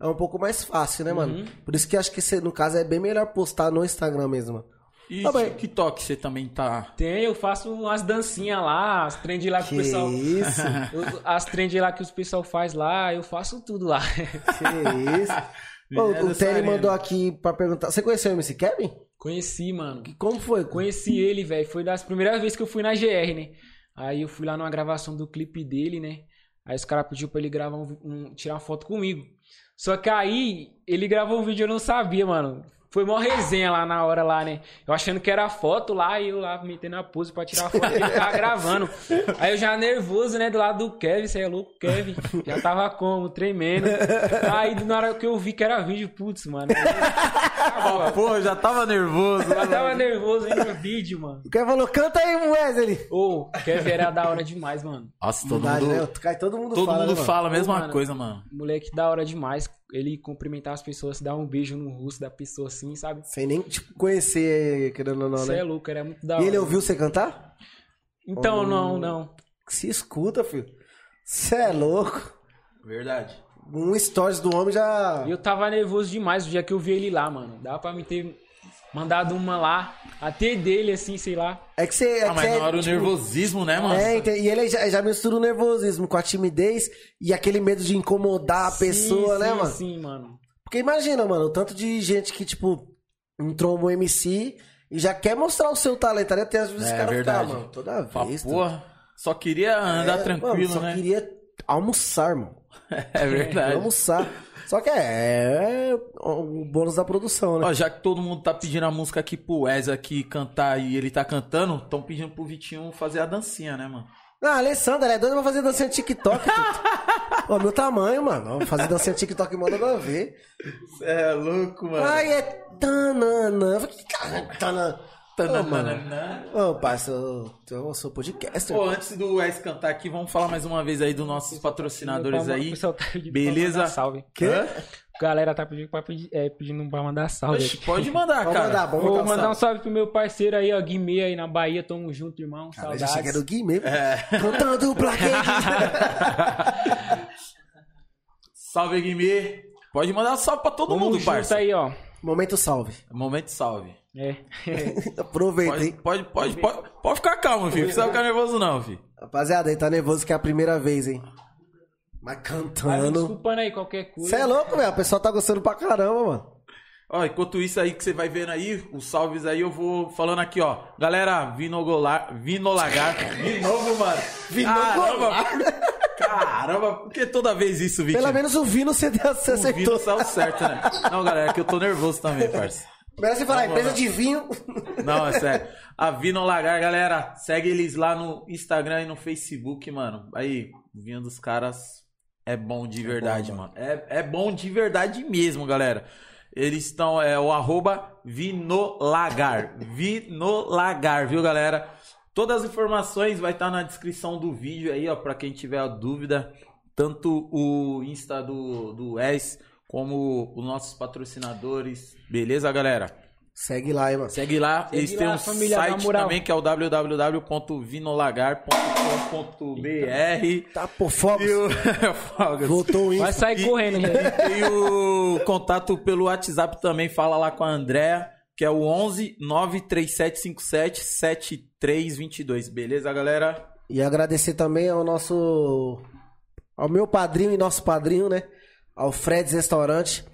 S1: é um pouco mais fácil, né, mano?
S3: Uhum.
S1: Por isso que acho que você, no caso, é bem melhor postar no Instagram mesmo. mano.
S2: E
S1: Tá bem.
S2: TikTok, você também tá.
S3: Tem, eu faço umas dancinhas lá, as trends lá que,
S1: Que
S3: o pessoal.
S1: isso?
S3: eu- as trends lá que os pessoal faz lá, eu faço tudo lá.
S1: Que isso? Ô,
S2: Vilela
S1: o Terry
S2: Sarena.
S1: mandou aqui pra perguntar. Você conheceu o MC Kevin?
S3: Conheci, mano.
S1: Que- Como foi?
S3: Conheci ele, velho. Foi das primeiras vezes que eu fui na GR, né? Aí eu fui lá numa gravação do clipe dele, né? Aí os caras pediu pra ele gravar um, vi- um- tirar uma foto comigo. Só que aí ele gravou um vídeo eu não sabia, mano. Foi mó resenha lá na hora lá, né? Eu achando que era foto lá e eu lá metendo a pose pra tirar a foto que ele tava gravando. Aí eu já nervoso, né? Do lado do Kevin, você é louco, Kevin. Já tava como? Tremendo. Aí na hora que eu vi que era vídeo, putz, mano.
S2: Ah, Pô, eu já tava nervoso. né,
S3: Eu tava nervoso aí no vídeo, mano.
S1: O Kevin falou, canta aí, Wesley.
S3: Ô, Kevin era da hora demais, mano.
S2: Nossa, todo
S1: Verdade,
S2: mundo,
S1: né? Cai- Todo mundo
S2: todo
S1: fala.
S2: mundo
S1: né, mano?
S2: fala a mesma
S3: mano.
S2: coisa, mano.
S3: Moleque da hora demais. Ele cumprimentar as pessoas, dar um beijo no rosto da pessoa assim, sabe?
S1: Sem nem tipo, conhecer, querendo ou não,
S3: Você é
S1: né?
S3: louco, era muito da
S1: E
S3: hora.
S1: ele ouviu você cantar?
S3: Então,
S1: Ou-
S3: não, não.
S1: Se escuta, filho. Você é louco.
S2: Verdade.
S1: Um stories do homem já.
S3: E Eu tava nervoso demais o dia que eu vi ele lá, mano. Dá pra me ter mandado uma lá. Até dele, assim, sei lá.
S1: É que você. É
S2: Ah,
S1: que
S2: mas
S1: você
S2: na hora o
S1: tipo,
S2: nervosismo, né, mano?
S1: É, ente- e ele já, já mistura o nervosismo com a timidez e aquele medo de incomodar a pessoa,
S3: Sim,
S1: né,
S3: sim,
S1: mano?
S3: Sim, mano.
S1: Porque imagina, mano, o tanto de gente que, tipo, entrou no MC e já quer mostrar o seu talento, né? Tem às vezes
S2: É,
S1: os caras
S2: verdade.
S1: ficam, mano, toda
S2: Fala,
S1: vez. tu-
S2: porra, só queria andar
S1: É, mano,
S2: tranquilo,
S1: só
S2: né?
S1: queria almoçar, irmão.
S2: É verdade.
S1: Almoçar. Só que é, é o bônus da produção, né?
S2: Ó, já que todo mundo tá pedindo a música aqui pro Wes aqui cantar e ele tá cantando, tão pedindo pro Vitinho fazer a dancinha, né, mano?
S1: Não, a Alessandra, ela é doida pra fazer dancinha de TikTok. tudo. Ó, meu tamanho, mano. Ó, Fazer dancinha de TikTok manda pra ver.
S2: Cê é louco,
S1: Ai, é tananã. Eu falei, que tar- tananã.
S2: Tá, né,
S1: Ô, mano.
S2: Tananana.
S1: Ô, parceiro, eu sou podcaster.
S2: Pô, antes do Wes cantar aqui, vamos falar mais uma vez aí dos nossos patrocinadores
S3: Pra-
S2: aí.
S3: o pessoal tá pedindo pra
S2: Beleza?
S3: mandar salve.
S1: Quê?
S2: Hã?
S3: Galera tá pedindo pra, pedir- é, pedindo pra mandar salve.
S2: Oxe, pode mandar,
S1: Vamos
S2: cara.
S1: mandar, vamos
S3: Vou
S1: mandar um
S3: mandar um
S1: salve.
S3: salve pro meu parceiro aí, ó, Guimê aí na Bahia. Tamo junto, irmão.
S1: Cara, já cheguei
S3: Saudades.
S1: no Gui mesmo. Contando pra quem.
S2: Salve, Guimê. Pode mandar um salve pra todo
S3: Tamo
S2: mundo,
S3: junto
S2: parça.
S3: aí, ó.
S1: Momento salve.
S2: Momento salve.
S3: É.
S1: Aproveita,
S2: Pode,
S1: hein?
S2: pode, pode, pode, pode ficar calmo, filho. Não precisa ficar nervoso, não, filho.
S1: Rapaziada, aí tá nervoso que é a primeira vez, hein? Mas
S3: Mas me
S1: cantando.
S3: desculpando aí qualquer coisa.
S1: Você é louco, velho. O pessoal tá gostando pra caramba, mano.
S2: Ó, enquanto isso aí que você vai vendo aí, os salves aí, eu vou falando aqui, ó. Galera, Vinogolar, Vinolagar. De novo, mano.
S1: Vinogolar.
S2: Caramba, Caramba, por que toda vez isso, Vitinho?
S1: Pelo menos o Vino você você
S2: o Vino
S1: acertou.
S2: saiu certo, né? Não, galera, é que eu tô nervoso também, parça.
S1: Melhor você falar,
S2: Vamos
S1: empresa
S2: lá.
S1: de vinho.
S2: Não, é sério. A Vinolagar, galera, segue eles lá no Instagram e no Facebook, mano. Aí, o vinho dos caras é bom de verdade,
S1: bom,
S2: mano. É, é bom de verdade mesmo, galera. Eles estão, é o arroba Vinolagar. Vinolagar, viu, galera? Todas as informações vai estar na descrição do vídeo aí, ó, pra quem tiver a dúvida. Tanto o Insta do, do ES, como os nossos patrocinadores. Beleza, galera?
S1: Segue lá, hein, mano.
S2: Segue lá,
S3: Segue
S2: eles
S3: lá,
S2: têm um
S3: família, na
S2: site
S3: moral.
S2: também que é o www.vinolagar.com.br
S1: Tá por fogos.
S2: e o Fogas.
S1: Voltou o
S3: Vai
S1: Insta.
S3: sair
S2: E-
S3: correndo, gente.
S2: E o contato pelo WhatsApp também, fala lá com a Andréa, que é o 11 93757 7322. Beleza, galera?
S1: E agradecer também ao nosso. Ao meu padrinho e nosso padrinho, né? Ao Freds Restaurante.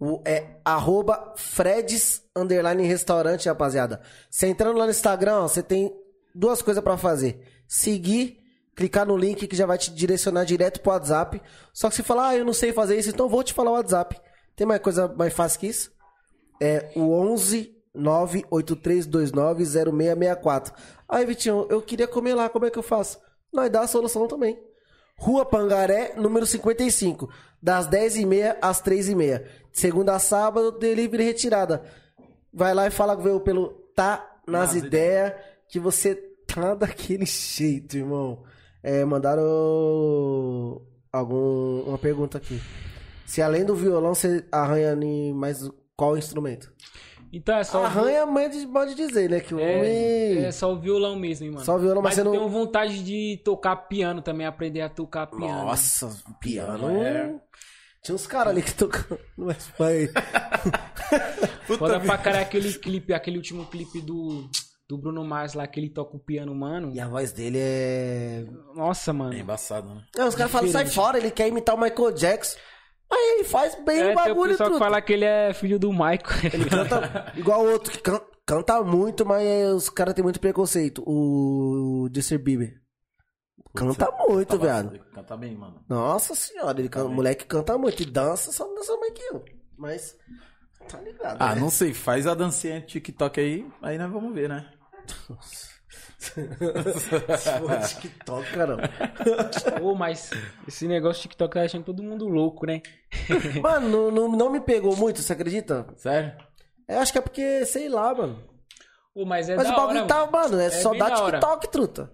S1: O, é arroba Freds Underline Restaurante, rapaziada. Você entrando lá no Instagram, ó, você tem duas coisas pra fazer. Seguir, clicar no link que já vai te direcionar direto pro WhatsApp. Só que você fala, ah, eu não sei fazer isso, então eu vou te falar o WhatsApp. Tem mais coisa mais fácil que isso? É o 11 983290664. Aí, Vitinho, eu queria comer lá, como é que eu faço? Nós dá a solução também. Rua Pangaré, número 55, das 10h30 às 3h30. De segunda a sábado, delivery e retirada. Vai lá e fala com o pelo Tá Nas,
S2: Nas
S1: ideias, que você tá daquele jeito, irmão. É, mandaram algum, uma pergunta aqui. Se além do violão, você arranha em mais qual instrumento?
S3: Então é só.
S1: Arranha, mãe de- pode dizer, né? Que o homem.
S3: É, é só o violão mesmo, hein, mano.
S1: Só o violão, mas
S3: mas
S1: você
S3: eu
S1: não-
S3: tenho vontade de tocar piano também, aprender a tocar piano.
S1: Nossa, um piano.
S2: É.
S1: Tinha uns caras ali que tocando. Mas foi.
S3: Foda
S2: vida.
S3: pra caralho aquele clipe, aquele último clipe do, do Bruno Mars lá, que ele toca o piano, mano.
S1: E a voz dele é.
S3: Nossa, mano.
S2: É embaçado, né?
S1: Não, os caras falam, sai
S3: Diferente.
S1: fora, ele quer imitar o Michael Jackson. Aí ele faz bem
S3: É,
S1: o
S3: tem o
S1: um bagulho
S3: pessoal
S1: tudo.
S3: que fala que ele é filho do Michael.
S1: Canta igual o outro que can- canta muito, mas é, os caras têm muito preconceito. O Justin Bieber. Canta
S2: Tá
S1: muito, viado.
S3: assim.
S2: Canta bem, mano.
S1: Nossa senhora, ele can... o moleque canta muito e dança, só não dança mais que eu. Mas. Tá ligado.
S2: Ah,
S1: né?
S2: não sei, faz a dancinha TikTok aí, aí nós vamos ver, né?
S1: Porra, TikTok, caramba.
S3: Ô, mas esse negócio de TikTok tá deixando todo mundo louco, né?
S1: Mano, não, não, não me pegou muito, você acredita?
S2: Sério?
S1: Eu acho que é porque, sei lá, mano.
S3: Ô, mas é
S1: Mas
S3: da
S1: o bagulho
S3: hora,
S1: tá,
S3: mano.
S1: mano, é,
S3: É
S1: só
S3: bem
S1: dá
S3: da hora.
S1: TikTok, truta.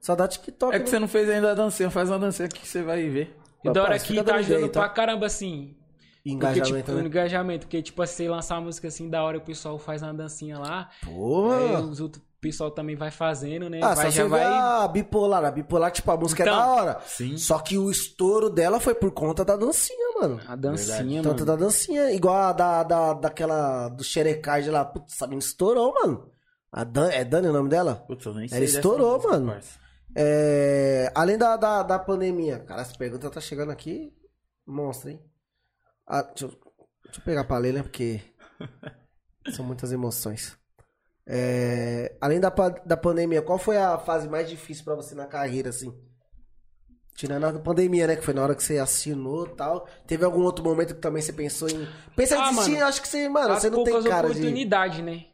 S1: Só dá TikTok.
S2: É que
S1: né?
S2: você não fez ainda a dancinha, faz uma dancinha que você vai ver.
S3: E da hora
S1: Rapaz,
S3: que
S1: fica
S3: tá
S1: dando
S3: ajudando
S1: jeito,
S3: pra
S1: ó.
S3: caramba, assim. Porque,
S1: Engajamento,
S3: tipo, um
S1: né?
S3: engajamento. Porque, tipo, assim, lançar uma música assim da hora, o pessoal faz uma dancinha lá. tipo, Aí
S1: Porra.
S3: os outros o pessoal também vai fazendo, né?
S1: Ah,
S3: vai,
S1: só
S3: já
S1: você
S3: vai.
S1: vai... a bipolar. A bipolar, tipo, a música é
S3: Então,
S1: da hora.
S2: sim.
S1: Só que o estouro dela foi por conta da dancinha, mano.
S3: A dancinha,
S1: Tanto
S3: É, mano.
S1: da dancinha, igual a da, da, daquela do Xerecard lá. Putz, essa menina estourou, mano. A Dan, é Dani o nome dela?
S2: Putz, eu nem
S1: Ela
S2: dessa
S1: estourou,
S2: música,
S1: mano.
S2: parça.
S1: É, além da, da, da pandemia. Cara, essa pergunta tá chegando aqui. Monstro, hein? Ah, deixa, eu, deixa eu pegar pra ler, né? Porque são muitas emoções. É, além da, pa- da pandemia, qual foi a fase mais difícil pra você na carreira, assim? Tirando a pandemia, né? Que foi na hora que você assinou e tal. Teve algum outro momento que também você pensou em. Pensa em
S3: Ah,
S1: desistir,
S3: mano,
S1: acho que você, mano,
S3: as
S1: você não tem
S3: poucas
S1: cara de.
S3: oportunidade, né?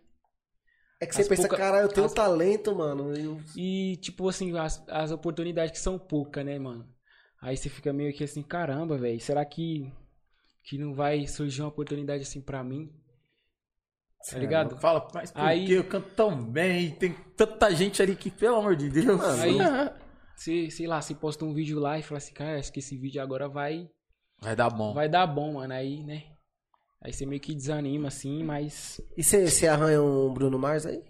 S1: É que você
S3: as
S1: pensa,
S3: pouca-
S1: caralho, eu tenho
S3: as-
S1: talento, mano. Eu...
S3: E, tipo assim, as, as oportunidades que são poucas, né, mano? Aí você fica meio que assim, caramba, velho, será que, que não vai surgir uma oportunidade assim pra mim? Tá
S1: É,
S3: ligado?
S2: É, Fala, mas por
S3: Aí-
S2: que eu canto tão bem? Tem tanta gente ali que, pelo amor de Deus.
S1: Mano,
S3: Aí, você, sei lá, você posta um vídeo lá e fala assim, cara, acho que esse vídeo agora vai,
S2: Vai dar bom.
S3: vai dar bom, mano. Aí, né? Aí você meio que desanima, assim, mas
S1: E você, você arranha um Bruno Mars aí?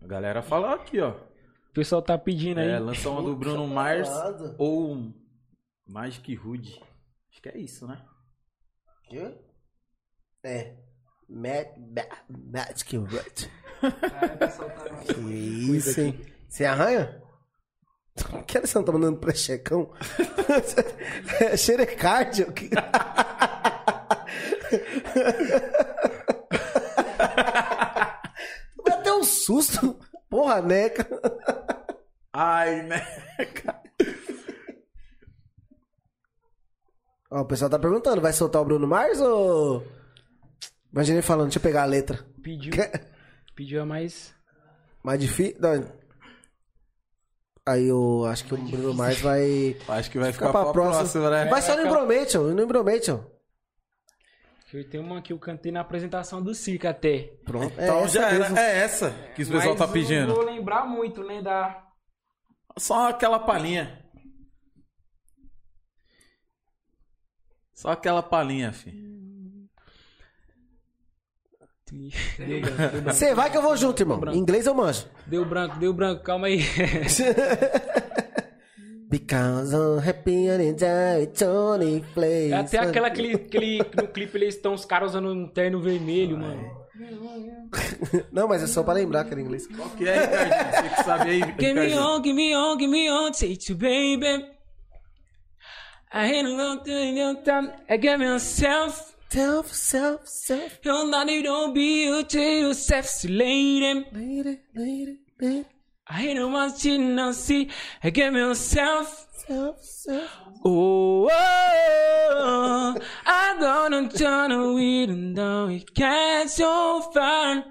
S2: A galera fala aqui, ó.
S3: o pessoal tá pedindo aí.
S2: É, lança uma do Bruno
S1: tá
S2: Mars
S1: Caralho.
S2: ou um Magic Hood. Acho que é isso, né?
S1: Quê? É. Ma- ma- Magic Rat.
S3: Cara, o pessoal tá-
S1: Que isso, hein? Você arranha? Que eles estão mandando pré-checão? é xerecárdio? Que- Vai até um susto. Porra, neca.
S2: Ai, né?
S1: Ó, o pessoal tá perguntando, vai soltar o Bruno Mars ou... Imagina ele falando, deixa eu pegar a letra.
S3: Pediu,
S1: Que-
S3: pediu a mais.
S1: Mais difícil... Não. Aí eu acho que o Bruno Mars vai...
S2: Acho que vai
S1: Fica
S2: ficar
S1: pra
S2: pra,
S1: próxima.
S2: próxima, né?
S1: Vai só no Imbromation, no Imbromation.
S3: Eu tenho uma que eu cantei na apresentação do circo até.
S1: Pronto. É
S2: Então
S1: essa
S2: já era.
S1: mesmo.
S2: É essa que o pessoal
S3: Mas
S2: tá
S3: eu
S2: pedindo.
S3: Não vou lembrar muito, né? Da.
S2: Só aquela palhinha. Só aquela palhinha, fi.
S3: Deu branco,
S1: Você vai que eu vou junto, irmão. Em inglês eu manjo.
S3: deu branco, deu branco, calma aí.
S1: Because I'm happy and enjoy Tony Place.
S3: É até aquela que, ele- que ele- que no clipe eles estão os caras usando um terno vermelho, mano.
S1: Não, mas é só pra lembrar que era em inglês.
S2: Qual que é, Ricardinho? Você que sabe aí,
S3: Give me
S2: Ricardinho.
S3: on, give me on, give me on, take to baby. I ain't long to your time, I give myself.
S1: Self, self, self,
S3: You're not, you don't be you to yourself, so lady.
S1: lady, lady, lady,
S3: I ain't want you to see, I give myself.
S1: self, self.
S3: Oh, oh, oh, I don't turn away and now it can't so far,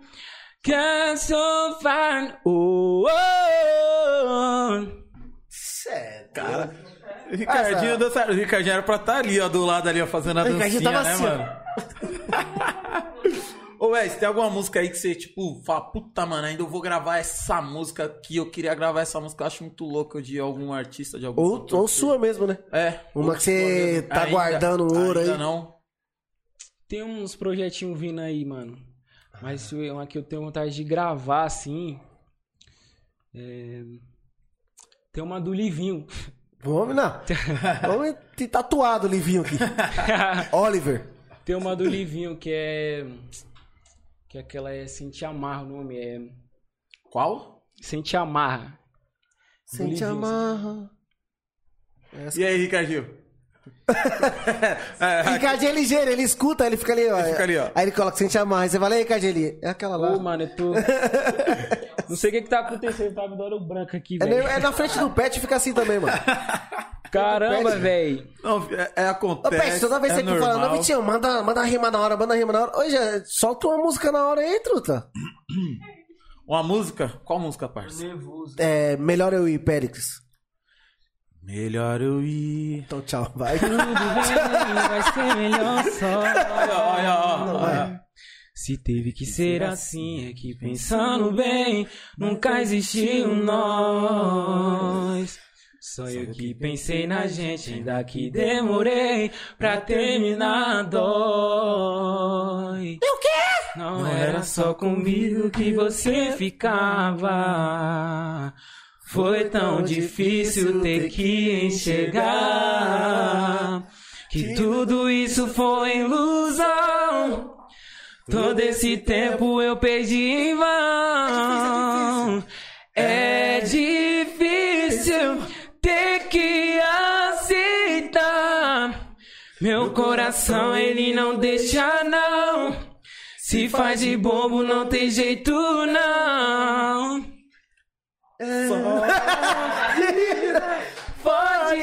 S3: can't so far. Oh, oh, oh.
S1: Sério.
S2: Cara. Ricardinho, dançaram. O Ricardinho era pra estar ali, ó, do lado ali, ó, fazendo a dancinha,
S1: Ricardinho tava
S2: né,
S1: assim, ó.
S2: mano? Ô, Wes, tem alguma música aí que você, tipo, fala, puta, mano, ainda eu vou gravar essa música aqui, eu queria gravar essa música, eu acho muito louco de algum artista, de algum...
S1: Ou,
S2: cantor
S1: ou
S2: que-
S1: sua mesmo, né?
S2: É.
S1: Uma
S2: ou
S1: que você
S2: sua mesmo.
S1: tá guardando o ouro
S2: ainda
S1: aí.
S2: não.
S3: Tem uns projetinhos vindo aí, mano. Mas se eu- uma que eu tenho vontade de gravar, assim. é, Tem uma do Livinho.
S1: Vamos, não. Vamos te tatuar do Livinho aqui. Oliver.
S3: Tem uma do Livinho que é. Que aquela é Sem Te Amar o nome. É.
S2: Qual?
S3: Sem Te Amar. Do
S1: Sem te
S3: Livinho,
S1: amarra.
S2: E aí, Ricardinho? é,
S1: Ricardinho é ligeiro, ele escuta, ele fica ali, ó.
S2: fica ali, ó.
S1: Aí ele coloca sem te amarra. Aí você fala, "Ei, Ricardinho, ele- é aquela lá.
S3: Ô, mano, eu tô. Não sei o que que tá acontecendo, tá me dando branco aqui,
S1: É,
S3: velho.
S1: na- é na frente do pet fica assim também, mano.
S3: Caramba, velho.
S2: não, é, é
S1: Ô,
S2: acontece,
S1: Pet, toda vez
S2: é
S1: que tu fala, não,
S2: normal.
S1: Vitinho, manda, manda a rima na hora, manda a rima na hora. Ô, já solta uma música na hora aí, truta.
S2: Uma música? Qual música, parça?
S3: Nervoso.
S1: É, melhor eu ir, Péricles.
S2: Melhor eu ir...
S1: Então, tchau, vai.
S3: Tudo bem, vai ser melhor só. é.
S2: Olha, olha, ó, olha.
S3: Se teve que ser assim, é que pensando bem, nunca existiu nós. Só eu que pensei na gente, ainda que demorei pra terminar dói. O quê? Não era só comigo que você ficava. Foi tão difícil ter que enxergar que tudo isso foi ilusão. Todo esse tempo eu perdi em vão. É difícil ter que aceitar. Meu coração ele não deixa não. Se faz de bobo não tem jeito não. Pode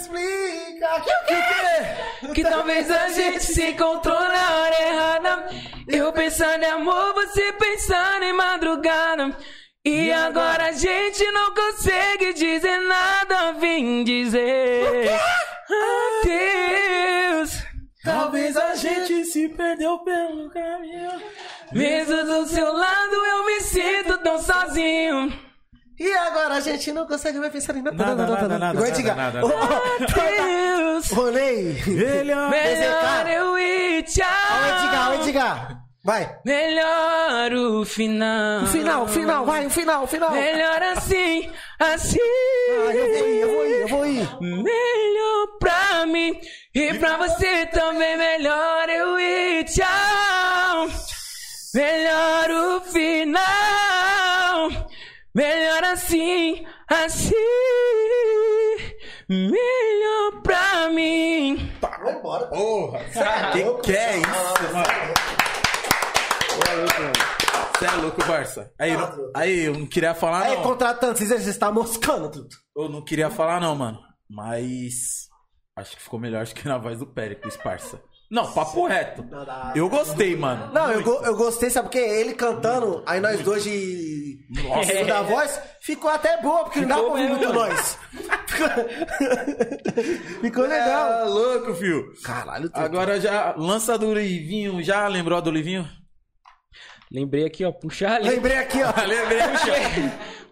S1: Explica.
S3: Que talvez a gente se encontrou na hora errada. Eu pensando em amor, você pensando em madrugada. E agora a gente não consegue dizer nada. Vim dizer adeus.
S2: Talvez a gente se perdeu pelo caminho.
S3: Mesmo do seu lado, eu me sinto tão sozinho.
S1: E agora a gente não consegue mais pensar em nada.
S2: Nada, nada, nada,
S1: Igual a
S2: nada,
S1: Edgar.
S2: nada,
S1: Ô, ô,
S3: Deus,
S1: ô, Ney.
S2: Melhor.
S3: melhor eu ir,
S1: Ó, o Edgar, o
S3: tchau.
S1: Edgar. Vai.
S3: Melhor o final.
S1: O final, o final, vai, o final, o final.
S3: Melhor assim, assim.
S1: Ah, eu vou ir, eu vou ir, eu vou ir.
S3: Melhor pra mim e pra você também. Melhor eu ir, tchau. Melhor o final. Melhor assim, assim. Melhor pra mim.
S1: Vai embora.
S2: Porra! Que que é isso, é mano? Você é louco, Barça. Aí, não- aí, eu não queria falar,
S1: Aí,
S2: não.
S1: contratante, É, vocês estão tá moscando tudo.
S2: Eu não queria falar, não, mano. Mas. Acho que ficou melhor acho que na voz do Péricles, parça. Não, papo reto. Eu gostei, mano.
S1: Não, eu, go- eu gostei, sabe por quê? Ele cantando, aí nós dois de.
S2: Nossa.
S1: É. da voz, ficou até boa, porque não dá pra
S3: Ficou
S1: ouvir
S3: mesmo.
S1: muito nós. Ficou- ficou legal.
S2: É louco, fio.
S1: Caralho, tudo.
S2: Agora já. Lança do Olivinho. Já lembrou a do Olivinho?
S3: Lembrei aqui, ó. Puxar a letra.
S1: Lembrei aqui, ó.
S2: Lembrei,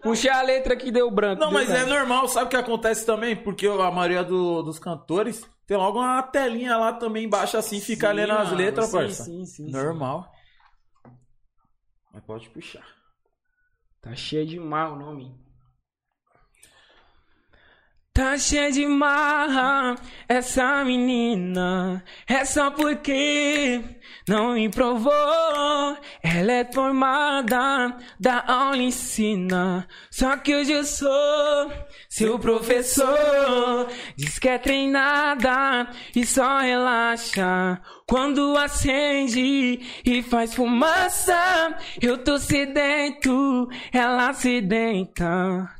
S3: Puxar a letra que deu branco.
S2: Não,
S3: deu
S2: mas é
S3: branco.
S2: normal, sabe o que acontece também? Porque a maioria do- dos cantores tem logo uma telinha lá também embaixo assim, fica
S3: Sim,
S2: lendo as
S3: mano,
S2: letras,
S3: sim,
S2: parça.
S3: sim, sim, sim.
S2: normal. Mas pode puxar.
S3: Tá cheio de mar o nome. Tá cheio de marra essa menina. É só porque não me provou. Ela é formada da aula ensina. Só que hoje eu sou seu professor. Diz que é treinada e só relaxa. Quando acende e faz fumaça, eu tô sedento, ela sedenta.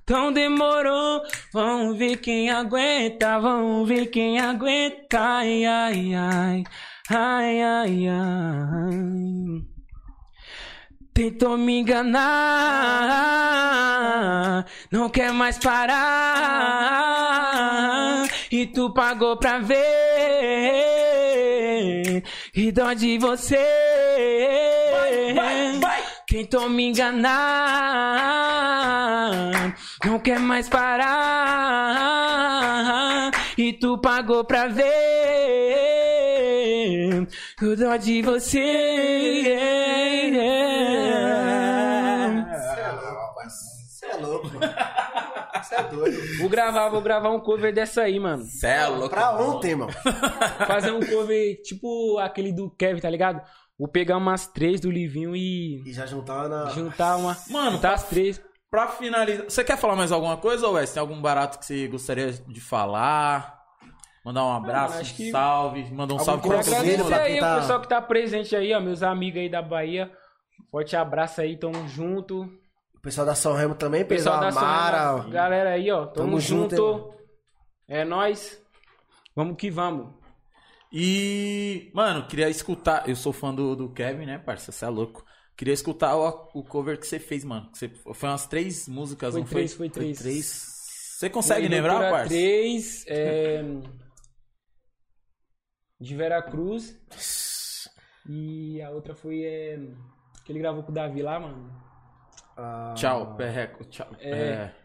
S3: Então demorou, vamos ver quem aguenta, vamos ver quem aguenta. Ai, ai, ai, ai, ai, ai. Tentou me enganar, não quer mais parar. E tu pagou pra ver, e dó de você. Tentou me enganar, não quer mais parar. E tu pagou pra ver o dó de você.
S1: Você é louco, mano. Você é doido.
S3: Vou gravar, vou gravar um cover dessa aí, mano.
S2: Cê é louco.
S1: Pra ontem, mano.
S3: Fazer um cover tipo aquele do Kevin, tá ligado? Vou pegar umas três do Livinho e
S1: E já juntar na.
S3: juntar uma.
S2: Mano, tá
S3: juntar as três.
S2: Pra finalizar, você quer falar mais alguma coisa, ou Wes? Tem algum barato que você gostaria de falar? Mandar um abraço,
S3: acho que-
S2: um salve, mandar um
S1: Algum
S2: salve pra
S1: conselho,
S2: todo mundo.
S1: mano?
S3: Agradecer
S1: pra
S3: aí
S1: quem
S3: o
S1: tá-
S3: pessoal que tá presente aí, ó, meus amigos aí da Bahia. Forte abraço aí, tamo junto.
S1: O pessoal da São Remo também, pessoal
S3: Pessoal
S1: da
S3: da
S1: Mara.
S3: Sonora, galera aí, ó, tamo,
S1: Tamo junto,
S3: junto.
S1: hein,
S3: é nóis. Vamos que vamos.
S2: E, mano, queria escutar. Eu sou fã do, do Kevin, né, parça? Você é louco. Queria escutar o, o cover que você fez, mano. Que você- foi umas três músicas,
S3: Foi
S2: não
S3: três,
S2: foi?
S3: foi três.
S2: Você consegue lembrar,
S3: Leitura
S2: parça?
S3: 3, é... De Veracruz. E a outra foi é... que ele gravou com o Davi lá, mano.
S1: Ah,
S2: Tchau, perreco. Tchau.
S3: É.
S2: É.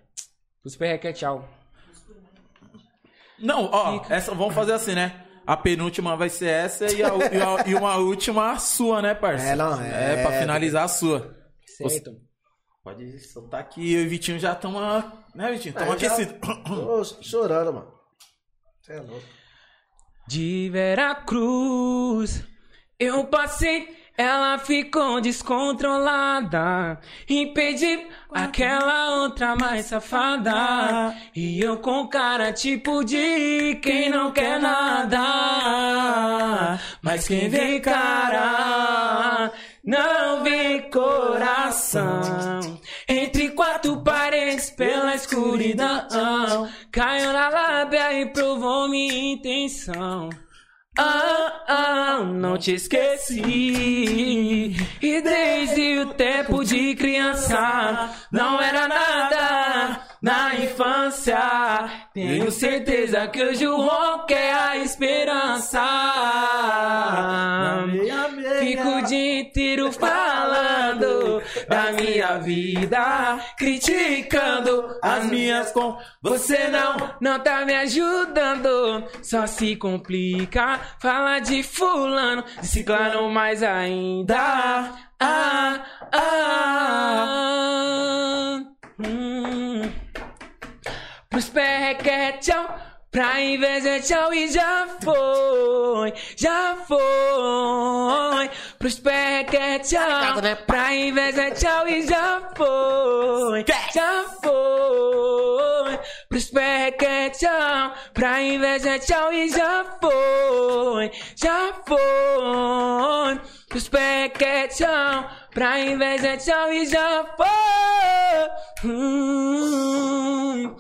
S3: Os perreque é tchau.
S2: Não, ó, essa, vamos fazer assim, né? A penúltima vai ser essa e, a u- e a- e uma última a sua, né, parça?
S1: É, não, é.
S2: É, pra finalizar a sua.
S3: Certo.
S2: Pode soltar aqui. Eu e Vitinho já estamos. Né, Vitinho?
S1: É,
S2: Estamos
S1: já-
S2: aquecidos.
S1: Tô chorando, mano. Você é louco.
S3: De Veracruz, eu passei, ela ficou descontrolada. Impedi aquela outra mais safada. E eu com cara tipo de quem não quer nada. Mas quem vê cara, não vê coração. Entre quatro paredes pela escuridão, caiu na lábia e provou minha intenção. Ah, ah, não te esqueci. E desde o tempo de criança, não era nada na infância. Tenho certeza que hoje o rock é a esperança. Fico o dia inteiro falando da minha vida, criticando as minhas com. Você não, não tá me ajudando, só se complica. Fala de fulano, de ciclano mais ainda. Ah, ah, hum. Pros perreque é tchau, pra inveja é tchau e já foi, já foi. Pros perreque é tchau, pra inveja é tchau e já foi, já foi. Pros pé requentão, pra inveja tchau e já foi, já foi. Pros pé requentão, pra inveja tchau e já foi. Hum.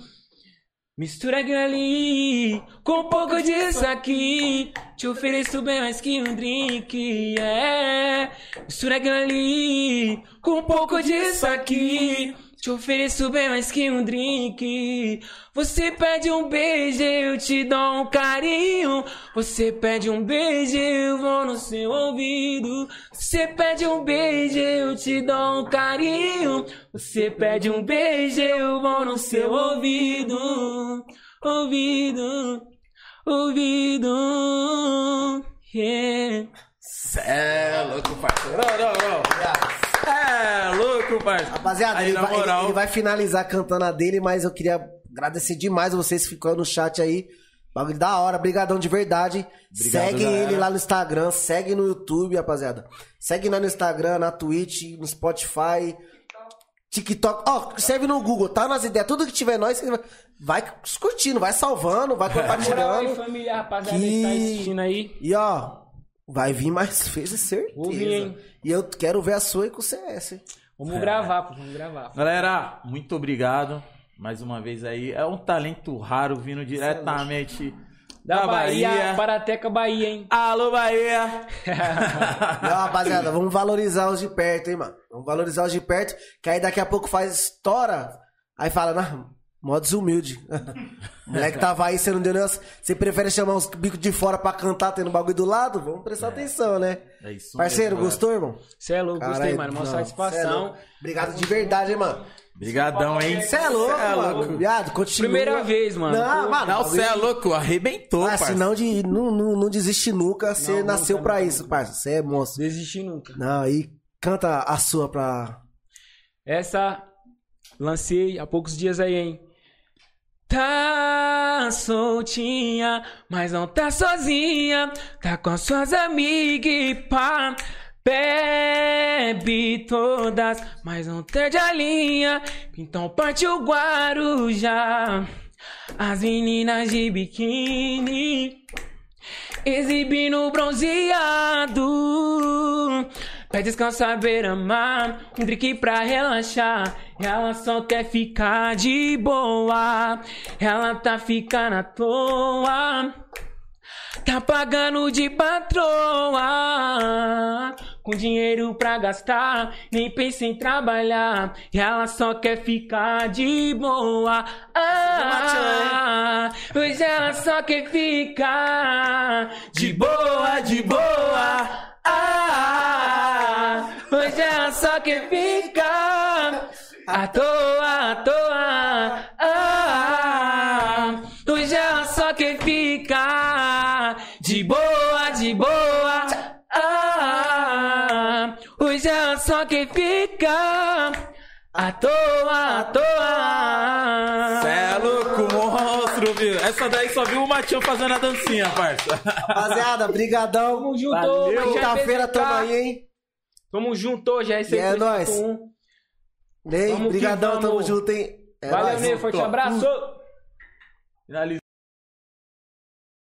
S3: Mistura aquilo ali com um pouco disso aqui. Te ofereço bem mais que um drink, é. Mistura aquilo ali com um pouco disso aqui. Te ofereço bem mais que um drink. Você pede um beijo, eu te dou um carinho. Você pede um beijo, eu vou no seu ouvido. Você pede um beijo, eu te dou um carinho. Você pede um beijo, eu vou no seu ouvido. Ouvido, ouvido. Yeah.
S2: Cê é louco, parceiro. Não, não, não. É louco, parceiro.
S1: Rapaziada,
S2: Aí,
S1: ele,
S2: na
S1: vai, ele-
S2: moral-
S1: ele vai finalizar cantando a dele, mas eu queria agradecer demais a vocês que ficou no chat aí. Bagulho da hora, brigadão de verdade. segue
S2: galera.
S1: ele lá no Instagram, segue no YouTube, rapaziada. Segue nós no Instagram, na Twitch, no Spotify, TikTok. Ó, serve no Google, tá nas ideias. Tudo que tiver nós, você vai- vai curtindo, vai salvando, vai
S3: Moral aí,
S1: compartilhando.
S3: família, rapaziada,
S1: Que-
S3: que tá assistindo aí.
S1: E ó, vai vir mais vezes, certeza.
S3: Vou vir, hein?
S1: E eu quero ver a sua e com o CS, hein?
S3: Vamos gravar, pô, vamos gravar.
S2: Galera, muito obrigado. Mais uma vez aí. É um talento raro vindo
S1: é
S2: diretamente
S3: Da,
S2: da,
S3: Bahia,
S2: Bahia.
S3: para a Teca Bahia, hein?
S2: Alô, Bahia!
S1: Não, rapaziada, vamos valorizar os de perto, hein, mano. Vamos valorizar os de perto, que aí daqui a pouco faz estoura. Aí fala, não, mó desumilde. O moleque tava aí, você não deu nem. umas- Você prefere chamar os bicos de fora pra cantar tendo bagulho do lado? Vamos prestar atenção, né?
S2: É isso
S1: Parceiro,
S2: mesmo,
S1: gostou, irmão?
S3: Cê é louco,
S1: Caralho,
S3: gostei, mano. Uma
S1: não, cê é
S3: satisfação.
S1: louco. Obrigado de verdade, hein, mano.
S2: Obrigadão, hein?
S1: Você é louco,
S2: Cê é
S1: mano. Viado, continua.
S3: Primeira vez, mano.
S1: Não,
S3: Pô,
S1: mano.
S2: Não,
S1: bagulho-
S2: você é louco. Arrebentou,
S1: Ah,
S2: parceiro.
S1: senão de, não, não, não desiste nunca. Você
S3: Não,
S1: nasceu
S3: nunca,
S1: pra
S3: nunca,
S1: isso, parça. Você é monstro.
S3: Desisti nunca.
S1: Não, aí canta a sua pra.
S3: Essa lancei há poucos dias aí, hein? Tá soltinha, mas não tá sozinha. Tá com as suas amigas e pá. Bebe todas, mas não perde a linha. Então parte o Guarujá. As meninas de biquíni exibindo bronzeado. Pra descansar, ver amar, um drink pra relaxar. Ela só quer ficar de boa, ela tá ficando à toa. Tá pagando de patroa Com dinheiro pra gastar Nem pensa em trabalhar E ela só quer ficar de boa ah, Hoje ela só quer ficar De boa, de boa ah, Hoje ela só quer ficar À toa, à toa ah, Hoje ela só quer ficar De boa, de boa ah, Hoje ela só quer ficar À toa, à toa
S2: Cê é louco, monstro, viu? Essa daí só viu o Matheus fazendo a dancinha, parça.
S1: Rapaziada, brigadão.
S3: Tamo junto,
S2: Valeu.
S3: hoje é
S1: Quinta-feira
S3: PZK.
S1: tamo aí, hein?
S3: Tamo junto hoje, é isso
S1: E é
S3: aí,
S1: nóis.
S3: 351.
S1: Ney,
S3: Vamos que
S1: brigadão, tamo
S3: vamos.
S1: junto, hein? É
S3: Valeu,
S1: nóis.
S3: Ney, forte
S2: Tô.
S3: abraço
S2: Finalizou.